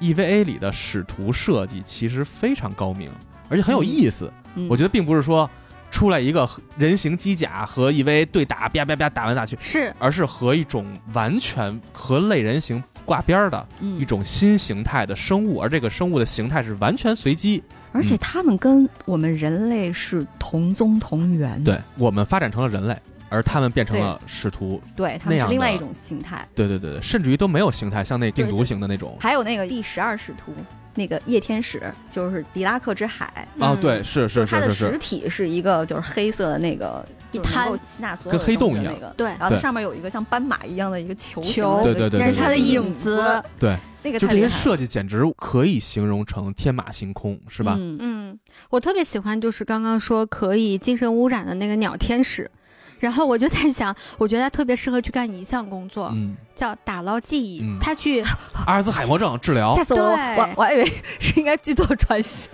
Speaker 2: ，EVA 里的使徒设计其实非常高明，而且很有意思。
Speaker 4: 嗯
Speaker 2: 我觉得并不是说出来一个人形机甲和 EVA 对打，啪啪啪打完打去，
Speaker 6: 是
Speaker 2: 而是和一种完全和类人形挂边儿的
Speaker 4: 嗯
Speaker 2: 一种新形态的生物，而这个生物的形态是完全随机。
Speaker 4: 而且他们跟我们人类是同宗同源，
Speaker 2: 对我们发展成了人类，而他们变成了使徒。
Speaker 4: 对，他
Speaker 2: 那
Speaker 4: 们
Speaker 2: 样的
Speaker 4: 是另外一种形态。
Speaker 2: 对对对对，甚至于都没有形态，像那病毒
Speaker 4: 对
Speaker 2: 型的那种。
Speaker 4: 还有那个第十二使徒，那个夜天使，就是狄拉克之海，
Speaker 2: 啊，
Speaker 6: 嗯
Speaker 2: 对，是是
Speaker 4: 它
Speaker 2: 是
Speaker 4: 的
Speaker 2: 是
Speaker 4: 实
Speaker 2: 是，
Speaker 4: 体是一个就是黑色的那个
Speaker 6: 一
Speaker 4: 就是
Speaker 6: 滩
Speaker 4: 能够吸纳所有
Speaker 2: 跟黑洞
Speaker 4: 一
Speaker 2: 一样
Speaker 4: 那个。
Speaker 6: 对
Speaker 4: 然后
Speaker 2: 对
Speaker 4: 它上面有一个像斑马一样的一个球形
Speaker 6: 球
Speaker 4: 的
Speaker 2: 对
Speaker 4: 那个
Speaker 2: 对对
Speaker 6: 那是他的
Speaker 2: 对对
Speaker 6: 影子，
Speaker 2: 对，
Speaker 4: 那个
Speaker 2: 就
Speaker 4: 太
Speaker 2: 这
Speaker 4: 厉
Speaker 2: 些
Speaker 4: 害了
Speaker 2: 设计简直可以形容成天马行空，是吧？
Speaker 4: 嗯
Speaker 3: 嗯，我特别喜欢就是刚刚说可以精神污染的那个鸟天使，然后我就在想，我觉得他特别适合去干一项工作，
Speaker 2: 嗯，
Speaker 3: 叫打捞记忆。
Speaker 2: 嗯
Speaker 3: 他去
Speaker 2: 阿尔兹海默症治疗
Speaker 4: 吓死我！
Speaker 3: 对
Speaker 4: 我我还以为是应该去做传销，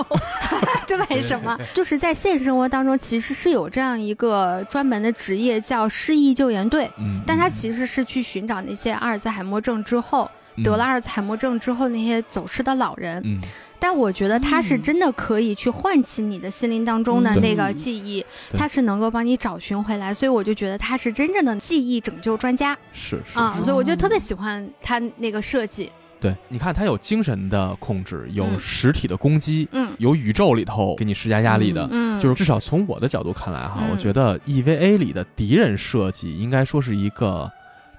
Speaker 6: 这为什么？
Speaker 3: 就是在现实生活当中，其实是有这样一个专门的职业叫失忆救援队，
Speaker 2: 嗯，
Speaker 3: 但他其实是去寻找那些阿尔兹海默症之后
Speaker 2: 嗯
Speaker 3: 得了阿尔兹海默症之后那些走失的老人。
Speaker 2: 嗯，
Speaker 3: 但我觉得他是真的可以去唤起你的心灵当中的
Speaker 2: 嗯
Speaker 3: 那个记忆，
Speaker 2: 对
Speaker 3: 他是能够帮你找寻回来，所以我就觉得他是真正的记忆拯救专家
Speaker 2: 是是
Speaker 3: 啊，
Speaker 4: 是
Speaker 3: 所以我就特别喜欢他那个设计。
Speaker 2: 对，你看它有精神的控制，有
Speaker 3: 嗯
Speaker 2: 实体的攻击，
Speaker 3: 嗯
Speaker 2: 有宇宙里头给你施加压力的。
Speaker 3: 嗯，
Speaker 2: 就是至少从我的角度看来哈，
Speaker 3: 嗯
Speaker 2: 我觉得 EVA 里的敌人设计应该说是一个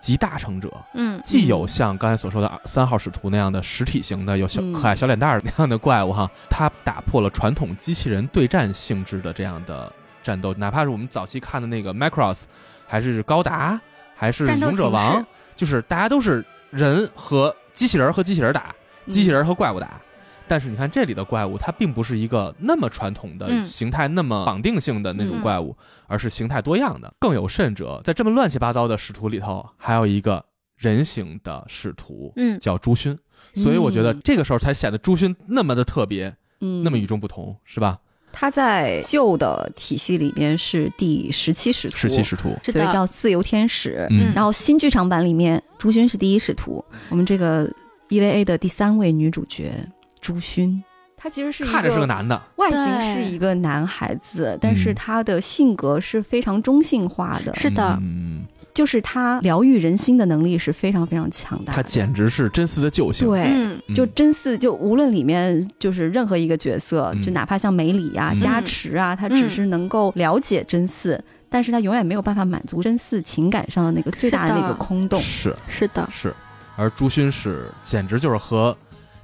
Speaker 2: 集大成者，
Speaker 3: 嗯
Speaker 2: 既有像刚才所说的啊三号使徒那样的实体型的有小
Speaker 4: 嗯
Speaker 2: 可爱小脸蛋儿那样的怪物哈，它打破了传统机器人对战性质的这样的战斗，哪怕是我们早期看的那个 Macross，还是高达，还是
Speaker 3: 战斗
Speaker 2: 勇者
Speaker 3: 形
Speaker 2: 王
Speaker 3: 式，
Speaker 2: 就是大家都是人和机器人和机器人打，
Speaker 3: 嗯
Speaker 2: 机器人和怪物打。但是你看这里的怪物，它并不是一个那么传统的
Speaker 3: 嗯
Speaker 2: 形态、那么绑定性的那种
Speaker 3: 嗯
Speaker 2: 怪物，而是形态多样的。更有甚者，在这么乱七八糟的使徒里头，还有一个人形的使徒，
Speaker 3: 嗯
Speaker 2: 叫朱勋。所以我觉得这个时候才显得朱勋那么的特别，
Speaker 4: 嗯
Speaker 2: 那么与众不同，是吧？
Speaker 4: 它在旧的体系里面是第十七使徒，
Speaker 2: 十七使徒，
Speaker 3: 是
Speaker 4: 所以
Speaker 3: 的
Speaker 4: 叫自由天使。
Speaker 2: 嗯
Speaker 4: 然后新剧场版里面，朱勋是第一使徒，我们这个 EVA 的第三位女主角朱勋，她其实是一
Speaker 2: 看着是个男的，
Speaker 4: 外
Speaker 3: 对
Speaker 4: 形是一个男孩子，但是她的性格是非常中性化的，
Speaker 3: 是的，
Speaker 2: 嗯，
Speaker 4: 就是她疗愈人心的能力是非常非常强大
Speaker 2: 他
Speaker 4: 的。
Speaker 2: 简直是真丝的救星，
Speaker 4: 对，
Speaker 3: 嗯
Speaker 2: 嗯，
Speaker 4: 就真嗣，就无论里面就是任何一个角色，
Speaker 2: 嗯
Speaker 4: 就哪怕像梅里啊、
Speaker 2: 嗯
Speaker 4: 加持啊，他只是能够了解真嗣，但是他永远没有办法满足真嗣情感上的那个最大
Speaker 3: 是
Speaker 4: 的
Speaker 3: 的
Speaker 4: 那个空洞。
Speaker 2: 是
Speaker 3: 是的，
Speaker 2: 是，而朱勋是简直就是和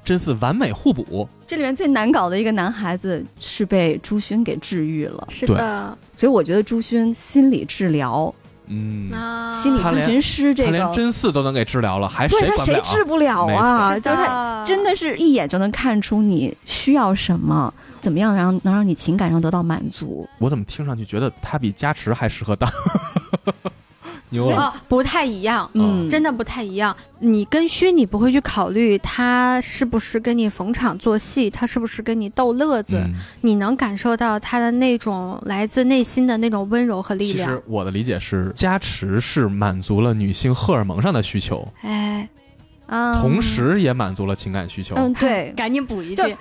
Speaker 2: 真是完美互补。
Speaker 4: 这里面最难搞的一个男孩子是被朱勋给治愈了，
Speaker 3: 是
Speaker 2: 对
Speaker 3: 的，
Speaker 4: 所以我觉得朱勋心理治疗、
Speaker 2: 嗯，
Speaker 3: 啊
Speaker 4: 心理
Speaker 2: 他连
Speaker 4: 咨询师这
Speaker 2: 他连
Speaker 4: 个，
Speaker 2: 真四都能给治疗了，还
Speaker 4: 对他
Speaker 2: 啊管不
Speaker 4: 谁
Speaker 2: 了？
Speaker 4: 治不了啊？
Speaker 3: 是
Speaker 4: 就是他
Speaker 3: 的，
Speaker 4: 真的是一眼就能看出你需要什么，怎么样让能让你情感上得到满足。
Speaker 2: 我怎么听上去觉得他比加持还适合当？ <laughs> 牛了！
Speaker 3: 啊，不太一样。
Speaker 2: 嗯
Speaker 4: 哦嗯，
Speaker 3: 真的不太一样。你跟虚拟不会去考虑他是不是跟你逢场作戏，他是不是跟你逗乐子，
Speaker 2: 嗯
Speaker 3: 你能感受到他的那种来自内心的那种温柔和力
Speaker 2: 其
Speaker 3: 量
Speaker 2: 实。我的理解是，加持是满足了女性荷尔蒙上的需求，
Speaker 3: 哎，
Speaker 4: 啊
Speaker 2: 同，时也满足了情感需求。
Speaker 4: 嗯，对，
Speaker 6: 赶紧补一
Speaker 4: 就
Speaker 6: 句，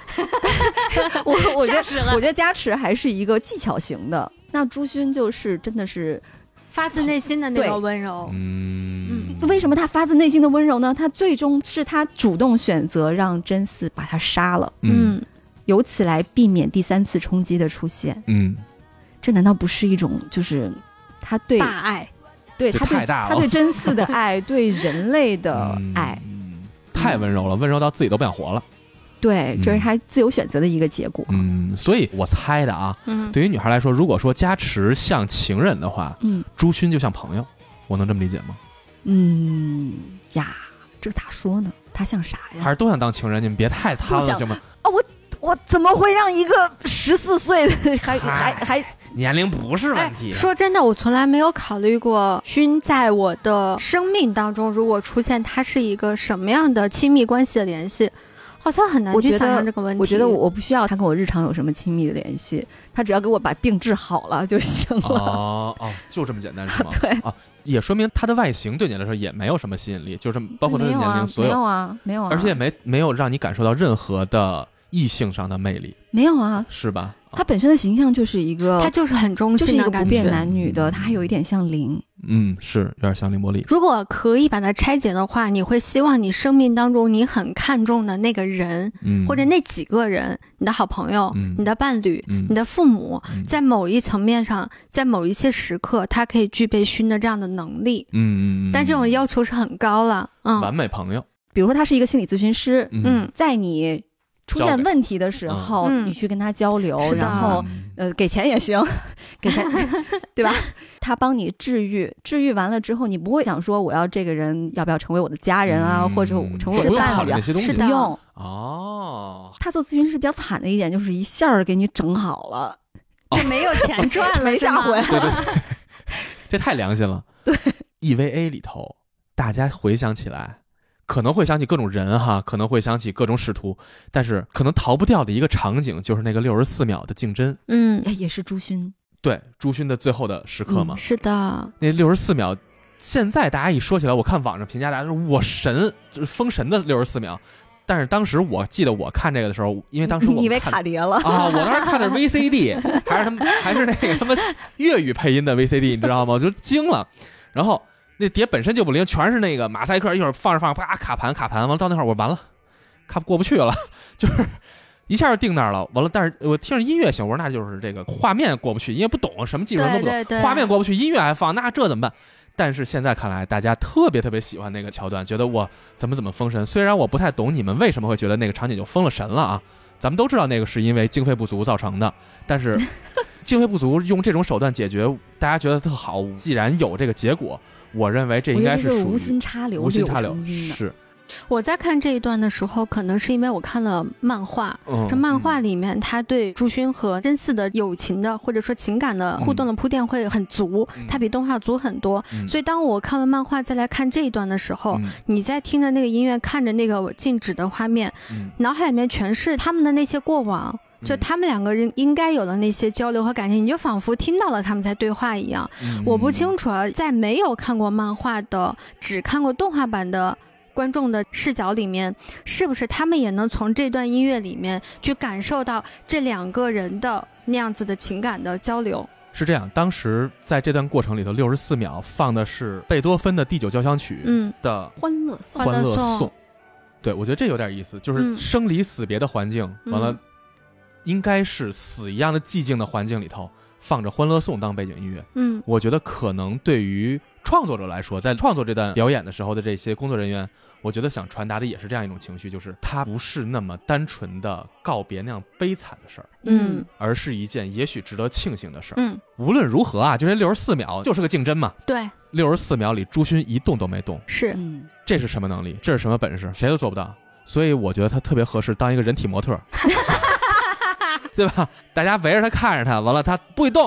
Speaker 4: 我我觉
Speaker 6: 吓
Speaker 4: 得
Speaker 6: 死了
Speaker 4: 我觉得加持还是一个技巧型的，那朱勋就是真的是
Speaker 3: 发自内心的那
Speaker 4: 对
Speaker 3: 种温柔。
Speaker 2: 嗯，
Speaker 4: 为什么他发自内心的温柔呢？他最终是他主动选择让真嗣把他杀了，
Speaker 2: 嗯
Speaker 3: 嗯，
Speaker 4: 由此来避免第三次冲击的出现。
Speaker 2: 嗯，
Speaker 4: 这难道不是一种就是他对
Speaker 3: 大爱。
Speaker 4: 对
Speaker 2: 这
Speaker 4: 他对
Speaker 2: 太大了
Speaker 4: 他对真嗣的爱，对人类的
Speaker 2: <laughs> 嗯
Speaker 4: 爱？，
Speaker 2: 嗯太温柔了，温柔到自己都不想活了。
Speaker 4: 对
Speaker 2: 嗯，
Speaker 4: 这是他自由选择的一个结果。
Speaker 2: 嗯，所以我猜的啊，
Speaker 3: 嗯，
Speaker 2: 对于女孩来说，如果说加持像情人的话，
Speaker 4: 嗯
Speaker 2: 朱勋就像朋友，我能这么理解吗？
Speaker 4: 嗯呀，这咋说呢？他像啥
Speaker 2: 还
Speaker 4: 呀？
Speaker 2: 是都想当情人？你们别太贪
Speaker 4: 嗯
Speaker 2: 了，
Speaker 4: 不想 <laughs>
Speaker 2: 行吗？
Speaker 4: 我怎么会让一个十四岁的还
Speaker 2: 嗨
Speaker 4: 还还
Speaker 2: 年龄不是啊
Speaker 3: 哎，说真的，我从来没有考虑过勋在我的生命当中，如果出现他是一个什么样的亲密关系的联系，好像很难
Speaker 4: 我
Speaker 3: 去
Speaker 4: 觉
Speaker 3: 想
Speaker 4: 得
Speaker 3: 象这个问题。
Speaker 4: 我觉得我不需要他跟我日常有什么亲密的联系，他只要给我把病治好了就行 <laughs> 了。
Speaker 2: 哦哦，就这么简单是吗？
Speaker 4: 对，
Speaker 2: <laughs> 也说明他的外形对你来说也没有什么吸引力，就是包括他的
Speaker 4: 没有
Speaker 2: 年龄，
Speaker 4: 啊，
Speaker 2: 所
Speaker 4: 没有啊，没有啊，
Speaker 2: 而且也没没有让你感受到任何的异性上的魅力，
Speaker 4: 没有啊，
Speaker 2: 是吧？啊
Speaker 4: 他本身的形象就是一个，
Speaker 3: 他就是很中
Speaker 4: 就是
Speaker 3: 性
Speaker 4: 一
Speaker 3: 的
Speaker 4: 个
Speaker 3: 感
Speaker 4: 不
Speaker 3: 觉
Speaker 4: 变。男女的，他还有一点像零。
Speaker 2: 嗯，是有点像凌波丽。
Speaker 3: 如果可以把它拆解的话，你会希望你生命当中你很看重的那个人，
Speaker 2: 嗯，
Speaker 3: 或者那几个人，你的好朋友、
Speaker 2: 嗯
Speaker 3: 你的伴侣、
Speaker 2: 嗯
Speaker 3: 你的父母，
Speaker 2: 嗯
Speaker 3: 在某一层面上，在某一些时刻，他可以具备熏的这样的能力，
Speaker 2: 嗯嗯嗯，
Speaker 3: 但这种要求是很高了。嗯
Speaker 2: 完美朋友，
Speaker 4: 比如说，他是一个心理咨询师，
Speaker 3: 嗯，
Speaker 4: 在你出
Speaker 2: 交
Speaker 4: 现
Speaker 2: 流
Speaker 4: 问题的时候，
Speaker 3: 嗯
Speaker 4: 你去跟他交流，
Speaker 3: 是的
Speaker 4: 然后
Speaker 2: 嗯
Speaker 4: 呃，给钱也行，给 <laughs> 钱，对吧？他帮你治愈，治愈完了之后，你不会想说我要这个人要不要成为我的家
Speaker 2: 家
Speaker 4: 人啊，或者成为我
Speaker 2: 嗯不用考虑
Speaker 4: 伴侣
Speaker 2: 那
Speaker 4: 啊，
Speaker 2: 些东西，
Speaker 3: 是
Speaker 4: 不
Speaker 3: 的
Speaker 4: 用。
Speaker 2: 哦，
Speaker 4: 他做咨询师比较惨的一点就是一下儿给你整好了，
Speaker 2: 哦
Speaker 6: <laughs> 这没有钱赚
Speaker 4: <laughs>
Speaker 6: 了，
Speaker 4: 没下回。
Speaker 2: <laughs> 对对，对这太良心
Speaker 4: <laughs>
Speaker 2: 了。对，EVA 里头，大家回想起来，可能会想起各种人哈，可能会想起各种使徒，但是可能逃不掉的一个场景就是那个六十四秒的竞争，
Speaker 3: 嗯，
Speaker 4: 哎也是朱勋，
Speaker 2: 对，朱勋的最后的时刻
Speaker 4: 嗯
Speaker 2: 嘛，
Speaker 3: 是的，
Speaker 2: 那六十四秒。现在大家一说起来，我看网上评价，大家说我神，就是封神的六十四秒。但是当时我记得我看这个的时候，因为当时
Speaker 4: 你
Speaker 2: 我
Speaker 4: 以为
Speaker 2: 看
Speaker 4: 卡碟了？
Speaker 2: 啊，我当时看的
Speaker 3: <laughs>
Speaker 2: 是 VCD，还是他们还是那个他们粤语配音的 VCD，你知道吗？我就惊了。然后那碟本身就不灵，全是那个马赛克，一会儿放着放着，啪卡盘卡盘，完了到那会儿我完了，看过不去了，就是一下就定那儿了。完了，但是我听着音乐行，我说那就是这个画面过不去，因为不懂什么技术什么都不懂，
Speaker 3: 对对对
Speaker 2: 画面过不去，音乐还放，那这怎么办？但是现在看来，大家特别特别喜欢那个桥段，觉得我怎么怎么封神。虽然我不太懂你们为什么会觉得那个场景就封了神了啊，咱们都知道那个是因为经费不足造成的，但
Speaker 3: <laughs>
Speaker 2: 是经费不足用这种手段解决，大家觉得特好。
Speaker 3: 嗯
Speaker 2: 既然有这个结果，我认为这
Speaker 4: 我
Speaker 2: 应
Speaker 4: 觉得
Speaker 2: 该是
Speaker 4: 这就是
Speaker 2: 属于
Speaker 4: 无心插柳，
Speaker 2: 无心插柳
Speaker 4: 柳，成荫的
Speaker 2: 是
Speaker 3: 我在看这一段的时候，可能是因为我看了漫画。
Speaker 2: 嗯，
Speaker 3: 这漫画里面，他对朱勋和真嗣的友情的或者说情感的互动的铺垫会很足，
Speaker 2: 嗯
Speaker 3: 它比动画足很多。
Speaker 2: 嗯
Speaker 3: 所以当我看完漫画再来看这一段的时候，
Speaker 2: 嗯
Speaker 3: 你在听着那个音乐，看着那个静止的画面，
Speaker 2: 嗯
Speaker 3: 脑海里面全是他们的那些过往，就他们两个人应该有的那些交流和感情，你就仿佛听到了他们在对话一样。
Speaker 2: 嗯
Speaker 3: 我不清楚啊，在没有看过漫画的，只看过动画版的。观众的视角里面，是不是他们也能从这段音乐里面去感受到这两个人的那样子的情感的交流？
Speaker 2: 嗯是这样。当时在这段过程里头，六十四秒放的是贝多芬的第九交响曲
Speaker 3: 嗯，
Speaker 2: 的
Speaker 4: 欢乐颂。
Speaker 2: 《欢乐
Speaker 3: 欢
Speaker 2: 颂
Speaker 3: 乐颂》。
Speaker 2: 对，我觉得这有点意思，就是
Speaker 3: 嗯
Speaker 2: 生离死别的环境，完了
Speaker 3: 嗯，
Speaker 2: 应该是死一样的寂静的环境里头，放着《欢乐颂》当背景音乐，
Speaker 3: 嗯，
Speaker 2: 我觉得可能对于创作者来说，在创作这段表演的时候的这些工作人员，我觉得想传达的也是这样一种情绪，就是它不是那么单纯的告别那样悲惨的事儿，
Speaker 3: 嗯
Speaker 2: 而是一件也许值得庆幸的事儿。
Speaker 3: 嗯，
Speaker 2: 无论如何啊，就这六十四秒就是个竞争嘛。
Speaker 3: 对，
Speaker 2: 六十四秒里，朱勋一动都没动，
Speaker 3: 是
Speaker 4: 嗯，
Speaker 2: 这是什么能力？这是什么本事？谁都做不到。所以我觉得他特别合适当一个人体模特
Speaker 4: <laughs>
Speaker 2: 儿，对吧？大家围着他看着他，完了他不许动，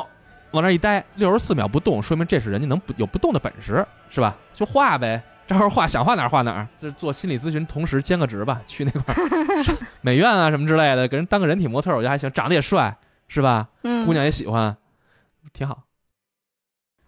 Speaker 2: 往那儿一待，六十四秒不动，说明这是人家能不有不动的本事，是吧？就画呗，这会儿画想画哪儿画哪儿，就是做心理咨询，同时兼个职吧，去那块儿上
Speaker 4: <laughs>
Speaker 2: 美院啊什么之类的，给人当个人体模特儿，我觉得还行，长得也帅，是吧？
Speaker 3: 嗯
Speaker 2: 姑娘也喜欢，挺好。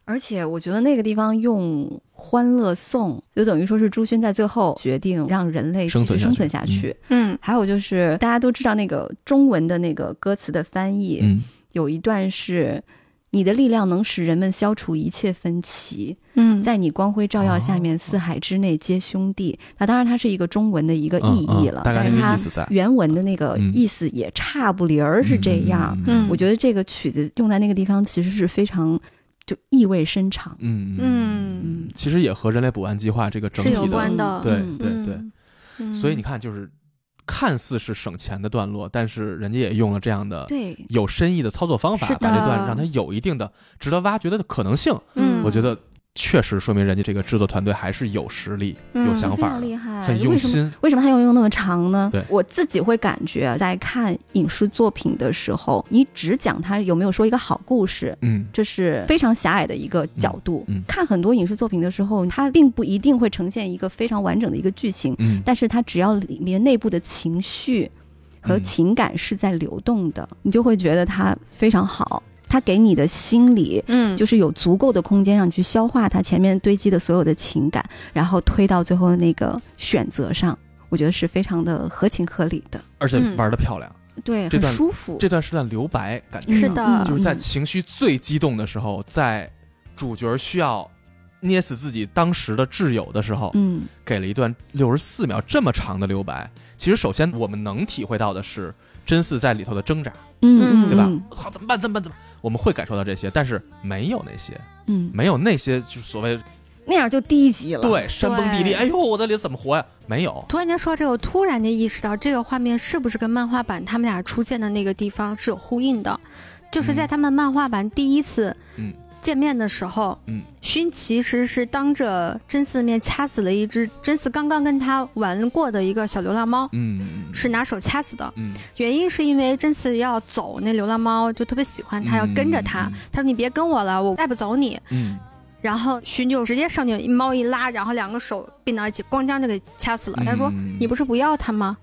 Speaker 4: 而且我觉得那个地方用《欢乐颂》，就等于说是朱勋在最后决定让人类
Speaker 2: 生
Speaker 4: 继
Speaker 2: 存
Speaker 4: 续
Speaker 2: 下
Speaker 4: 生
Speaker 2: 去
Speaker 4: 存下
Speaker 2: 嗯
Speaker 4: 去。
Speaker 3: 嗯
Speaker 4: 还有就是大家都知道那个中文的那个歌词的翻译，
Speaker 2: 嗯，
Speaker 4: 有一段是“你的力量能使人们消除一切分歧，
Speaker 3: 嗯
Speaker 4: 在你光辉照耀下面，
Speaker 2: 哦
Speaker 4: 四海之内皆兄弟”。那当然，它是一个中文的一个意义了，
Speaker 2: 嗯大概
Speaker 4: 但
Speaker 2: 那
Speaker 4: 是
Speaker 2: 个
Speaker 4: 它
Speaker 2: 意思在。
Speaker 4: 原文的那个
Speaker 2: 嗯
Speaker 4: 意思也差不离儿是这样。
Speaker 3: 嗯
Speaker 4: 我觉得这个曲子用在那个地方其实是非常就意味深长。
Speaker 2: 嗯
Speaker 3: 嗯
Speaker 2: 嗯，其实也和人类补完计划这个整体
Speaker 3: 是有
Speaker 2: 的
Speaker 3: 关的，
Speaker 2: 对
Speaker 4: 嗯
Speaker 2: 对对，
Speaker 3: 嗯
Speaker 2: 所以你看，就是看似是省钱的段落，但是人家也用了这样的
Speaker 4: 对，
Speaker 2: 有深意的操作方法
Speaker 3: 是，的
Speaker 2: 把这段让它有一定的值得挖掘的可能性。
Speaker 3: 嗯
Speaker 2: 我觉得确实说明人家这个制作团队还是有实力、
Speaker 3: 嗯
Speaker 2: 有想
Speaker 4: 非
Speaker 2: 法
Speaker 4: 常
Speaker 2: 的，
Speaker 4: 厉害，
Speaker 2: 很用
Speaker 4: 为什么
Speaker 2: 心。
Speaker 4: 为什么它要用那么长呢？
Speaker 2: 对
Speaker 4: 我自己会感觉，在看影视作品的时候，你只讲它有没有说一个好故事。
Speaker 2: 嗯，
Speaker 4: 这是非常狭隘的一个角度。
Speaker 2: 嗯嗯
Speaker 4: 看很多影视作品的时候，它并不一定会呈现一个非常完整的一个剧情，
Speaker 2: 嗯
Speaker 4: 但是它只要里面内部的情绪和
Speaker 2: 嗯
Speaker 4: 情感是在流动的，你就会觉得它非常好。它给你的心理
Speaker 3: 嗯
Speaker 4: 就是有足够的空间让你去消化它前面堆积的所有的情感，然后推到最后那个选择上，我觉得是非常的合情合理的，
Speaker 2: 而且
Speaker 3: 嗯
Speaker 2: 玩的漂亮。
Speaker 4: 对，
Speaker 2: 这
Speaker 4: 很
Speaker 2: 段
Speaker 4: 舒服。
Speaker 2: 这段是段留白，感觉
Speaker 4: 嗯
Speaker 3: 是的
Speaker 2: 就是在情绪最激动的时候，在主角需要捏死自己当时的挚友的时候，
Speaker 4: 嗯
Speaker 2: 给了一段六十四秒这么长的留白。其实，首先我们能体会到的是真嗣在里头的挣扎，
Speaker 4: 嗯嗯，
Speaker 2: 对吧
Speaker 4: 嗯？
Speaker 2: 我操，怎么办？怎么办？怎么办？我们会感受到这些，但是没有那些，
Speaker 4: 嗯，
Speaker 2: 没有那些，就是所谓
Speaker 4: 那样就低级了。，
Speaker 2: 对山崩地
Speaker 3: 对
Speaker 2: 裂，哎呦，我在里头怎么活呀？没有，
Speaker 3: 突然间说这个，我突然间意识到这个画面是不是跟漫画版他们俩出现的那个地方是有呼应的，就是在
Speaker 2: 嗯
Speaker 3: 他们漫画版第一次
Speaker 2: 嗯
Speaker 3: 见面的时候，
Speaker 2: 嗯，
Speaker 3: 勋其实是当着真嗣的面掐死了一只真嗣刚刚跟他玩过的一个小流浪猫，
Speaker 2: 嗯，
Speaker 3: 是拿手掐死的。
Speaker 2: 嗯，
Speaker 3: 原因是因为真嗣要走，那流浪猫就特别喜欢他，要跟着他
Speaker 2: 嗯嗯嗯。
Speaker 3: 他说：“你别跟我了，我带不走你。”
Speaker 2: 嗯，
Speaker 3: 然后勋就直接上去，猫一拉，然后两个手并到一起，咣当就给掐死了。他说：“
Speaker 2: 嗯
Speaker 3: 你不是不要他吗？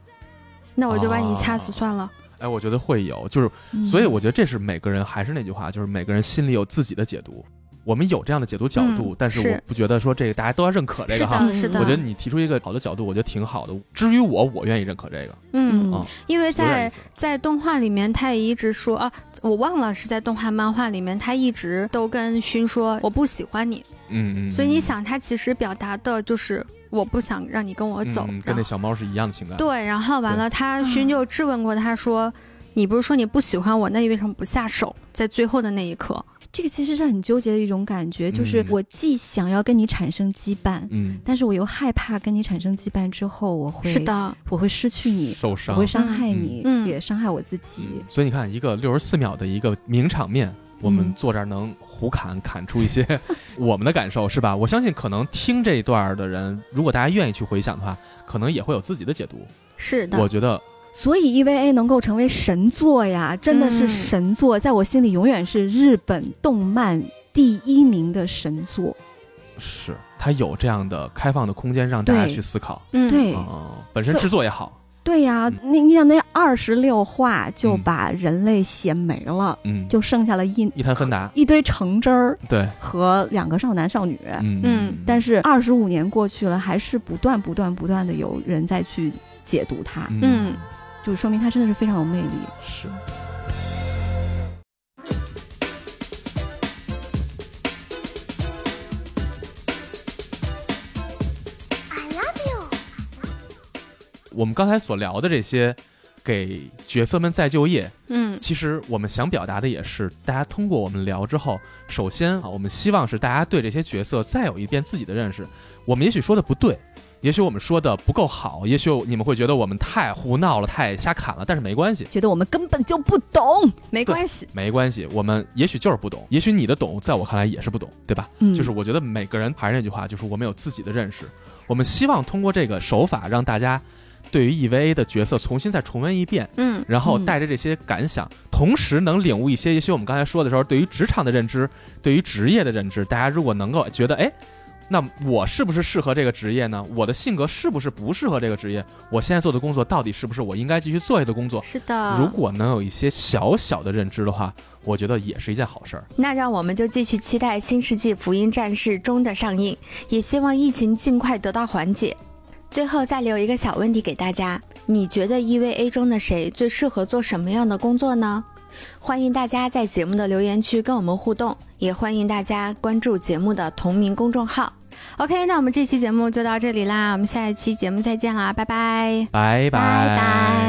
Speaker 3: 那我就把你掐死
Speaker 2: 哦
Speaker 3: 算了。
Speaker 2: 哎，我觉得会有，就是
Speaker 4: 嗯
Speaker 2: 所以
Speaker 3: 嗯
Speaker 2: 我觉得这是每个人，还是那句话，就是每个人心里有自己的解读。我们有这样的解读角度，
Speaker 3: 嗯
Speaker 2: 但是我
Speaker 3: 是
Speaker 2: 不觉得说这个大家都要认可这
Speaker 3: 是
Speaker 2: 个哈。
Speaker 3: 的，是的。
Speaker 2: 我觉得你提出一个好的角度，我觉得挺好的。至于我，我愿意认可这个，
Speaker 3: 嗯，
Speaker 2: 哦
Speaker 3: 因为
Speaker 2: 有点意
Speaker 3: 在
Speaker 2: 思。
Speaker 3: 在动画里面，他也一直说啊，我忘了是在动画漫画里面，他一直都跟勋说我不喜欢你。
Speaker 2: 嗯嗯。
Speaker 3: 所以你
Speaker 2: 嗯
Speaker 3: 想，他其实表达的就是我不想让你跟我走。
Speaker 2: 嗯，跟
Speaker 3: 然
Speaker 2: 那
Speaker 3: 后
Speaker 2: 小猫是一样的情感。
Speaker 3: 对，然后完了，他勋就质问过他说。你不是说你不喜欢我，那你为什么不下手？在最后的那一刻，
Speaker 4: 这个其实是很纠结的一种感觉，就是
Speaker 2: 嗯
Speaker 4: 我既想要跟你产生羁绊，
Speaker 2: 嗯，
Speaker 4: 但是我又害怕跟你产生羁绊之后，我会
Speaker 3: 是，的，
Speaker 4: 我会失去你，
Speaker 2: 受
Speaker 4: 我
Speaker 2: 伤
Speaker 4: 会。伤害你，
Speaker 3: 嗯嗯
Speaker 4: 也伤害我自己。
Speaker 2: 啊嗯所以你看，一个六十四秒的一个名场面，我
Speaker 3: 嗯
Speaker 2: 们坐这儿能胡侃侃出一些
Speaker 3: <laughs>
Speaker 2: 我们的感受，是吧？我相信，可能听这一段儿的人，如果大家愿意去回想的话，可能也会有自己的解读。
Speaker 3: 是的，
Speaker 2: 我觉得
Speaker 4: 所以 EVA 能够成为神作呀，真的是
Speaker 3: 嗯
Speaker 4: 神作，在我心里永远是日本动漫第一名的神作。
Speaker 2: 是它有这样的开放的空间，让大家
Speaker 4: 对
Speaker 2: 去思考。
Speaker 3: 嗯，
Speaker 4: 对、
Speaker 2: 嗯，本身
Speaker 4: 所
Speaker 2: 制作也好，
Speaker 4: 对呀
Speaker 2: 嗯，
Speaker 4: 你你想那二十六话就
Speaker 2: 嗯
Speaker 4: 把人类写没了，
Speaker 2: 嗯，
Speaker 4: 就剩下了一
Speaker 2: 一滩芬达，
Speaker 4: 一堆橙汁儿
Speaker 2: 对，
Speaker 4: 和两个少男少女。
Speaker 2: 嗯
Speaker 3: 嗯
Speaker 4: 但是二十五年过去了，还是不断不断不断的有人再去解读它，
Speaker 3: 嗯
Speaker 4: 就说明它真的是非常有魅力。
Speaker 2: 是。我们刚才所聊的这些给角色们再就业，
Speaker 6: 嗯
Speaker 2: 其实我们想表达的也是，大家通过我们聊之后，首先啊，我们希望是大家对这些角色再有一遍自己的认识。我们也许说的不对，也许我们说的不够好，也许你们会觉得我们太胡闹了，太瞎侃了，但是没关系，
Speaker 9: 觉得我们根本就不懂，
Speaker 6: 没关系，
Speaker 2: 没关系，我们也许就是不懂，也许你的懂在我看来也是不懂，对吧？
Speaker 9: 嗯
Speaker 2: 就是我觉得每个人还是那句话，就是我们有自己的认识，我们希望通过这个手法让大家对于 EVA 的角色重新再重温一遍。
Speaker 6: 嗯
Speaker 2: 然后
Speaker 9: 嗯
Speaker 2: 带着这些感想，同时能领悟一些，也许我们刚才说的时候，对于职场的认知，对于职业的认知，大家如果能够觉得，哎，那我是不是适合这个职业呢？我的性格是不是不适合这个职业？我现在做的工作到底是不是我应该继续做下去的工作？
Speaker 6: 是
Speaker 3: 啊
Speaker 6: 的
Speaker 2: 如果能有一些小小的认知的话，我觉得也是一件好事儿。
Speaker 3: 那让我们就继续期待《新世纪福音战士》中的上映，也希望疫情尽快得到缓解。最后再留一个小问题给大家：你觉得 EVA 中的谁最适合做什么样的工作呢？欢迎大家在节目的留言区跟我们互动，也欢迎大家关注节目的同名公众号。
Speaker 10: OK，那我们这期节目就到这里啦，我们下一期节目再见啦，拜拜。
Speaker 2: 拜拜
Speaker 3: 拜拜